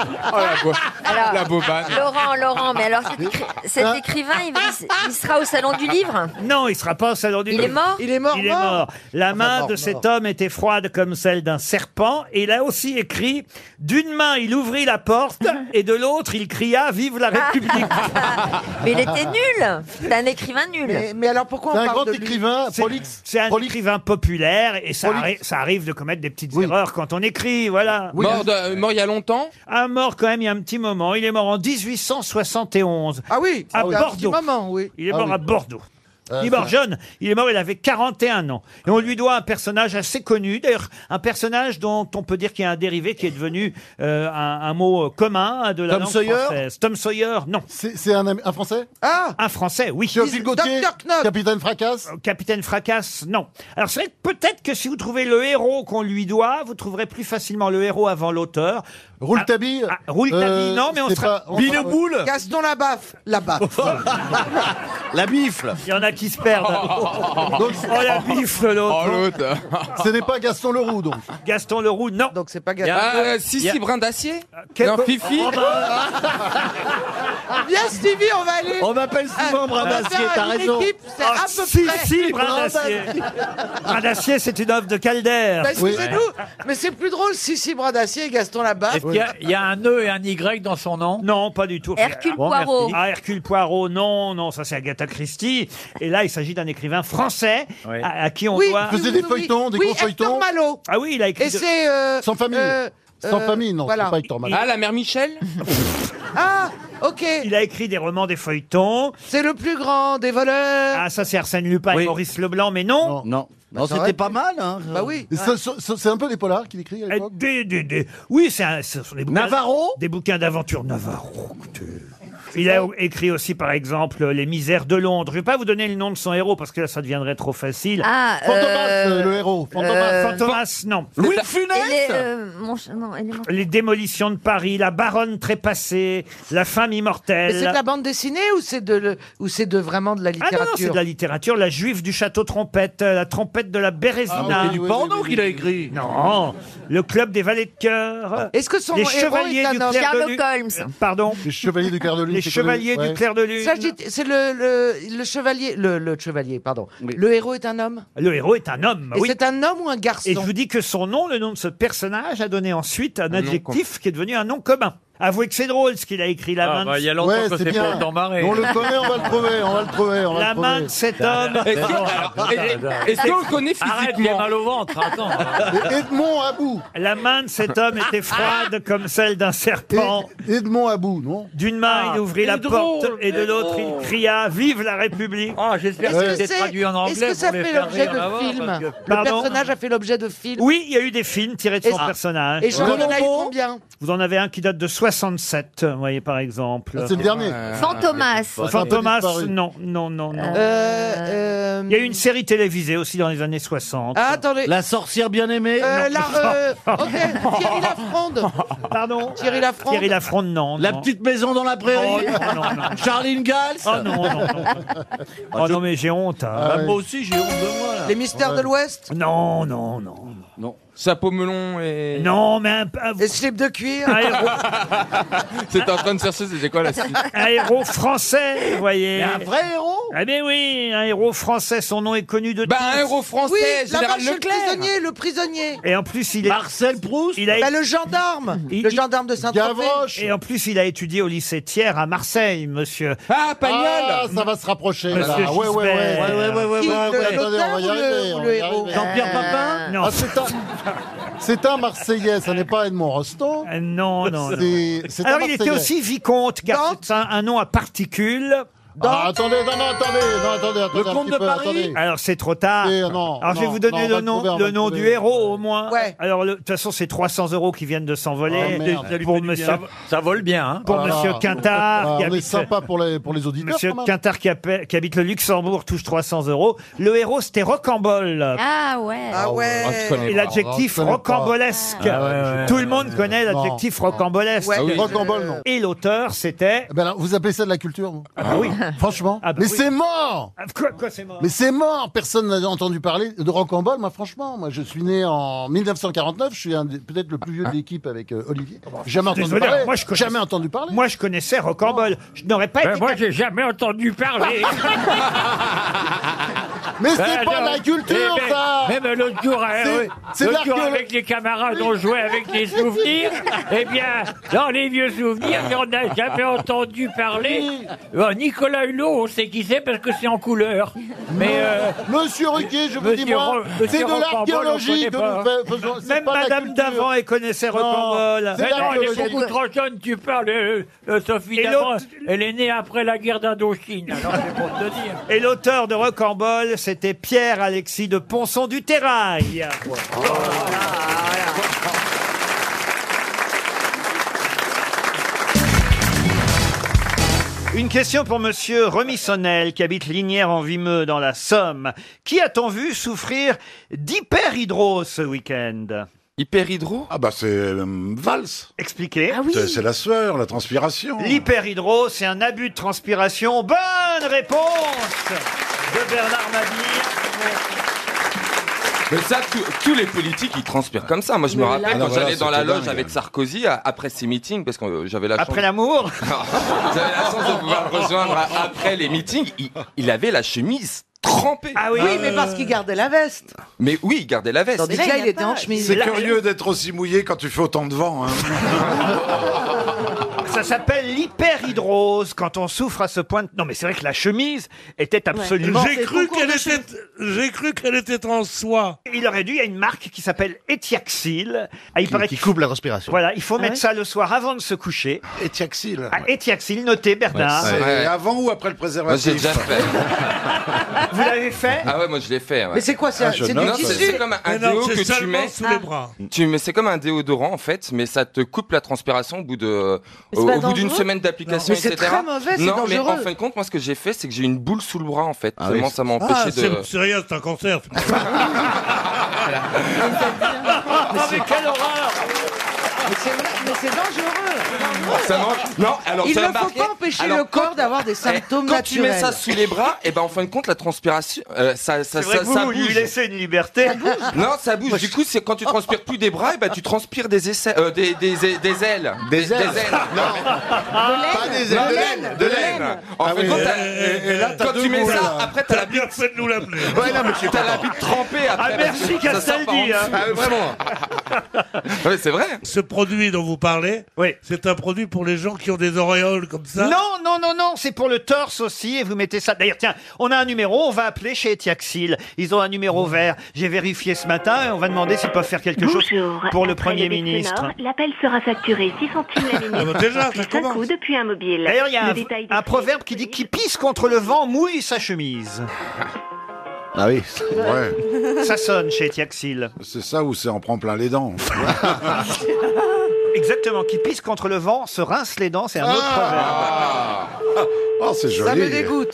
Speaker 5: Oh la,
Speaker 13: Alors,
Speaker 14: La bobane.
Speaker 13: Laurent, Laurent, mais alors cet, écri- cet écrivain, il, il- il sera au salon du livre
Speaker 1: Non, il sera pas au salon du
Speaker 13: Il
Speaker 1: livre.
Speaker 13: est mort
Speaker 1: Il est mort. La main
Speaker 13: mort,
Speaker 1: de cet homme était froide comme celle d'un serpent. Et il a aussi écrit d'une main il ouvrit la porte et de l'autre il cria vive la République.
Speaker 13: Mais il était nul C'est un écrivain nul
Speaker 1: Mais-
Speaker 11: alors pourquoi
Speaker 1: C'est c'est- C'est un écrivain populaire et ça, arri- ça arrive de commettre des petites erreurs quand on écrit, voilà.
Speaker 14: Mort, de- euh, mort il y a longtemps
Speaker 1: Un mort quand même il y a un petit moment. Il est mort en 1871. Ah oui À
Speaker 11: Ah oui, un petit
Speaker 1: Bordeaux.
Speaker 11: moment, oui.
Speaker 1: Il est
Speaker 11: Ah
Speaker 1: mort
Speaker 11: oui.
Speaker 1: à Bordeaux.
Speaker 11: Euh,
Speaker 1: il est mort
Speaker 11: ça-
Speaker 1: jeune, il est mort, il avait 41 ans. Et on lui doit un personnage assez connu, d'ailleurs un personnage dont on peut dire qu'il y a un dérivé qui est devenu euh, un, un mot commun de la
Speaker 7: Tom
Speaker 1: langue
Speaker 7: Sawyer
Speaker 1: française. Tom Sawyer, non. C'est un, Français Ah Un Français, oui.
Speaker 7: Théophile Gautier Capitaine Fracasse
Speaker 1: Euh, Capitaine Fracasse, non. Alors c'est vrai que peut-être que si vous trouvez le héros qu'on lui doit, vous trouverez plus facilement le héros avant l'auteur. Rouletabille Rouletabille,
Speaker 7: Euh,
Speaker 1: non, mais on
Speaker 7: c'est
Speaker 1: sera...
Speaker 7: pas- on Bill sera- Boule
Speaker 11: Gaston la baffe. La baffe.
Speaker 7: La bifle
Speaker 1: Il y en a qui se perdent. Oh, la bifle, l'autre.
Speaker 7: Oh, l'autre. Ce n'est pas Gaston Leroux, donc.
Speaker 1: Gaston Leroux, non.
Speaker 11: Donc c'est pas
Speaker 7: Gaston.
Speaker 14: Ah,
Speaker 7: Il y a-
Speaker 14: euh, si,
Speaker 7: il y a-
Speaker 14: si, brin d'acier
Speaker 7: Quel-
Speaker 14: Non, Fifi
Speaker 7: Oh, bah,
Speaker 1: Ah.
Speaker 11: Viens Ah, Stevie, on va aller.
Speaker 7: On m'appelle souvent
Speaker 11: Ah,
Speaker 7: Brin
Speaker 11: on va
Speaker 7: d'Acier,
Speaker 11: faire
Speaker 7: t'as
Speaker 11: une
Speaker 7: raison.
Speaker 11: Équipe, c'est
Speaker 7: Ah,
Speaker 11: à peu
Speaker 7: si,
Speaker 11: près.
Speaker 7: si, Brin
Speaker 1: d'Acier. Brin d'acier, c'est une œuvre de Calder.
Speaker 11: Bah, Excusez-nous, mais c'est plus drôle si si Bradassier et Gaston Labaffe.
Speaker 10: Est-ce qu'il y a- il y, a un E et un Y dans son nom
Speaker 1: Non, pas du tout.
Speaker 11: Hercule
Speaker 1: Bon, merci.
Speaker 11: Poirot.
Speaker 1: Ah, Hercule Poirot, non, non, ça c'est Agatha Christie. Et là, il s'agit d'un écrivain français
Speaker 7: Ouais.
Speaker 1: à, à qui on
Speaker 7: Oui,
Speaker 1: doit.
Speaker 7: il faisait des Oui, oui, feuilletons, des oui, gros Hector feuilletons.
Speaker 11: Malot.
Speaker 1: Ah oui, il a écrit.
Speaker 11: Et
Speaker 1: de-
Speaker 11: c'est. euh,
Speaker 7: Sans famille.
Speaker 11: euh,
Speaker 7: Sans
Speaker 11: euh,
Speaker 7: famille, non,
Speaker 11: voilà.
Speaker 7: c'est pas Hector Malot.
Speaker 14: Ah, la mère Michel
Speaker 11: Ah, ok.
Speaker 1: Il a écrit des romans, des feuilletons.
Speaker 11: C'est le plus grand des voleurs.
Speaker 1: Ah, ça c'est Arsène Lupin et Maurice Leblanc, mais non.
Speaker 7: Non, non.
Speaker 1: Bah, ça aurait
Speaker 7: c'était pas
Speaker 1: pu.
Speaker 7: mal, hein.
Speaker 1: Bah oui.
Speaker 7: Et ça, ça, ça, C'est un peu des polars qu'il écrit à
Speaker 1: Eh,
Speaker 7: l'époque
Speaker 1: des- des- des- Oui, c'est un- ce sont des bouquins. Navarro Des bouquins d'aventure Navarro. écoutez. Il a écrit aussi, par exemple, Les Misères de Londres. Je ne vais pas vous donner le nom de son héros parce que là, ça deviendrait trop facile.
Speaker 13: Ah, Fantomas, euh, euh, le héros.
Speaker 1: Fantomas,
Speaker 13: euh,
Speaker 1: Fantomas, non.
Speaker 13: Il est- il est, euh, mon ch- non, il est mort.
Speaker 1: Les démolitions de Paris, la baronne trépassée, la femme
Speaker 11: Mais
Speaker 1: immortelle.
Speaker 11: c'est de la bande dessinée ou c'est de, le- ou c'est de vraiment de la
Speaker 1: Ah non,
Speaker 11: littérature
Speaker 1: non, c'est de la littérature. La juive du château trompette, euh, la trompette de la Bérésina.
Speaker 11: Ah, mais c'est du
Speaker 1: porno qu'il a écrit. Non, le club des valets de cœur.
Speaker 11: Ah. Est-ce que son
Speaker 1: les
Speaker 11: héros
Speaker 1: chevaliers
Speaker 11: est un
Speaker 1: du
Speaker 11: homme
Speaker 1: clair de
Speaker 11: Sherlock
Speaker 1: lune.
Speaker 11: Holmes.
Speaker 1: Pardon.
Speaker 7: Les chevaliers du clair de lune.
Speaker 1: Les
Speaker 7: c'est
Speaker 1: chevaliers
Speaker 7: connu,
Speaker 1: du
Speaker 7: ouais.
Speaker 1: clair de lune.
Speaker 11: Ça, je dis- c'est le, le, le chevalier, le, le chevalier, pardon. Le héros est un homme.
Speaker 1: Le héros est un homme.
Speaker 11: Et
Speaker 1: oui.
Speaker 11: c'est un homme ou un garçon
Speaker 1: Et je vous dis que son nom, le nom de ce personnage, a donné ensuite un, adjectif qui est devenu un nom commun. Avouez que c'est drôle ce qu'il a écrit la main.
Speaker 10: bah,
Speaker 1: de-
Speaker 10: il y a longtemps Ouais, que c'est c'est bien. Paul Dammaré. On le connaît, on va le trouver, on va le trouver, on va
Speaker 1: la
Speaker 10: le
Speaker 1: main
Speaker 10: trouver.
Speaker 1: de cet homme.
Speaker 10: Est-ce que- alors, est- est-ce qu'on le connaît
Speaker 1: Ah,
Speaker 10: Arrête, il y a mal au ventre, attends.
Speaker 1: Edmond Abou. La main de cet homme était froide comme celle d'un serpent.
Speaker 7: Edmond Abou, non
Speaker 1: D'une main, il ouvrit
Speaker 7: Ah, il
Speaker 1: la
Speaker 7: est
Speaker 1: porte
Speaker 7: drôle,
Speaker 1: et de l'autre, il cria Vive la République.
Speaker 10: Ah, j'espère
Speaker 11: Est-ce que, c'est- est-ce que ça fait l'objet
Speaker 7: Ah,
Speaker 11: de films Le
Speaker 1: Pardon
Speaker 11: personnage a fait l'objet de films.
Speaker 1: Oui, il y a eu des films tirés de
Speaker 11: Et-
Speaker 1: son
Speaker 11: Ah.
Speaker 1: personnage.
Speaker 11: Et Jean Renaud a eu combien
Speaker 1: Vous en avez un qui date de 67, vous voyez, par exemple.
Speaker 7: Ah, c'est le dernier. Euh,
Speaker 13: Fantomas.
Speaker 1: Fantomas,
Speaker 7: Ça a disparu.
Speaker 1: non, non, non, non.
Speaker 11: Euh,
Speaker 1: Il y a eu une série télévisée aussi dans les années 60.
Speaker 11: Ah, attendez.
Speaker 7: La sorcière bien-aimée
Speaker 11: Euh,
Speaker 1: Non.
Speaker 11: la- euh, ok,
Speaker 1: Oh,
Speaker 11: Thierry Lafronde.
Speaker 1: Pardon
Speaker 11: Thierry Lafronde.
Speaker 1: Ah, Thierry Lafronde, non.
Speaker 7: La
Speaker 1: non.
Speaker 7: petite maison dans la prairie
Speaker 1: Oh, non, non, non.
Speaker 7: Charline Gals
Speaker 1: Oh non, non, non. Oh non, mais j'ai honte. hein.
Speaker 6: bah,
Speaker 7: Ah, moi aussi, j'ai honte de moi. là.
Speaker 11: Les mystères de l'Ouest
Speaker 1: Non, non, non.
Speaker 14: Non. Sapot melon et.
Speaker 1: Non, mais un. un-
Speaker 11: Et slip de cuir
Speaker 1: Un héros,
Speaker 14: C'était en train de chercher, c'était quoi la suite
Speaker 1: un héros français, vous voyez.
Speaker 14: Mais un
Speaker 1: vrai héros Ah ben oui, un héros français, son nom est connu de
Speaker 14: Bah,
Speaker 1: tous.
Speaker 14: un héros français,
Speaker 11: Oui, la vache, le prisonnier, le prisonnier.
Speaker 1: Et en plus, il est...
Speaker 7: Marcel Proust
Speaker 1: il a...
Speaker 11: Bah, le gendarme, le gendarme de Saint-Tropez.
Speaker 1: Et en plus, il a étudié au lycée Thiers à Marseille, monsieur.
Speaker 14: Ah,
Speaker 7: Ah, ça va se rapprocher. là.
Speaker 1: Monsieur
Speaker 7: Ouais, ouais, ouais, ouais,
Speaker 1: Gisbert.
Speaker 7: ouais, ouais, ouais,
Speaker 1: Qui,
Speaker 7: ouais,
Speaker 1: le-
Speaker 7: ouais.
Speaker 1: l'auteur
Speaker 7: Attendez, on va y
Speaker 1: ou le-
Speaker 7: arriver,
Speaker 1: ou
Speaker 7: on
Speaker 1: le
Speaker 7: va y
Speaker 1: héros
Speaker 7: arriver.
Speaker 1: Jean-Pierre Papin Non.
Speaker 7: Ah, c'est un... C'est un Marseillais, ça n'est pas Edmond Rostand.
Speaker 1: Euh, Non, non, non.
Speaker 7: C'est c'est un
Speaker 1: Alors, il était
Speaker 7: Marseillais.
Speaker 1: aussi vicomte, car c'est un, un nom à particules.
Speaker 7: Ah, attendez, non, non, attendez, non, attendez, attendez. un petit peu, attendez.
Speaker 1: Alors c'est trop tard.
Speaker 7: Eh, non,
Speaker 1: Alors je vais
Speaker 7: non,
Speaker 1: vous donner
Speaker 7: non, on
Speaker 1: le
Speaker 7: va
Speaker 1: nom,
Speaker 7: trouver, on
Speaker 1: le
Speaker 7: va
Speaker 1: nom
Speaker 7: trouver.
Speaker 1: du héros au moins. Alors le- de toute façon c'est 300 euros qui viennent de s'envoler
Speaker 7: Oh, merde. Ça lui
Speaker 1: pour
Speaker 7: fait du
Speaker 1: Monsieur
Speaker 7: bien.
Speaker 10: Ça vole bien, hein
Speaker 1: pour
Speaker 7: Ah,
Speaker 1: Monsieur
Speaker 7: là.
Speaker 1: Quintard.
Speaker 7: Ah,
Speaker 1: qui
Speaker 7: on est
Speaker 1: habite-
Speaker 7: sympa pour les, pour les auditeurs.
Speaker 1: Monsieur
Speaker 7: quand même.
Speaker 1: Quintard qui, appelle- qui habite le Luxembourg touche 300 euros. Le héros c'était Rocambole.
Speaker 13: Ah ouais.
Speaker 1: Et l'adjectif
Speaker 7: Ah, je connais pas.
Speaker 1: rocambolesque.
Speaker 7: Ah, ouais, ouais,
Speaker 1: Tout
Speaker 7: ouais,
Speaker 1: le monde connaît l'adjectif rocambolesque.
Speaker 6: Ah
Speaker 7: Ouais, Ah oui. Rocambole, non.
Speaker 1: Et l'auteur, c'était.
Speaker 7: Eh ben alors, vous appelez ça de la culture vous
Speaker 1: Ah oui. Ah,
Speaker 8: Franchement. mais c'est mort
Speaker 1: Quoi, quoi, c'est mort
Speaker 8: Mais c'est mort Personne n'a entendu parler de Rocambole. Moi, franchement, moi, je suis né en 1949. Je suis un des- peut-être le plus vieux de l'équipe avec euh, Olivier. Jamais entendu
Speaker 1: Désolé,
Speaker 8: parler.
Speaker 1: moi, je connais-
Speaker 8: Jamais entendu parler.
Speaker 1: Moi, je connaissais Rocambole. Je n'aurais pas été... Moi, j'ai jamais entendu parler.
Speaker 8: Mais c'est pas de la culture,
Speaker 17: mais-
Speaker 8: ça
Speaker 17: Même ben, l'autre jour, hein,
Speaker 8: C'est-
Speaker 17: ouais,
Speaker 8: c'est de
Speaker 17: l'autre jour
Speaker 8: l'archéolo-
Speaker 17: avec les camarades, on jouait avec les souvenirs. eh bien, dans les vieux souvenirs, on n'a jamais entendu parler. Bon, Nicolas Hulot, on sait qui c'est parce que c'est en couleur. Mais euh,
Speaker 8: Monsieur Ruquier, je vous dis
Speaker 17: Monsieur
Speaker 8: moi,
Speaker 17: Ro-
Speaker 8: c'est
Speaker 17: Monsieur
Speaker 8: de
Speaker 17: Rocambole,
Speaker 8: l'archéologie
Speaker 17: on
Speaker 8: que
Speaker 17: connaît pas.
Speaker 8: nous fais- faisons. c'est
Speaker 1: Même
Speaker 8: pas de la
Speaker 1: Madame
Speaker 8: culture.
Speaker 1: d'avant, elle connaissait
Speaker 8: Non,
Speaker 1: Rocambole.
Speaker 8: c'est
Speaker 17: mais non, elle est
Speaker 8: l'archéologie.
Speaker 17: beaucoup trop jeune, tu parles. euh, euh, Sophie
Speaker 1: Et
Speaker 17: d'avant,
Speaker 1: l'autre-
Speaker 17: elle est née après la guerre d'Indochine. Alors c'est pour te dire.
Speaker 1: Et l'auteur de Rocambole, c'était Pierre-Alexis de Ponson du Terrail. Oh. Une question pour Monsieur Remissonnel, qui habite Linière en Vimeux, dans la Somme. Qui a-t-on vu souffrir d'hyperhydro ce week-end
Speaker 2: Hyperhydro Ah bah c'est euh, Valls.
Speaker 1: Expliquez.
Speaker 2: C'est- C'est la sueur, la transpiration.
Speaker 1: L'hyperhydro, c'est un abus de transpiration. Bonne réponse de Bernard Mabille.
Speaker 14: Mais ça, tous- tous les politiques, ils transpirent comme ça. Moi, je me
Speaker 1: Mais là-
Speaker 14: rappelle
Speaker 1: Ah
Speaker 14: quand
Speaker 1: non, voilà,
Speaker 14: j'allais dans la
Speaker 1: c'était
Speaker 14: loge
Speaker 1: dingue.
Speaker 14: avec Sarkozy à- après ses meetings, parce que euh, j'avais la chance.
Speaker 1: Après l'amour
Speaker 14: j'avais la chance de pouvoir le rejoindre à- après les meetings. Il, il avait la chemise trempée.
Speaker 1: Ah
Speaker 11: oui, mais parce qu'il gardait la veste.
Speaker 14: Mais oui, il gardait la veste.
Speaker 11: Tandis que là, il était en chemise.
Speaker 2: C'est curieux d'être aussi mouillé quand tu fais autant de vent. hein.
Speaker 1: Ça s'appelle l'hyperhydrose quand on souffre à ce point. de- Non, mais c'est vrai que la chemise était absolument.
Speaker 6: J'ai cru qu'elle était, j'ai cru qu'elle était en soie.
Speaker 1: Il aurait dû, il y a une marque qui s'appelle Etiaxil. Ah, il
Speaker 6: Qui-
Speaker 1: paraît
Speaker 6: qui
Speaker 1: qu'il-
Speaker 6: coupe la respiration.
Speaker 1: Voilà, il faut
Speaker 6: Ah
Speaker 1: mettre
Speaker 6: ouais
Speaker 1: ça le soir avant de se coucher.
Speaker 2: Etiaxil.
Speaker 1: Ah, Etiaxil, notez Bernard.
Speaker 2: C'est avant ou après le
Speaker 14: Moi, j'ai
Speaker 2: préservatif
Speaker 14: déjà fait.
Speaker 1: Vous l'avez fait
Speaker 14: Ah ouais, moi je l'ai fait. ouais.
Speaker 11: Mais c'est quoi, c'est Ah, un- je c'est du
Speaker 14: Non,
Speaker 11: note. tissu
Speaker 14: C'est comme un
Speaker 11: Mais non,
Speaker 14: déo
Speaker 11: c'est
Speaker 14: que tu
Speaker 11: seulement
Speaker 14: mets. Ah.
Speaker 11: sous les bras.
Speaker 14: Tu mets, c'est comme un déodorant en fait, mais ça te coupe la transpiration au bout de,
Speaker 11: Mais c'est
Speaker 14: au,
Speaker 11: pas
Speaker 14: au bout d'une
Speaker 11: dangereux
Speaker 14: semaine d'application,
Speaker 11: Non. Mais c'est
Speaker 14: etc.
Speaker 11: très mauvais, c'est
Speaker 14: non, mais en
Speaker 11: dangereux.
Speaker 14: fin de compte, moi ce que j'ai fait, c'est que j'ai une boule sous le bras en fait. Vraiment,
Speaker 6: oui.
Speaker 14: ça m'a empêché
Speaker 6: Ah, c'est-
Speaker 14: de.
Speaker 6: C'est rien, c'est un cancer.
Speaker 1: mais quelle horreur
Speaker 11: Mais c'est vrai, mais c'est dangereux.
Speaker 14: Ça m'a- Non, alors
Speaker 11: Il
Speaker 14: ça
Speaker 11: ne
Speaker 14: m'a
Speaker 11: faut
Speaker 14: marqué.
Speaker 11: pas empêcher
Speaker 14: Alors, Eh,
Speaker 11: le corps d'avoir des symptômes
Speaker 14: quand tu
Speaker 11: naturels.
Speaker 14: mets ça sous les bras, et ben en fin de compte, la transpiration, euh, ça, ça,
Speaker 1: C'est vrai
Speaker 14: ça,
Speaker 1: que vous,
Speaker 14: ça
Speaker 1: vous lui
Speaker 14: bouge.
Speaker 1: laissez une liberté.
Speaker 14: Non, ça bouge. Du coup, c'est quand tu transpires plus des bras, et ben tu transpires des essais, euh, des, des, des, des ailes. Des, des ailes.
Speaker 2: Pas des ailes, de laine, de laine.
Speaker 14: En
Speaker 2: Ah
Speaker 14: fait,
Speaker 2: oui,
Speaker 14: quand,
Speaker 2: et-
Speaker 1: Eh,
Speaker 14: t'as-
Speaker 2: et- et là, t'as
Speaker 14: quand
Speaker 2: deux
Speaker 14: tu mets
Speaker 2: boules,
Speaker 14: ça, ah,
Speaker 2: là.
Speaker 14: après t'as la bite.
Speaker 6: fait de nous l'amener.
Speaker 14: Ouais, non, mais t'as la bite trempée après.
Speaker 6: Ah, merci,
Speaker 14: parce que ça sort
Speaker 6: Castaldi,
Speaker 14: par en dessous.
Speaker 6: hein. Ah, ouais, vraiment.
Speaker 14: Ouais, c'est vrai.
Speaker 6: Ce produit dont vous parlez, c'est un produit pour les gens qui ont des auréoles comme ça.
Speaker 1: Non, non, non, non, c'est pour le torse aussi, et vous mettez ça. D'ailleurs, tiens, on a un numéro, on va appeler chez Etiaxil. Ils ont un numéro vert. J'ai vérifié ce matin, et on va demander s'ils peuvent faire quelque chose pour le Premier ministre.
Speaker 16: L'appel sera facturé 6 centimes la minute.
Speaker 1: Ah bah déjà, ça
Speaker 16: plus un
Speaker 1: commence.
Speaker 16: coup depuis un mobile.
Speaker 1: D'ailleurs, il y a
Speaker 16: Le
Speaker 1: un,
Speaker 16: détail des
Speaker 1: un proverbe qui dit qui pisse contre le vent mouille sa chemise.
Speaker 2: Ah oui, ouais.
Speaker 1: Ça sonne chez Etiaxil.
Speaker 2: C'est ça où c'est en prend plein les dents.
Speaker 1: Exactement, qui pisse contre le vent se rince les dents, c'est un
Speaker 2: Ah.
Speaker 1: autre proverbe.
Speaker 2: Oh, c'est joli.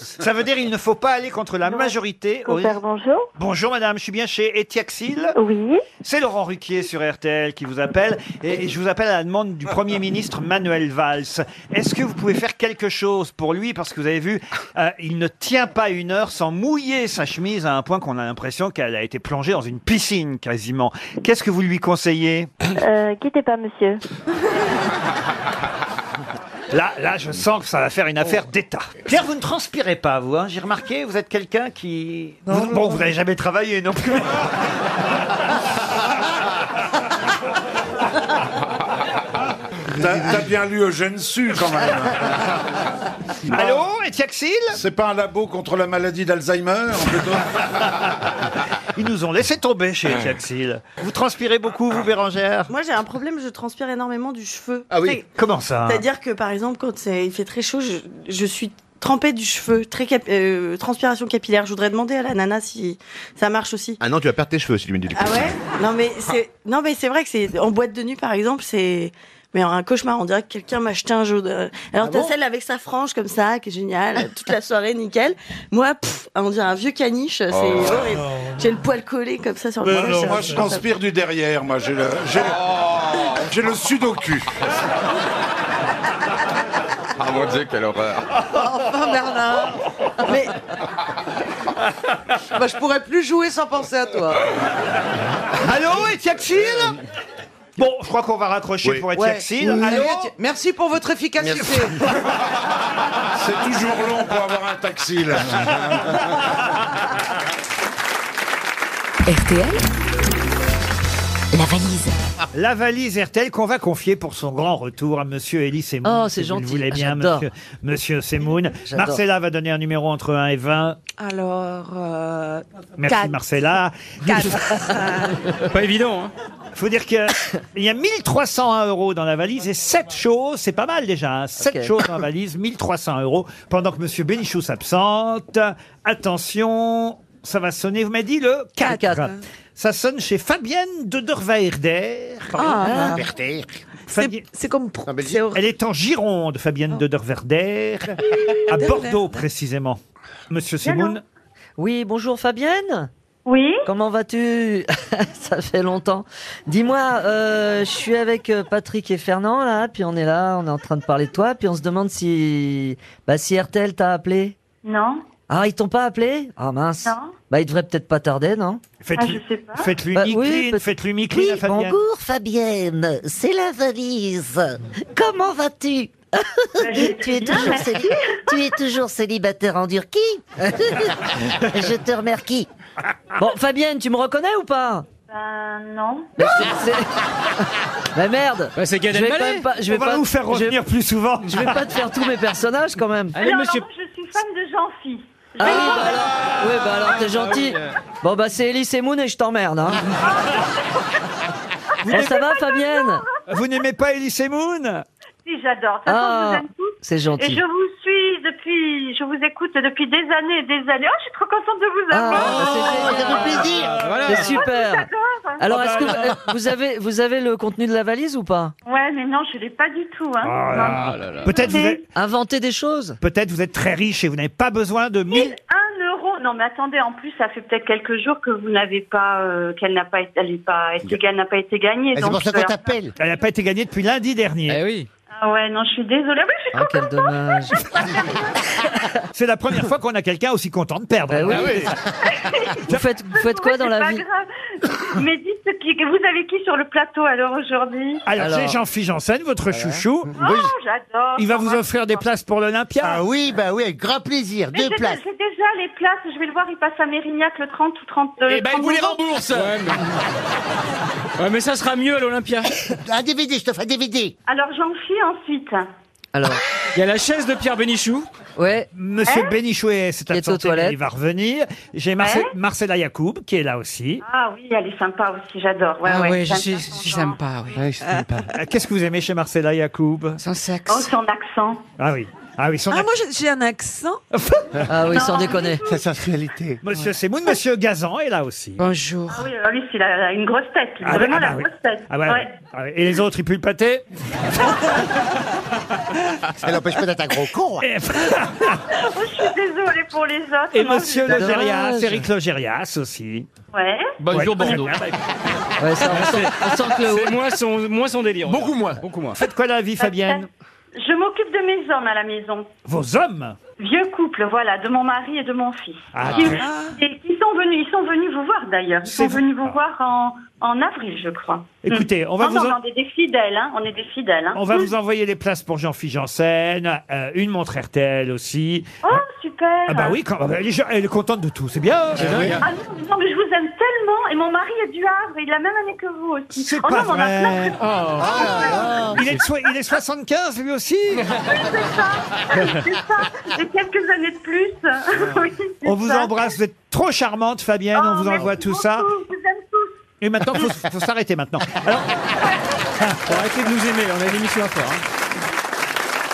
Speaker 1: Ça veut dire il ne faut pas aller contre la majorité.
Speaker 16: Faut faire
Speaker 1: bonjour. Bonjour madame, je suis bien chez Etiaxil.
Speaker 16: Oui.
Speaker 1: C'est Laurent Ruquier sur RTL qui vous appelle. Et je vous appelle à la demande du Premier ministre Manuel Valls. Est-ce que vous pouvez faire quelque chose pour lui Parce que vous avez vu, euh, il ne tient pas une heure sans mouiller sa chemise à un point qu'on a l'impression qu'elle a été plongée dans une piscine quasiment. Qu'est-ce que vous lui conseillez
Speaker 16: Euh, quittez pas, monsieur.
Speaker 1: Là, là, je sens que ça va faire une affaire d'État. Oh. Pierre, vous ne transpirez pas, vous. hein. J'ai remarqué, vous êtes quelqu'un qui... Vous- bon, vous n'avez jamais travaillé non plus.
Speaker 2: T'as t'as bien lu Eugène Su quand même. hein.
Speaker 1: Allô, Etiaxil
Speaker 2: C'est pas un labo contre la maladie d'Alzheimer plutôt
Speaker 1: Ils nous ont laissé tomber chez Etiaxil. Vous transpirez beaucoup, vous, Bérangère
Speaker 22: Moi, j'ai un problème, je transpire énormément du cheveu.
Speaker 6: Ah
Speaker 22: Très-
Speaker 1: Comment ça
Speaker 22: C'est-à-dire que, par exemple, quand c'est- il fait très chaud, je, je suis trempée du cheveu, très cap- euh, transpiration capillaire. Je voudrais demander à la nana si ça marche aussi. Ah non, tu vas perdre tes cheveux si tu mets du Ah ouais Non, mais c'est non, mais c'est vrai que c'est en boîte de nuit, par exemple, c'est mais un cauchemar. On dirait que quelqu'un m'a acheté un jeu de. Alors t'as celle avec sa frange comme ça, qui est géniale, toute la soirée nickel. Moi, pff, on dirait un vieux caniche, c'est
Speaker 2: Oh.
Speaker 22: horrible. J'ai le poil collé comme ça sur le
Speaker 2: Mais
Speaker 22: bras,
Speaker 2: non,
Speaker 22: ça-
Speaker 2: Moi je
Speaker 22: ça-
Speaker 2: transpire du derrière, moi j'ai le, j'ai le, j'ai le sud au cul.
Speaker 14: Ah
Speaker 32: mon Dieu, quelle horreur.
Speaker 11: Enfin, Bernard. Mais. Bah, je pourrais plus jouer sans penser à toi.
Speaker 1: Allô, Etiaxil
Speaker 14: Euh,
Speaker 1: Bon, je crois qu'on va raccrocher pour Etiaxil.
Speaker 11: Ouais.
Speaker 1: Allô
Speaker 11: Merci pour votre efficacité.
Speaker 2: C'est toujours long pour avoir un taxi, là.
Speaker 1: RTL La valise. La valise RTL qu'on va confier pour son grand retour à Monsieur Elie Semoun.
Speaker 10: Oh, c'est
Speaker 1: si vous le
Speaker 10: gentil.
Speaker 1: voulez bien,
Speaker 10: J'adore.
Speaker 1: Monsieur, monsieur Semoun.
Speaker 10: J'adore.
Speaker 1: Marcella va donner un numéro entre 1 et 20.
Speaker 10: Alors. euh,
Speaker 1: Merci
Speaker 10: quatre.
Speaker 1: Marcella. Pas évident, hein faut dire qu'il y a 1301 euros dans la valise et 7 choses, c'est pas mal déjà, 7
Speaker 10: Ok.
Speaker 1: choses dans la valise, 1300 euros, pendant que Monsieur Bénichou s'absente. Attention, ça va sonner, vous m'avez dit le 4. Ça sonne chez Fabienne de Dorvaerder.
Speaker 10: Ah.
Speaker 1: C'est comme... Elle est en Gironde, Fabienne de Dorvaerder, à
Speaker 10: Dorvaerder.
Speaker 1: Bordeaux précisément. Monsieur Simon,
Speaker 10: Oui, bonjour Fabienne.
Speaker 16: Oui.
Speaker 10: Comment vas-tu Ça fait longtemps. Dis-moi, euh, je suis avec euh, Patrick et Fernand là, puis on est là, on est en train de parler de toi, puis on se demande si, bah, si RTL t'a appelé.
Speaker 16: Non.
Speaker 10: Ah, ils t'ont pas appelé Ah mince.
Speaker 16: Non.
Speaker 10: Bah, il devrait peut-être pas tarder, non
Speaker 16: Ah,
Speaker 1: Faites-lui-
Speaker 10: sais pas.
Speaker 1: faites-lui
Speaker 10: Bah,
Speaker 1: niquer,
Speaker 10: oui, peut-
Speaker 1: faites-lui micler
Speaker 10: Oui,
Speaker 1: à Fabienne.
Speaker 10: bonjour Fabienne, c'est la valise. Comment vas-tu tu,
Speaker 16: Bah,
Speaker 10: es
Speaker 16: bien,
Speaker 10: toujours
Speaker 16: merci.
Speaker 10: céli- tu es toujours célibataire en Durquie Je te remercie. Bon, Fabienne, tu me reconnais ou pas
Speaker 16: Ben non.
Speaker 10: Mais merde
Speaker 16: Bah, c'est Gad
Speaker 10: Je vais
Speaker 16: Elmaleh.
Speaker 10: quand même pas- je vais
Speaker 16: On va
Speaker 10: pas-
Speaker 16: vous faire
Speaker 10: je vais-
Speaker 1: revenir plus souvent.
Speaker 10: Je vais pas te faire tous mes personnages quand même.
Speaker 16: non, non, moi, je suis fan de Jean-Phi.
Speaker 10: Ah oui, bah alors, oui, bah alors t'es gentil.
Speaker 16: Ah euh.
Speaker 10: Bon, bah c'est Elise et Moon et je t'emmerde. Hein.
Speaker 16: Ah,
Speaker 10: Bon, ça va, Fabienne
Speaker 1: Vous n'aimez pas Elise
Speaker 16: Hein
Speaker 1: Moon
Speaker 16: Si, j'adore. De toute façon,
Speaker 10: Ah,
Speaker 16: je vous aime tous.
Speaker 10: c'est gentil.
Speaker 16: Et je vous suis depuis, je vous écoute depuis des années et des années. Oh, je suis trop contente de vous
Speaker 10: Ah,
Speaker 16: avoir.
Speaker 10: bah,
Speaker 16: Moi,
Speaker 26: Ah,
Speaker 10: C'est super.
Speaker 16: je vous adore.
Speaker 10: Alors, est-ce que vous- euh, vous avez, vous avez le contenu de la valise ou pas
Speaker 16: Ouais, mais non, je l'ai pas du tout. Hein.
Speaker 10: Oh
Speaker 16: Non.
Speaker 1: Ah Peut-être vous, êtes-
Speaker 10: inventer des choses.
Speaker 1: Peut-être vous êtes très riche et vous n'avez pas besoin de 1000
Speaker 16: Un euro. Non, mais attendez. En plus, ça fait peut-être quelques jours que vous n'avez pas, euh, qu'elle n'a pas été, elle n'est pas, été- qu'elle n'a pas été gagnée. donc, euh,
Speaker 1: Elle n'a pas été gagnée depuis lundi dernier.
Speaker 16: Ah ouais, non, je suis désolée. Mais je suis
Speaker 10: Ah, quel dommage.
Speaker 1: C'est la première fois qu'on a quelqu'un aussi content de perdre.
Speaker 10: oui. Ah oui. Vous faites, vous faites quoi dans
Speaker 16: C'est
Speaker 10: la
Speaker 16: pas
Speaker 10: vie
Speaker 16: grave. Mais dites ce qui, vous avez qui sur le plateau alors aujourd'hui
Speaker 1: Alors, j'ai Jean-Philippe Janssen,
Speaker 22: Ah
Speaker 1: votre chouchou.
Speaker 16: Oh, j'adore.
Speaker 1: Il va vous offrir des places pour l'Olympia. Ah
Speaker 6: oui, bah oui, avec grand plaisir.
Speaker 16: Mais j'ai- J'ai déjà les places, je vais le voir, il passe à Mérignac le 30 ou 30. euh,
Speaker 6: Eh
Speaker 16: le
Speaker 6: ben, il vous
Speaker 16: 30 novembre.
Speaker 6: les rembourse. Ouais,
Speaker 15: Ouais, mais ça sera mieux à l'Olympia.
Speaker 6: Un DVD, je te fais un DVD.
Speaker 16: Alors j'en suis ensuite.
Speaker 10: Alors,
Speaker 15: il y a la chaise de Pierre Bénichou.
Speaker 10: Ouais.
Speaker 1: Monsieur
Speaker 16: Hein
Speaker 1: Bénichouet s'est
Speaker 16: est aux
Speaker 1: absenté, mais
Speaker 16: toilettes.
Speaker 1: il va revenir. J'ai Marce-
Speaker 16: Hein
Speaker 1: Marcella Yacoub qui est là aussi.
Speaker 16: Ah oui, elle est sympa aussi, j'adore.
Speaker 10: Ah
Speaker 16: Ouais, Ah ouais, j'aime bien son genre.
Speaker 1: sympa, oui. Euh, Qu'est-ce que vous aimez chez Marcella Yacoub Son sexe.
Speaker 16: Oh, son accent.
Speaker 1: Ah oui. Ah oui, son
Speaker 7: Ah, moi j'ai- j'ai un accent.
Speaker 10: Ah oui, sans déconner.
Speaker 1: Sa sensualité. Monsieur Semoun, Monsieur Gazan est là aussi.
Speaker 7: Bonjour.
Speaker 16: Ah oui, alors lui, il a une grosse tête. Il a
Speaker 1: Ah
Speaker 16: vraiment
Speaker 1: bah,
Speaker 16: la
Speaker 1: ah bah,
Speaker 16: grosse tête.
Speaker 1: Ah ouais,
Speaker 16: Ouais.
Speaker 1: ah ouais. Et les autres, ils puent le pâté
Speaker 6: Ça n'empêche pas d'être un gros con. hein.
Speaker 16: Oh, je suis désolée pour les autres.
Speaker 1: Et
Speaker 16: Non,
Speaker 1: Monsieur
Speaker 16: je-
Speaker 1: Logérias, Eric Logérias aussi.
Speaker 16: Ouais.
Speaker 1: Bonjour, Bordeaux.
Speaker 15: C'est moins son, moins son délire. Beaucoup moins. Beaucoup moins.
Speaker 1: Faites quoi la vie, Fabienne
Speaker 16: Je m'occupe de mes hommes à la maison.
Speaker 1: Vos hommes
Speaker 16: Vieux couple, voilà, de mon mari et de mon fils.
Speaker 1: Ah,
Speaker 16: qui,
Speaker 1: très-
Speaker 16: et qui sont venus, ils sont venus vous voir d'ailleurs. Ils
Speaker 1: C'est
Speaker 16: sont
Speaker 1: vous-
Speaker 16: venus vous voir en, en avril, je crois. Hmm.
Speaker 1: Écoutez, on va
Speaker 16: Non,
Speaker 1: vous
Speaker 16: non,
Speaker 1: en-
Speaker 16: on est des fidèles, hein, on est des fidèles. hein.
Speaker 1: On va
Speaker 16: Mm.
Speaker 1: vous envoyer les places pour Jean-Philippe Janssen, euh, une montre RTL aussi.
Speaker 16: Oh, super
Speaker 1: Ah bah oui, quand, ah bah, elle, est, elle est contente de tout, c'est bien.
Speaker 16: Ah non, mais non, mais je vous aime tellement et mon mari est du Havre, il est la même année que vous aussi.
Speaker 1: C'est
Speaker 16: Oh
Speaker 1: pas
Speaker 16: non, mais on a plein Oh,
Speaker 1: vrai. Ah,
Speaker 16: de- oh.
Speaker 1: Il est, de soi- il est 75 lui aussi.
Speaker 16: C'est ça, et quelques années de plus. Oui, c'est
Speaker 1: On vous
Speaker 16: ça. Oh,
Speaker 1: embrasse, vous êtes trop charmante Fabienne, on vous
Speaker 16: merci
Speaker 1: envoie tout ça.
Speaker 16: beaucoup, je vous aime tous.
Speaker 1: Et maintenant, il faut, faut s'arrêter maintenant. Alors,
Speaker 15: Faut arrêter de nous aimer, on a une émission à faire. hein.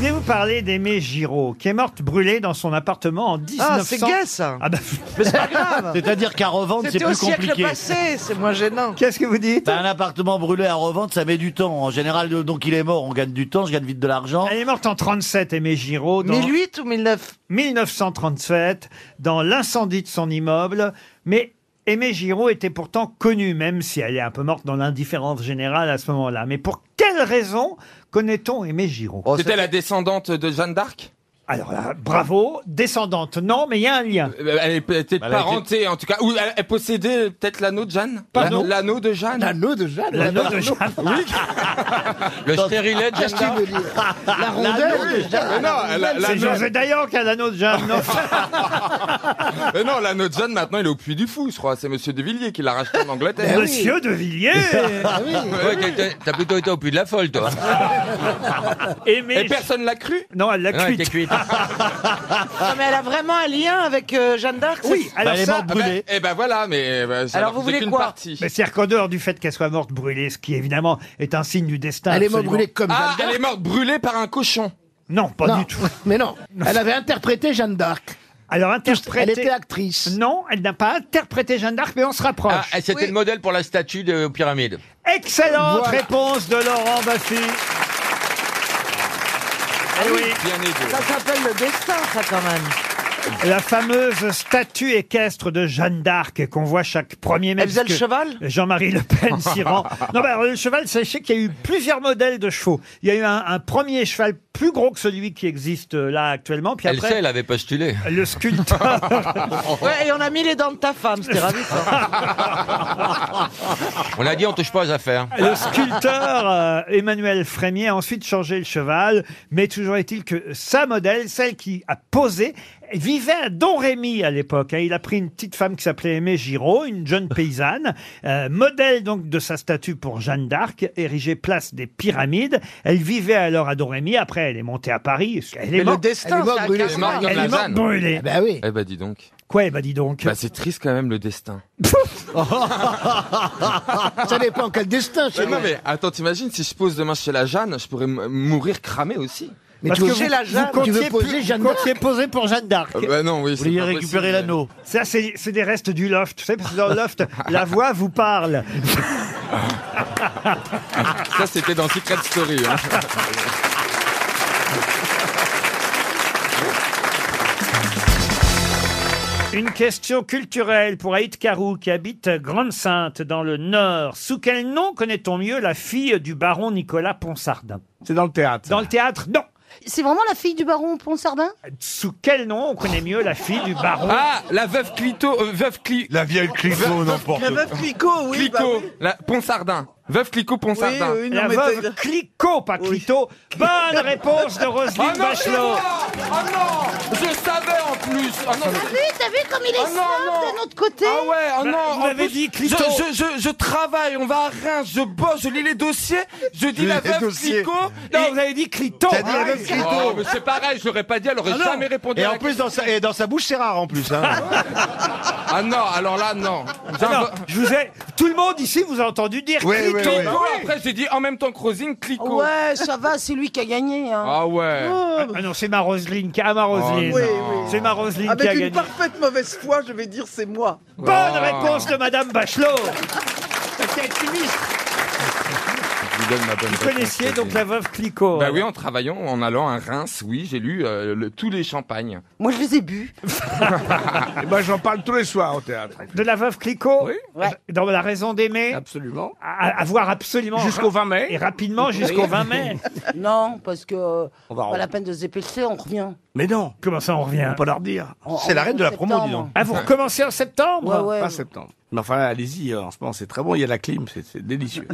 Speaker 1: je vais vous parler d'Aimée Giraud, qui est morte brûlée dans son appartement en 1900.
Speaker 11: Ah, c'est gay, ça.
Speaker 1: Ah bah,
Speaker 11: Mais c'est pas grave.
Speaker 1: C'est-à-dire qu'à revendre,
Speaker 11: C'était au siècle passé, c'est moins gênant.
Speaker 1: Oh. Qu'est-ce que vous dites
Speaker 6: Ben, Un appartement brûlé à revendre, ça met du temps. En général, donc il est mort, on gagne du temps, je gagne vite de l'argent.
Speaker 1: Elle est morte en 37, Aimée Giraud. dans-
Speaker 11: 1008 ou 1009
Speaker 1: 1937, dans l'incendie de son immeuble, mais Aimé Giraud était pourtant connue, même si elle est un peu morte dans l'indifférence générale à ce moment-là. Mais pour quelle raison Connaît-on Aimé Giron
Speaker 14: Oh,
Speaker 2: Oh,
Speaker 14: C'était la descendante de Jeanne d'Arc
Speaker 1: Alors là, bravo. Descendante, non, mais il y a un lien.
Speaker 14: Euh, Elle est peut-être
Speaker 1: Bah, elle a été-
Speaker 14: parentée, en tout cas. Ou elle, elle possédait peut-être l'anneau de Jeanne
Speaker 1: Pardon
Speaker 14: L'anneau de Jeanne
Speaker 1: L'anneau de Jeanne L'anneau de Jeanne
Speaker 14: Le stérilet de Jeanne d'Arc
Speaker 1: La
Speaker 14: rondelle de Jeanne. Ah, Mais non, elle a-
Speaker 1: C'est
Speaker 14: l'anneau-
Speaker 1: José Dayan qui a l'anneau de Jeanne. non
Speaker 14: Mais non, l'anneau de Jeanne, maintenant, il est au Puy du Fou, je crois. C'est Monsieur De Villiers qui l'a racheté en Angleterre.
Speaker 1: Monsieur De Villiers
Speaker 14: Ouais, quelqu'un- T'as plutôt été au Puy de la Folle, toi. Et personne l'a cru
Speaker 1: Non, elle l'a
Speaker 14: Ouais,
Speaker 1: cuite.
Speaker 14: t'es cuite.
Speaker 11: Non, mais elle a vraiment un lien avec euh, Jeanne d'Arc c'est-
Speaker 14: Eh ben, voilà, mais bah, ça
Speaker 11: Alors,
Speaker 14: ne
Speaker 11: Ah, vous
Speaker 14: faisait
Speaker 11: voulez
Speaker 14: qu'une
Speaker 11: quoi
Speaker 14: partie.
Speaker 1: Mais c'est-à-dire qu'en dehors du fait qu'elle soit morte brûlée, ce qui évidemment est un signe du destin.
Speaker 27: Elle est morte
Speaker 1: absolument-
Speaker 27: brûlée comme
Speaker 14: Ah,
Speaker 27: Jeanne d'Arc.
Speaker 14: elle est morte brûlée par un cochon.
Speaker 1: Non, pas
Speaker 27: Non.
Speaker 1: du tout.
Speaker 27: Mais non, elle avait interprété Jeanne d'Arc.
Speaker 1: Alors
Speaker 27: Elle
Speaker 1: interprétée-
Speaker 27: était actrice.
Speaker 1: Non, elle n'a pas interprété Jeanne d'Arc, mais on se rapproche.
Speaker 14: Ah,
Speaker 9: C'était le modèle pour la statue de pyramide.
Speaker 1: Excellente
Speaker 9: Voilà.
Speaker 1: réponse de Laurent Baffy.
Speaker 9: Ah
Speaker 1: Eh oui.
Speaker 11: Ça s'appelle le destin, ça, quand même.
Speaker 1: La fameuse statue équestre de Jeanne d'Arc qu'on voit chaque 1er mai.
Speaker 11: Elle faisait le
Speaker 1: puisque
Speaker 11: cheval
Speaker 1: Jean-Marie Le Pen s'y rend. Non, bah, alors, le cheval, sachez qu'il y a eu plusieurs modèles de chevaux. Il y a eu un, un premier cheval plus gros que celui qui existe euh, là actuellement. Puis
Speaker 9: elle
Speaker 1: après,
Speaker 9: sait, elle avait postulé.
Speaker 1: le sculpteur. ben, oh.
Speaker 11: Ouais, et on a mis les dents de ta femme, c'était ravissant.
Speaker 9: On a dit on touche pas aux affaires.
Speaker 1: Le sculpteur euh, Emmanuel Frémier a ensuite changé le cheval, mais toujours est-il que sa modèle, celle qui a posé, vivait à Don Rémy à l'époque. hein. Il a pris une petite femme qui s'appelait Aimée Giraud, une jeune paysanne, euh, modèle donc de sa statue pour Jeanne d'Arc, érigée place des Pyramides. Elle vivait alors à Don Rémy, après elle est montée à Paris. Elle
Speaker 27: Mais
Speaker 1: est
Speaker 27: le
Speaker 1: morte.
Speaker 27: destin, Elle est morte c'est un brûlée.
Speaker 14: Elle est morte comme
Speaker 1: Elle
Speaker 14: la
Speaker 1: est morte
Speaker 14: Jeanne.
Speaker 1: brûlée.
Speaker 27: Ben oui.
Speaker 14: Eh ben, dis donc.
Speaker 1: Quoi, eh ben dis donc Bah,
Speaker 14: Bah, c'est triste quand même le destin.
Speaker 27: Ça dépend quel destin,
Speaker 14: Mais
Speaker 27: chez
Speaker 14: non,
Speaker 27: moi.
Speaker 14: mais attends, t'imagines, si je pose demain chez la Jeanne, je pourrais m- mourir cramé aussi.
Speaker 27: Mais
Speaker 1: Parce
Speaker 27: tu
Speaker 1: que
Speaker 27: veux-
Speaker 1: vous-
Speaker 27: la
Speaker 1: vous
Speaker 27: Jeanne, tu
Speaker 1: comptiez
Speaker 27: veux poser
Speaker 1: plus-
Speaker 27: Jeanne
Speaker 1: vous comptiez poser pour Jeanne d'Arc.
Speaker 14: Ah bah non, oui, c'est pas possible.
Speaker 1: Ça, c'est c'est des restes du loft. Vous savez, parce que dans le loft, la voix vous parle.
Speaker 14: Ah, Ça, c'était dans Secret Story. hein.
Speaker 1: Une question culturelle pour Aït Karou qui habite Grande-Sainte dans le Nord. Sous quel nom connaît-on mieux la fille du baron Nicolas Ponsardin C'est dans le théâtre. Dans le théâtre, non.
Speaker 21: C'est vraiment la fille du baron Ponsardin
Speaker 1: Sous quel nom on connaît mieux la fille du baron
Speaker 14: Ah, la veuve Clito, euh, veuve Cli...
Speaker 1: La vieille Clito,
Speaker 14: Veuve-
Speaker 1: n'importe
Speaker 14: veuve-
Speaker 1: quoi.
Speaker 11: Clicot, oui,
Speaker 14: Clico,
Speaker 11: bah oui.
Speaker 14: la Ponsardin. Veuve Clico Ponsardin.
Speaker 11: Oui, oui, non,
Speaker 1: La
Speaker 11: mais
Speaker 1: veuve Cliquot, pas Clito. Bonne réponse de Roselyne
Speaker 14: Oh non, c'est
Speaker 1: Bachelot.
Speaker 14: moi Oh non Je savais en plus Oh non,
Speaker 21: T'as vu, t'as vu comme il est
Speaker 14: Oh non,
Speaker 21: snob
Speaker 14: non.
Speaker 21: Ah, de notre côté
Speaker 14: Ah ouais, oh
Speaker 1: Bah,
Speaker 14: non
Speaker 1: vous
Speaker 14: en
Speaker 1: l'avez
Speaker 14: plus,
Speaker 1: dit, Clito.
Speaker 14: Je, je, je, je travaille, on va à Reims, je bosse, je lis les dossiers, je dis la
Speaker 1: les
Speaker 14: veuve
Speaker 1: dossiers.
Speaker 14: Clico...
Speaker 1: Non, vous avez dit Clito.
Speaker 14: T'as
Speaker 1: dit la veuve Clito.
Speaker 14: Ah, Oh,
Speaker 1: Ah
Speaker 14: mais c'est pareil, je l'aurais pas dit, elle aurait jamais répondu
Speaker 10: Ah, Et
Speaker 14: à
Speaker 10: en
Speaker 14: la
Speaker 10: plus, dans sa, et dans sa bouche, c'est rare en plus. Hein.
Speaker 14: Ah non, alors là, non.
Speaker 1: Ah non, je vous ai... Tout le monde ici vous a entendu dire Clito. Oh.
Speaker 14: Clico, Bah après j'ai dit en même temps que Rosine,
Speaker 10: Oh.
Speaker 14: Clico.
Speaker 11: Ouais, ça va, c'est lui qui a gagné. hein.
Speaker 14: Ah ouais.
Speaker 1: Ah, ah non, c'est ma Roselyne qui ah, ma Roselyne.
Speaker 11: Oui, non.
Speaker 1: C'est ma Roselyne qui
Speaker 11: Avec
Speaker 1: a
Speaker 11: une
Speaker 1: gagné.
Speaker 11: parfaite mauvaise foi, je vais dire c'est moi.
Speaker 1: Bonne réponse de Madame Bachelot.
Speaker 14: Je vous donne ma bonne
Speaker 1: Vous
Speaker 14: réponse,
Speaker 1: connaissiez donc
Speaker 14: Roselyne.
Speaker 1: la veuve Clicot.
Speaker 14: Bah
Speaker 1: alors.
Speaker 14: oui, en travaillant, en allant à Reims, oui, j'ai lu euh, le- tous les champagnes.
Speaker 11: Moi, je les ai bu.
Speaker 10: Et ben, j'en parle tous les soirs au théâtre.
Speaker 1: De la veuve Clicot
Speaker 14: Oui.
Speaker 1: Dans la raison d'aimer
Speaker 10: Absolument.
Speaker 1: à, à voir absolument. hein.
Speaker 10: Jusqu'au 20 mai.
Speaker 1: Et rapidement jusqu'au
Speaker 10: Oui.
Speaker 1: 20 mai.
Speaker 21: Non, parce que euh,
Speaker 10: On va en-
Speaker 21: pas la peine de se dépêcher, on revient.
Speaker 10: Mais non.
Speaker 1: Comment ça, on revient
Speaker 10: On peut leur dire.
Speaker 21: En-
Speaker 10: C'est la
Speaker 21: en
Speaker 10: reine de la promo,
Speaker 21: septembre.
Speaker 10: dis donc. Ah,
Speaker 1: Ah, vous recommencez en septembre
Speaker 21: Ouais, ouais.
Speaker 10: Pas septembre. Mais enfin, allez-y, euh, en ce moment, c'est très bon. Il y a la clim, c'est- c'est délicieux.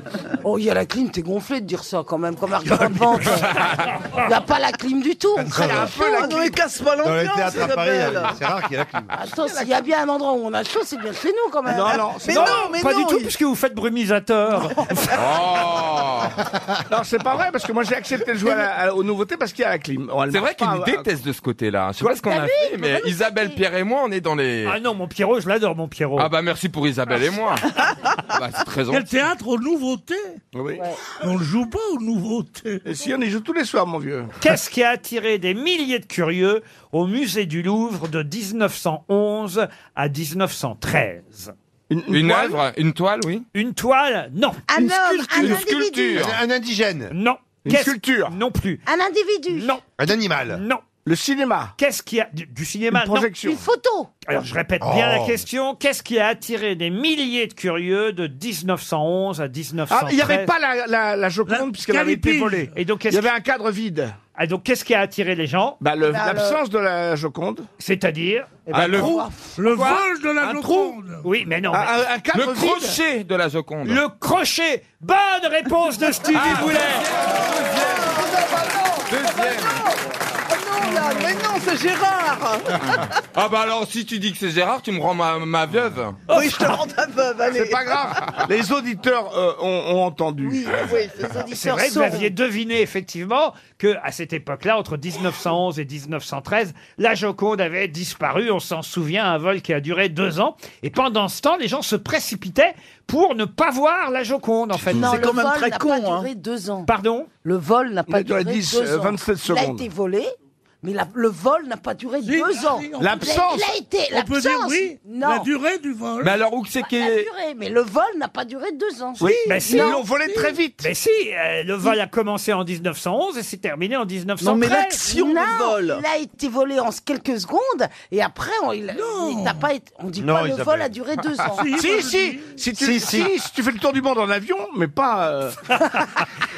Speaker 21: Oh, il y a la clim, t'es gonflé de dire ça quand même, comme
Speaker 10: Ah,
Speaker 21: argument de vente. Il n'y a pas la clim du tout.
Speaker 10: Il y a un peu la
Speaker 11: Ah non, il casse pas
Speaker 10: Dans les
Speaker 11: l'ambiance,
Speaker 10: théâtres à Paris,
Speaker 11: Isabelle.
Speaker 10: c'est rare qu'il y ait la clim.
Speaker 21: Attends, s'il y a bien un endroit où on a chaud, c'est bien chez nous quand même.
Speaker 10: Non, non,
Speaker 11: Ah, Mais non, mais
Speaker 1: pas
Speaker 11: non,
Speaker 1: du tout,
Speaker 11: il-
Speaker 1: puisque vous faites brumisateur.
Speaker 14: Oh
Speaker 10: Non, c'est pas vrai, parce que moi, j'ai accepté de jouer à la- à- aux nouveautés parce qu'il y a la clim. Oh, elle
Speaker 14: C'est
Speaker 10: marche
Speaker 14: vrai qu'ils
Speaker 10: pas,
Speaker 14: nous
Speaker 10: euh,
Speaker 14: détestent de ce côté-là. Je sais pas ce qu'on
Speaker 21: T'as
Speaker 14: a
Speaker 21: vu
Speaker 14: fait,
Speaker 21: Ils
Speaker 14: mais
Speaker 21: vont pas
Speaker 14: Isabelle,
Speaker 21: nous
Speaker 14: Pierre et moi, on est dans les...
Speaker 1: ah non, mon Pierrot, je l'adore, mon Pierrot. Ah,
Speaker 14: Ah bah merci pour Isabelle et moi. bah, c'est très
Speaker 6: Quel
Speaker 14: gentil.
Speaker 6: théâtre aux nouveautés
Speaker 10: Oui.
Speaker 6: On ne joue pas aux nouveautés.
Speaker 10: Et si on y joue tous les soirs, mon vieux.
Speaker 1: Qu'est-ce qui a attiré des milliers de curieux au musée du Louvre de 1911 à 1913
Speaker 14: Une œuvre, une toile, oui.
Speaker 1: Une toile Non.
Speaker 21: Un homme, un
Speaker 14: Une
Speaker 21: individu.
Speaker 14: sculpture.
Speaker 10: Un indigène.
Speaker 1: Non.
Speaker 10: Une
Speaker 1: Qu'est-ce-
Speaker 10: sculpture.
Speaker 1: Non plus.
Speaker 21: Un individu.
Speaker 1: Non.
Speaker 10: Un animal.
Speaker 1: Non.
Speaker 25: Le cinéma.
Speaker 1: Qu'est-ce qui a. Du, du cinéma, non.
Speaker 25: photo.
Speaker 1: Alors je répète bien
Speaker 25: Oh.
Speaker 1: la question. Qu'est-ce qui a attiré des milliers de curieux de 1911 à 1913
Speaker 25: Ah, il n'y avait pas la, la, la Joconde puisqu'elle avait été
Speaker 1: Calipige.
Speaker 25: volée.
Speaker 1: Et donc,
Speaker 25: il y avait un cadre vide.
Speaker 1: Ah, donc qu'est-ce qui a attiré les gens
Speaker 25: bah, le-
Speaker 1: Bah, le-
Speaker 25: L'absence de Eh la Joconde.
Speaker 1: C'est-à-dire
Speaker 14: Ah, le-
Speaker 1: Le
Speaker 25: Quoi
Speaker 1: vol de la
Speaker 25: Un
Speaker 1: Joconde Oui, mais non.
Speaker 14: Un-
Speaker 1: mais-
Speaker 14: un- un cadre Le vide crochet de la Joconde.
Speaker 1: Le crochet Bonne réponse de Stevie
Speaker 25: Ah.
Speaker 1: Boulet
Speaker 25: Oh, bah Ah
Speaker 14: mais non, c'est Gérard Ah bah alors, si tu dis que c'est Gérard, tu me rends ma, ma veuve.
Speaker 33: Oui, je te rends ta veuve, allez.
Speaker 25: C'est pas grave. Les auditeurs euh, ont, ont entendu.
Speaker 33: Oui, oui, les auditeurs
Speaker 1: Ah, C'est vrai que vous
Speaker 33: sauront.
Speaker 1: aviez deviné effectivement que à cette époque-là, entre 1911 et 1913, la Joconde avait disparu. On s'en souvient, un vol qui a duré deux ans. Et pendant ce temps, les gens se précipitaient pour ne pas voir la Joconde. En fait,
Speaker 9: Non, le vol n'a pas hein. duré deux ans.
Speaker 1: Pardon
Speaker 9: Le vol n'a pas
Speaker 1: Il a
Speaker 9: duré
Speaker 1: duré 10,
Speaker 9: deux
Speaker 1: euh,
Speaker 9: ans.
Speaker 1: 27
Speaker 9: Il a
Speaker 1: secondes.
Speaker 9: été volé, mais la- le vol n'a pas duré deux ans.
Speaker 6: si, on
Speaker 9: Il
Speaker 6: peut-
Speaker 9: a-
Speaker 6: L'absence.
Speaker 9: Il a été.
Speaker 6: On peut dire
Speaker 9: l'absence,
Speaker 6: oui,
Speaker 9: Non.
Speaker 6: la durée du vol.
Speaker 14: Mais alors, où que c'est
Speaker 9: Pas La durée, mais le vol n'a pas duré deux ans.
Speaker 1: Oui, mais si,
Speaker 9: Non.
Speaker 1: vite. Mais si, euh, le vol a commencé en 1911 et s'est terminé en 1913.
Speaker 9: Non, Il a été volé en quelques secondes et après on, il, il n'a pas été- on dit
Speaker 25: Non,
Speaker 9: pas le
Speaker 25: Isabelle. Ah,
Speaker 9: vol a duré deux ans.
Speaker 25: si, si, si, tu, si, si tu fais le tour du monde en avion, mais pas. euh,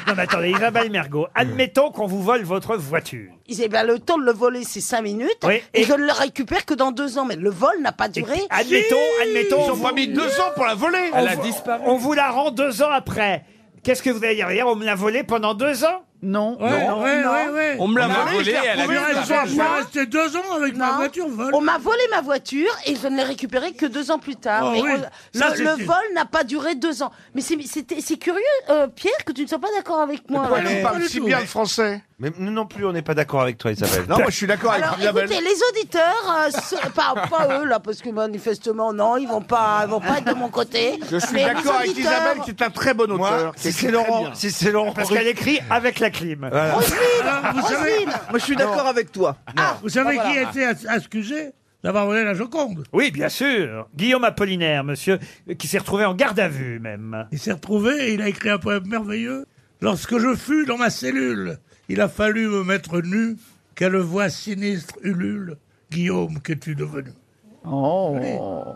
Speaker 1: Non, mais attendez, Isabelle Mergot, admettons qu'on vous vole votre voiture.
Speaker 9: Il disait, ben, le temps de le voler, c'est cinq minutes,
Speaker 1: Oui,
Speaker 9: et,
Speaker 1: et-
Speaker 9: je ne le récupère que dans deux ans. Mais le vol n'a pas duré.
Speaker 1: Admettons, admettons.
Speaker 9: Ils ont
Speaker 1: on
Speaker 9: pas
Speaker 1: vous-
Speaker 9: mis deux ans pour la voler.
Speaker 1: On
Speaker 9: Elle a
Speaker 1: vous-
Speaker 9: disparu.
Speaker 1: On vous la rend deux ans après. Qu'est-ce que vous allez dire Hier, on me l'a volée pendant deux ans
Speaker 9: Non.
Speaker 6: Ouais,
Speaker 1: non,
Speaker 6: ouais,
Speaker 1: non.
Speaker 6: ouais, ouais.
Speaker 1: On me l'a On l'a volée, volée, je l'ai elle a retrouvée disparu.
Speaker 6: Je suis resté deux ans avec ma voiture vol.
Speaker 9: On m'a volé ma voiture et je ne l'ai récupérée que deux ans plus tard.
Speaker 6: Oh
Speaker 9: Et
Speaker 6: oui.
Speaker 9: on-
Speaker 6: Ça,
Speaker 9: le,
Speaker 6: c'est
Speaker 9: le
Speaker 6: une-
Speaker 9: vol n'a pas duré deux ans. Mais c'est- c'était- c'est curieux, euh, Pierre, que tu ne sois pas d'accord avec moi.
Speaker 2: pourquoi elle
Speaker 9: Ouais.
Speaker 2: parle si bien le
Speaker 25: français
Speaker 2: Mais nous non plus, on n'est pas d'accord avec toi, Isabelle.
Speaker 25: Non, moi, je suis d'accord
Speaker 9: Alors, écoutez, les auditeurs, euh, se- pas, pas eux là, parce que manifestement, non, ils vont pas, ils vont pas être de mon côté.
Speaker 25: Je suis
Speaker 9: Mais les
Speaker 25: d'accord avec
Speaker 9: auditeurs-
Speaker 25: Isabelle qui est un très bon auteur.
Speaker 2: Moi,
Speaker 25: qui
Speaker 2: si
Speaker 25: écrit
Speaker 2: c'est Laurent-
Speaker 25: très bien.
Speaker 2: si c'est Laurent
Speaker 1: Parce
Speaker 2: Ruquier-
Speaker 1: qu'elle écrit avec la clim.
Speaker 2: Voilà.
Speaker 1: Ah,
Speaker 6: Alors, hein, vous savez-
Speaker 2: Moi, je suis d'accord
Speaker 1: avec toi.
Speaker 6: Vous savez
Speaker 1: Ah, voilà.
Speaker 6: qui était excusé d'avoir volé la Joconde
Speaker 1: Oui, bien sûr. Guillaume Apollinaire, monsieur, qui s'est retrouvé en garde à vue même.
Speaker 6: Il s'est retrouvé et il a écrit un poème merveilleux. Lorsque je fus dans ma cellule, il a fallu me mettre nu. Quelle voix sinistre ulule, Guillaume, que tu devenu.
Speaker 9: Oh.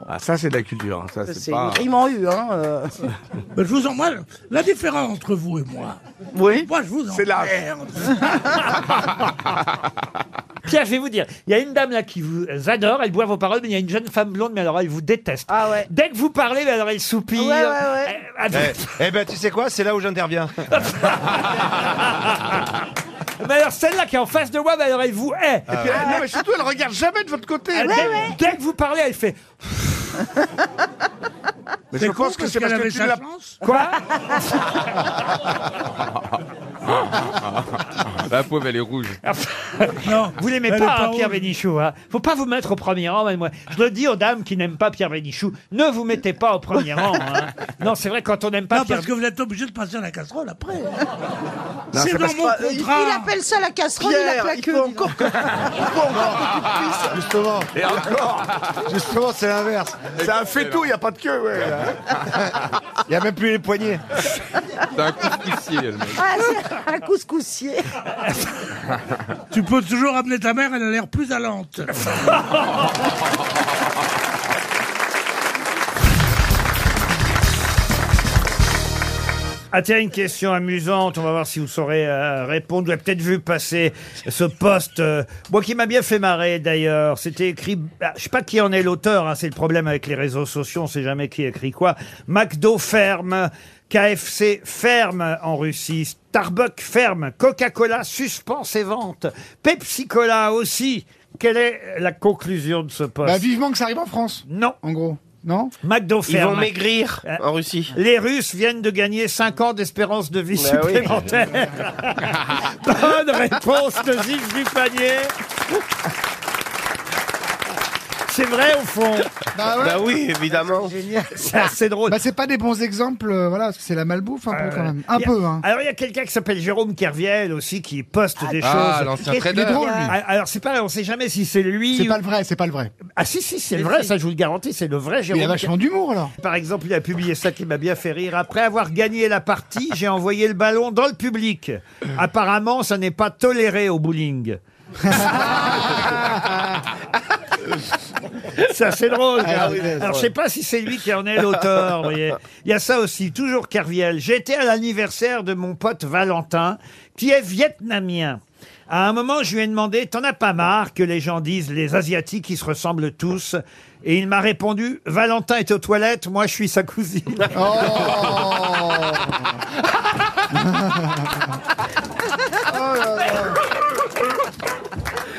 Speaker 25: Ah, ça, c'est de la culture. hein. Ça,
Speaker 9: Ah, C'est
Speaker 25: c'est
Speaker 9: une
Speaker 25: pas.
Speaker 9: rime en U, hein. euh.
Speaker 6: Mais je vous en moi, la différence entre vous et moi.
Speaker 25: Oui.
Speaker 6: Moi, je vous en
Speaker 25: C'est l'âge.
Speaker 6: merde.
Speaker 1: Pierre, je vais vous dire, il y a une dame là qui vous adore, elle boit vos paroles, mais il y a une jeune femme blonde, mais alors elle vous déteste. Dès que vous parlez, mais alors elle soupire.
Speaker 9: Ouais, ouais, ouais.
Speaker 1: Euh, elle-
Speaker 2: Eh, eh ben, tu sais quoi C'est là où j'interviens.
Speaker 1: Mais alors celle-là qui est en face de moi, mais alors elle vous hait.
Speaker 2: Ah,
Speaker 25: Et puis, elle- non, mais surtout, elle regarde jamais de votre côté.
Speaker 1: Elle- dès, dès que vous parlez, elle fait.
Speaker 25: Mais
Speaker 6: C'est
Speaker 25: je
Speaker 6: con
Speaker 25: pense que
Speaker 6: parce
Speaker 25: c'est parce
Speaker 6: qu'elle
Speaker 25: que
Speaker 6: avait
Speaker 25: tu
Speaker 6: sa
Speaker 25: l'as.
Speaker 6: chance.
Speaker 1: Quoi
Speaker 14: La pauvre, elle est rouge.
Speaker 6: Non,
Speaker 1: Vous l'aimez
Speaker 6: elle est
Speaker 1: pas, hein, Pierre
Speaker 6: rouge.
Speaker 1: Bénichou. Hein. Faut pas vous mettre au premier rang, même moi. Je le dis aux dames qui n'aiment pas Pierre Bénichou, ne vous mettez pas au premier rang. hein. Non, c'est vrai, quand on n'aime pas
Speaker 6: Non,
Speaker 1: Pierre
Speaker 6: parce que vous êtes obligé de passer à la casserole après.
Speaker 25: ça
Speaker 6: C'est dans
Speaker 25: passe
Speaker 6: mon
Speaker 25: pas.
Speaker 9: euh, Il,
Speaker 6: contrat.
Speaker 9: il appelle ça la casserole, il appelle la queue. dis donc.
Speaker 25: Ah,
Speaker 2: Justement.
Speaker 25: Et encore
Speaker 2: Justement, c'est l'inverse.
Speaker 25: C'est un faitout, il n'y a pas de queue, ouais.
Speaker 2: Il n'y a même plus les poignets.
Speaker 14: C'est un coup de poussier, elle.
Speaker 9: Ah, c'est un couscoussier.
Speaker 6: Tu peux toujours amener ta mère, elle a l'air plus allante.
Speaker 1: Ah tiens, une question amusante, on va voir si vous saurez euh, répondre. Vous avez peut-être vu passer ce poste, euh, moi qui m'a bien fait marrer d'ailleurs. C'était écrit, ah, je sais pas qui en est l'auteur, hein, c'est le problème avec les réseaux sociaux, on sait jamais qui écrit quoi. McDo ferme, KFC ferme en Russie, Starbucks ferme, Coca-Cola suspend ses ventes, Pepsi Cola aussi. Quelle est la conclusion de ce poste
Speaker 8: Bah, vivement que ça arrive en France.
Speaker 1: Non.
Speaker 8: En gros. Non
Speaker 1: McDo
Speaker 8: Ils vont
Speaker 1: ferme.
Speaker 8: maigrir
Speaker 1: Euh,
Speaker 8: en Russie.
Speaker 1: Les Russes viennent de gagner 5 ans d'espérance de vie
Speaker 8: Bah oui.
Speaker 1: supplémentaire. Bonne réponse de Yves du panier. C'est vrai au fond.
Speaker 8: Bah ouais.
Speaker 2: oui, évidemment.
Speaker 1: C'est assez drôle.
Speaker 8: Bah, c'est pas des bons exemples, euh, voilà, parce que c'est la malbouffe un peu quand même. Un
Speaker 1: Il y a-
Speaker 8: peu, hein.
Speaker 1: Alors il y a quelqu'un qui s'appelle Jérôme Kerviel aussi qui poste des
Speaker 8: Ah,
Speaker 1: choses.
Speaker 8: l'ancien Qu'est-ce qu'il est trader. drôle, lui.
Speaker 1: Ah, Alors c'est pas, on sait jamais si c'est lui.
Speaker 8: C'est
Speaker 1: ou-
Speaker 8: pas le vrai, c'est pas le vrai.
Speaker 1: Ah si si c'est le vrai, ça je vous le garantis, c'est le vrai Jérôme.
Speaker 8: il y a vachement d'humour alors.
Speaker 1: Par exemple, il a publié ça qui m'a bien fait rire. Après avoir gagné la partie, j'ai envoyé le ballon dans le public. Apparemment, ça n'est pas toléré au bowling. Ah. Ça, c'est drôle.
Speaker 5: Ah,
Speaker 1: hein.
Speaker 5: oui, c'est
Speaker 1: Alors, je
Speaker 5: drôle.
Speaker 1: sais pas si c'est lui qui en est l'auteur, vous voyez. Il y a ça aussi, toujours Kerviel. J'étais à l'anniversaire de mon pote Valentin, qui est vietnamien. À un moment, je lui ai demandé T'en as pas marre que les gens disent les Asiatiques, ils se ressemblent tous Et il m'a répondu Valentin est aux toilettes, moi je suis sa cousine.
Speaker 27: Oh.
Speaker 5: Oh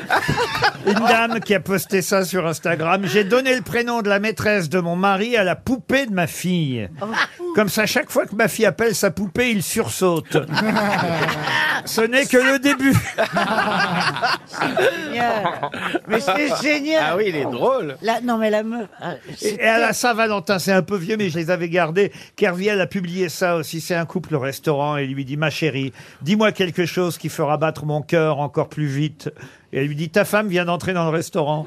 Speaker 8: Oh
Speaker 1: Une dame qui a posté ça sur Instagram. J'ai donné le prénom de la maîtresse de mon mari à la poupée de ma fille. Comme ça, chaque fois que ma fille appelle sa poupée, il sursaute. Ce n'est que le début.
Speaker 26: Mais c'est génial.
Speaker 10: Ah oui, il est drôle.
Speaker 26: Là, non, mais la meuf. ah,
Speaker 1: Et
Speaker 26: c'est-
Speaker 1: et à la Saint-Valentin, c'est un peu vieux, mais je les avais gardés. Kerviel a publié ça aussi. C'est un couple au restaurant et il lui dit Ma chérie, dis-moi quelque chose qui fera battre mon cœur encore plus vite. Et elle lui dit Ta femme vient d'entrer dans le restaurant.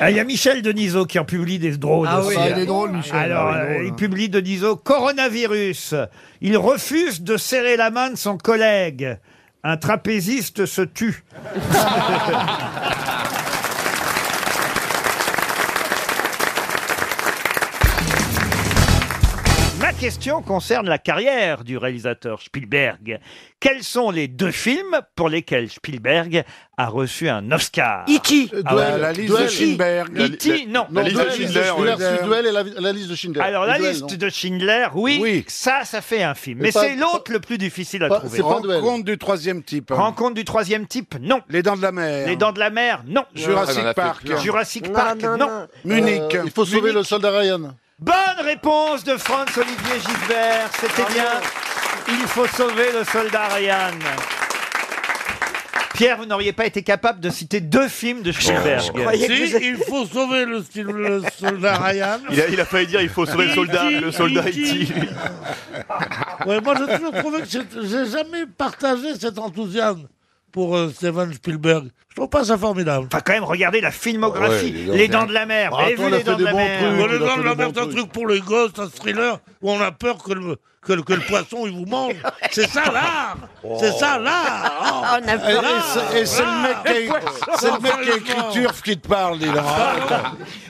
Speaker 1: Ah, Il y a Michel Denisot qui en publie des drôles.
Speaker 5: Ah oui,
Speaker 1: aussi.
Speaker 5: ah, il est drôle, Michel.
Speaker 1: Alors,
Speaker 5: Ah, il est
Speaker 1: euh,
Speaker 5: drôle,
Speaker 1: il
Speaker 5: hein.
Speaker 1: publie Denisot Coronavirus. Il refuse de serrer la main de son collègue. Un trapéziste se tue. Ma question concerne la carrière du réalisateur Spielberg. Quels sont les deux films pour lesquels Spielberg a reçu un Oscar
Speaker 7: E.T..
Speaker 1: Ah ouais.
Speaker 7: Duel. La liste de
Speaker 1: Duel.
Speaker 7: Schindler. La li-
Speaker 1: E.T., E non.
Speaker 7: Non, La liste de Duel, Schindler, Schindler, ouais. c'est Duel et la, liste de Schindler.
Speaker 1: Alors, la
Speaker 7: Duel,
Speaker 1: liste
Speaker 7: non.
Speaker 1: de Schindler, oui, ça, ça fait un film. Mais
Speaker 7: Mais pas-
Speaker 1: c'est l'autre le plus difficile à
Speaker 7: pas-
Speaker 1: trouver.
Speaker 7: c'est pas Duel. Rencontre
Speaker 1: du troisième type. Rencontre du troisième type, non. Les Dents de la Mer. Les Dents de la Mer, non.
Speaker 7: Jurassic Ah, on en a fait Park. plein.
Speaker 1: Jurassic
Speaker 7: Non,
Speaker 1: Park,
Speaker 7: non,
Speaker 1: non.
Speaker 7: non. Munich. Euh, il faut sauver le
Speaker 1: soldat Ryan. Bonne réponse de Franz-Olivier Gisbert. C'était bien. Il faut sauver le soldat Ryan. Pierre, vous n'auriez pas été capable de citer deux films de Spielberg.
Speaker 6: Si, il faut sauver le, style- le soldat Ryan.
Speaker 19: Il a, il a failli dire il faut sauver le soldat, le soldat E.T.
Speaker 6: Ouais, moi, j'ai toujours trouvé que c'est- j'ai jamais partagé cet enthousiasme pour euh, Steven Spielberg. Je trouve pas ça formidable.
Speaker 1: Enfin, quand même, regardez la filmographie.
Speaker 6: Ouais, les Dents
Speaker 1: les Dents
Speaker 6: de la-
Speaker 1: de la Mer.
Speaker 6: Ah,
Speaker 1: Vous avez vu
Speaker 6: attends, il a
Speaker 1: les
Speaker 6: fait
Speaker 1: Dents de
Speaker 6: des
Speaker 1: la
Speaker 6: bons
Speaker 1: Mer
Speaker 6: trucs, Voilà, il a dans fait la des mer, bons c'est un truc pour les gosses, un thriller où on a peur que le, que, le- que le poisson il vous mange. C'est ça l'art C'est ça l'art
Speaker 5: On a peur. Et- et c'est- et c'est le mec qui a-
Speaker 6: Ah,
Speaker 5: c'est le mec qui a écrit Turf
Speaker 6: qui te parle, dis donc.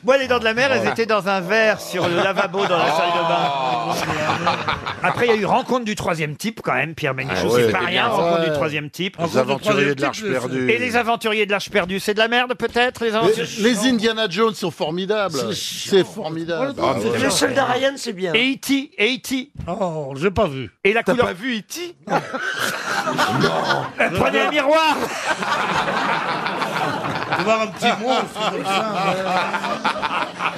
Speaker 1: Moi, les dents de la mer, elles étaient dans un verre sur le lavabo dans la salle de bain. Après, il y a eu rencontre du troisième type quand même, Pierre Ménichou.
Speaker 19: Ah
Speaker 1: c'est
Speaker 19: ouais,
Speaker 1: pas
Speaker 19: c'était
Speaker 1: rien,
Speaker 19: bien.
Speaker 1: rencontre
Speaker 19: Ouais.
Speaker 1: du troisième type.
Speaker 19: Les Rencontre du aventuriers troisième de l'Arche type, perdue.
Speaker 1: Et les aventuriers de l'Arche perdue, c'est de la merde peut-être les,
Speaker 7: Les,
Speaker 1: aventuriers-
Speaker 7: les Indiana Jones sont formidables. C'est
Speaker 6: bah,
Speaker 7: formidable.
Speaker 1: Ah, ouais.
Speaker 7: Le soldat
Speaker 1: Ryan, c'est bien. Et E.T. Et E.T.
Speaker 6: Oh, j'ai pas vu. E
Speaker 1: Et la
Speaker 6: T'as
Speaker 1: couleur.
Speaker 6: pas
Speaker 1: vu E.T. Prenez un miroir Ah.
Speaker 6: Tu vas voir un petit monstre comme ça. euh.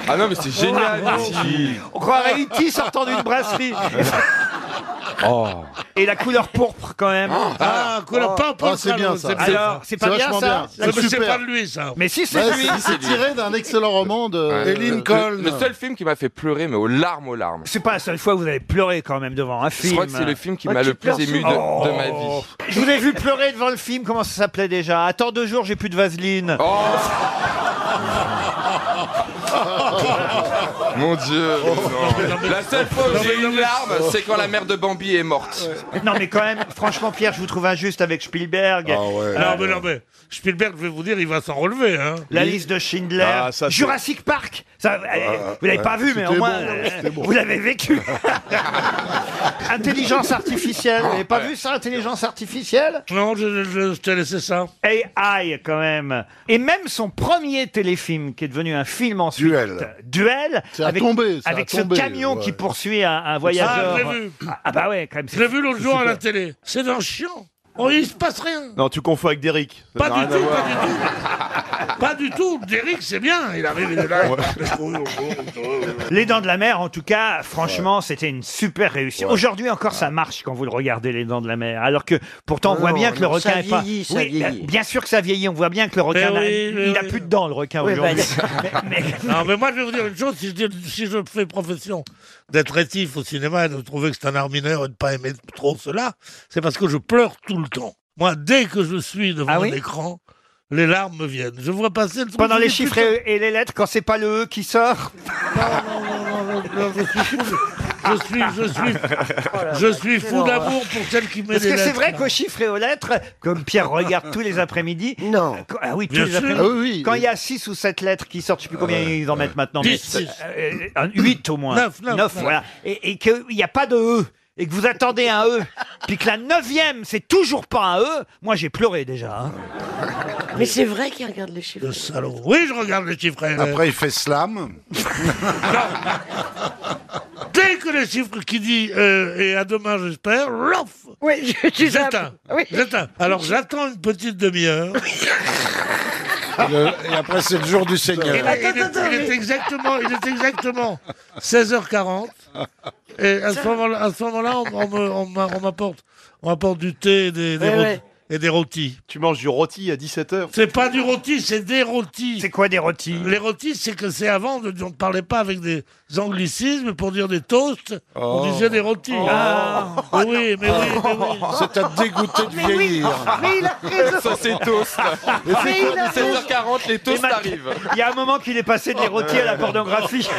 Speaker 14: Ah non, mais c'est génial. ici.
Speaker 1: On croirait E.T. sortant d'une brasserie.
Speaker 14: Oh.
Speaker 1: Et la couleur pourpre quand même.
Speaker 6: Ah, couleur pas pourpre,
Speaker 1: c'est bien
Speaker 6: alors,
Speaker 1: ça.
Speaker 6: c'est bien.
Speaker 1: Alors, c'est pas
Speaker 6: C'est
Speaker 1: bien
Speaker 6: vachement
Speaker 1: ça.
Speaker 6: bien.
Speaker 1: La
Speaker 6: C'est- mais c'est
Speaker 1: couleur-
Speaker 6: pas de lui, ça.
Speaker 1: Mais si c'est
Speaker 7: Ouais,
Speaker 1: lui.
Speaker 7: c'est- c'est tiré d'un excellent roman de
Speaker 21: Euh,
Speaker 14: Ouais.
Speaker 7: de-
Speaker 14: Euh, Le, le seul film qui m'a fait pleurer, mais aux larmes, aux larmes.
Speaker 1: C'est pas la seule fois où vous avez pleuré quand même devant un film.
Speaker 14: Je crois que c'est le film
Speaker 1: Oh,
Speaker 14: qui m'a le plus ému de, de ma vie.
Speaker 1: Je vous ai vu pleurer devant le film, comment ça s'appelait déjà Attends deux jours, j'ai plus de vaseline.
Speaker 14: Oh, Mon Dieu. mais non. La seule fois où j'ai eu une larme, c'est quand la mère de Bambi est morte.
Speaker 1: non mais quand même, franchement Pierre, je vous trouve injuste avec Spielberg.
Speaker 6: Ah
Speaker 1: Euh,
Speaker 6: non, mais non, mais Spielberg, je vais vous dire, il va s'en relever. Hein.
Speaker 1: La liste de Schindler,
Speaker 6: Ah, ça, c'est-
Speaker 1: Jurassic Park, ça, euh, vous l'avez
Speaker 6: ouais,
Speaker 1: pas vu, mais au
Speaker 6: c'était
Speaker 1: moins
Speaker 6: bon,
Speaker 1: euh,
Speaker 6: c'était bon.
Speaker 1: vous l'avez vécu. intelligence artificielle, vous n'avez pas vu ça, intelligence artificielle
Speaker 6: Non, je, je- je t'ai laissé ça.
Speaker 1: AI quand même. Et même son premier téléfilm qui est devenu un film ensuite. Duel. Duel.
Speaker 7: à
Speaker 1: avec
Speaker 7: tomber, c'est à
Speaker 1: avec ce
Speaker 7: tomber,
Speaker 1: camion
Speaker 7: ouais.
Speaker 1: qui poursuit un, un voyageur.
Speaker 6: Ah, je l'ai vu.
Speaker 1: Ah, ah bah ouais, quand même.
Speaker 6: Je l'ai vu l'autre jour à la télé. C'est d'un chiant. Oh, il se passe rien.
Speaker 19: Non, tu confonds avec Derrick. Ça
Speaker 6: Pas
Speaker 19: n'a
Speaker 6: du
Speaker 19: rien à
Speaker 6: tout,
Speaker 19: voir.
Speaker 6: pas du tout. Pas du tout. Derrick, c'est bien. Il arrive, il est là.
Speaker 1: Les Dents de la Mer, en tout cas, franchement, c'était une super réussite. Aujourd'hui encore, ça marche quand vous le regardez, Les Dents de la Mer. Alors que, pourtant, on
Speaker 2: Ah
Speaker 1: voit
Speaker 2: non,
Speaker 1: bien que
Speaker 2: non,
Speaker 1: le requin
Speaker 2: ça
Speaker 1: est pas.
Speaker 2: vieillit, ça
Speaker 1: Oui,
Speaker 2: vieillit.
Speaker 1: euh, bien sûr que ça vieillit. On voit bien que le requin,
Speaker 6: Mais
Speaker 1: n'a-
Speaker 6: Eh oui, mais
Speaker 1: il n'a
Speaker 6: oui.
Speaker 1: plus de dents, le requin
Speaker 6: Oui,
Speaker 1: aujourd'hui.
Speaker 6: bah, Non, mais moi, je vais vous dire une chose. Si je, dis- si je fais profession d'être rétif au cinéma et de trouver que c'est un art mineur et de pas aimer trop cela, c'est parce que je pleure tout le temps. Moi, dès que je suis devant
Speaker 1: Ah oui
Speaker 6: l'écran, les larmes me viennent. Je vois passer le truc,
Speaker 1: Pendant
Speaker 6: je
Speaker 1: les
Speaker 6: dis,
Speaker 1: chiffres
Speaker 6: putain,
Speaker 1: et et les lettres, quand c'est pas le E qui sort.
Speaker 6: non, non, non, non, pleure, je suis fou. de- Je suis, je suis, je suis fou d'amour pour celle qui met
Speaker 1: Parce
Speaker 6: des
Speaker 1: que c'est
Speaker 6: lettres.
Speaker 1: vrai qu'au chiffre et aux lettres, comme Pierre regarde tous les après-midi. Non. Ah oui, tous
Speaker 6: Bien
Speaker 1: les
Speaker 6: sûr.
Speaker 1: après-midi.
Speaker 6: Ah oui, oui.
Speaker 1: Quand il y a 6 ou 7 lettres qui sortent, je sais plus combien ils en mettent maintenant.
Speaker 6: Dix,
Speaker 1: mais,
Speaker 6: six.
Speaker 1: euh, euh, huit au moins.
Speaker 6: Neuf, neuf, neuf.
Speaker 1: voilà. Et, et qu'il n'y a pas de E. Et que vous attendez un E. Puis que la neuvième, c'est toujours pas un E. Moi, j'ai pleuré déjà. hein.
Speaker 26: Mais c'est vrai qu'il regarde les chiffres.
Speaker 6: Oui, je regarde les chiffres.
Speaker 20: Après, il fait slam.
Speaker 6: Dès que le chiffre qui dit euh, et à demain j'espère, rof
Speaker 26: Oui, je- tu
Speaker 6: j'attends.
Speaker 26: oui.
Speaker 6: J'attends. Alors j'attends une petite demi-heure.
Speaker 20: Et, le- et après, c'est le jour du
Speaker 6: Il,
Speaker 20: Seigneur.
Speaker 6: est- il est- il est exactement, il est exactement 16h40. Et à ce moment-là, à ce moment-là, on, on me- on m'a- on m'apporte, on m'apporte du thé et des, des
Speaker 19: Ouais,
Speaker 6: rôti-
Speaker 19: ouais.
Speaker 6: et des rôtis.
Speaker 19: Tu manges du rôti à 17h.
Speaker 6: C'est pas du rôti, c'est des rôtis.
Speaker 1: C'est quoi des rôtis
Speaker 6: Les rôtis, c'est que c'est avant, de- on ne parlait pas avec des anglicismes pour dire des toasts,
Speaker 14: Oh.
Speaker 6: on disait des rôtis. Ah, oui, mais oui, mais oui.
Speaker 20: Ça t'a dégoûté de vieillir.
Speaker 26: Mais il a raison.
Speaker 14: Ça, c'est toast.
Speaker 20: Et c'est
Speaker 14: Mais
Speaker 20: quoi
Speaker 14: il a
Speaker 20: du
Speaker 14: raison.
Speaker 20: toast
Speaker 14: 16h40, les toasts
Speaker 1: Et ma-
Speaker 14: arrivent.
Speaker 1: Il y a un moment qu'il est passé de l'érotier à la pornographie.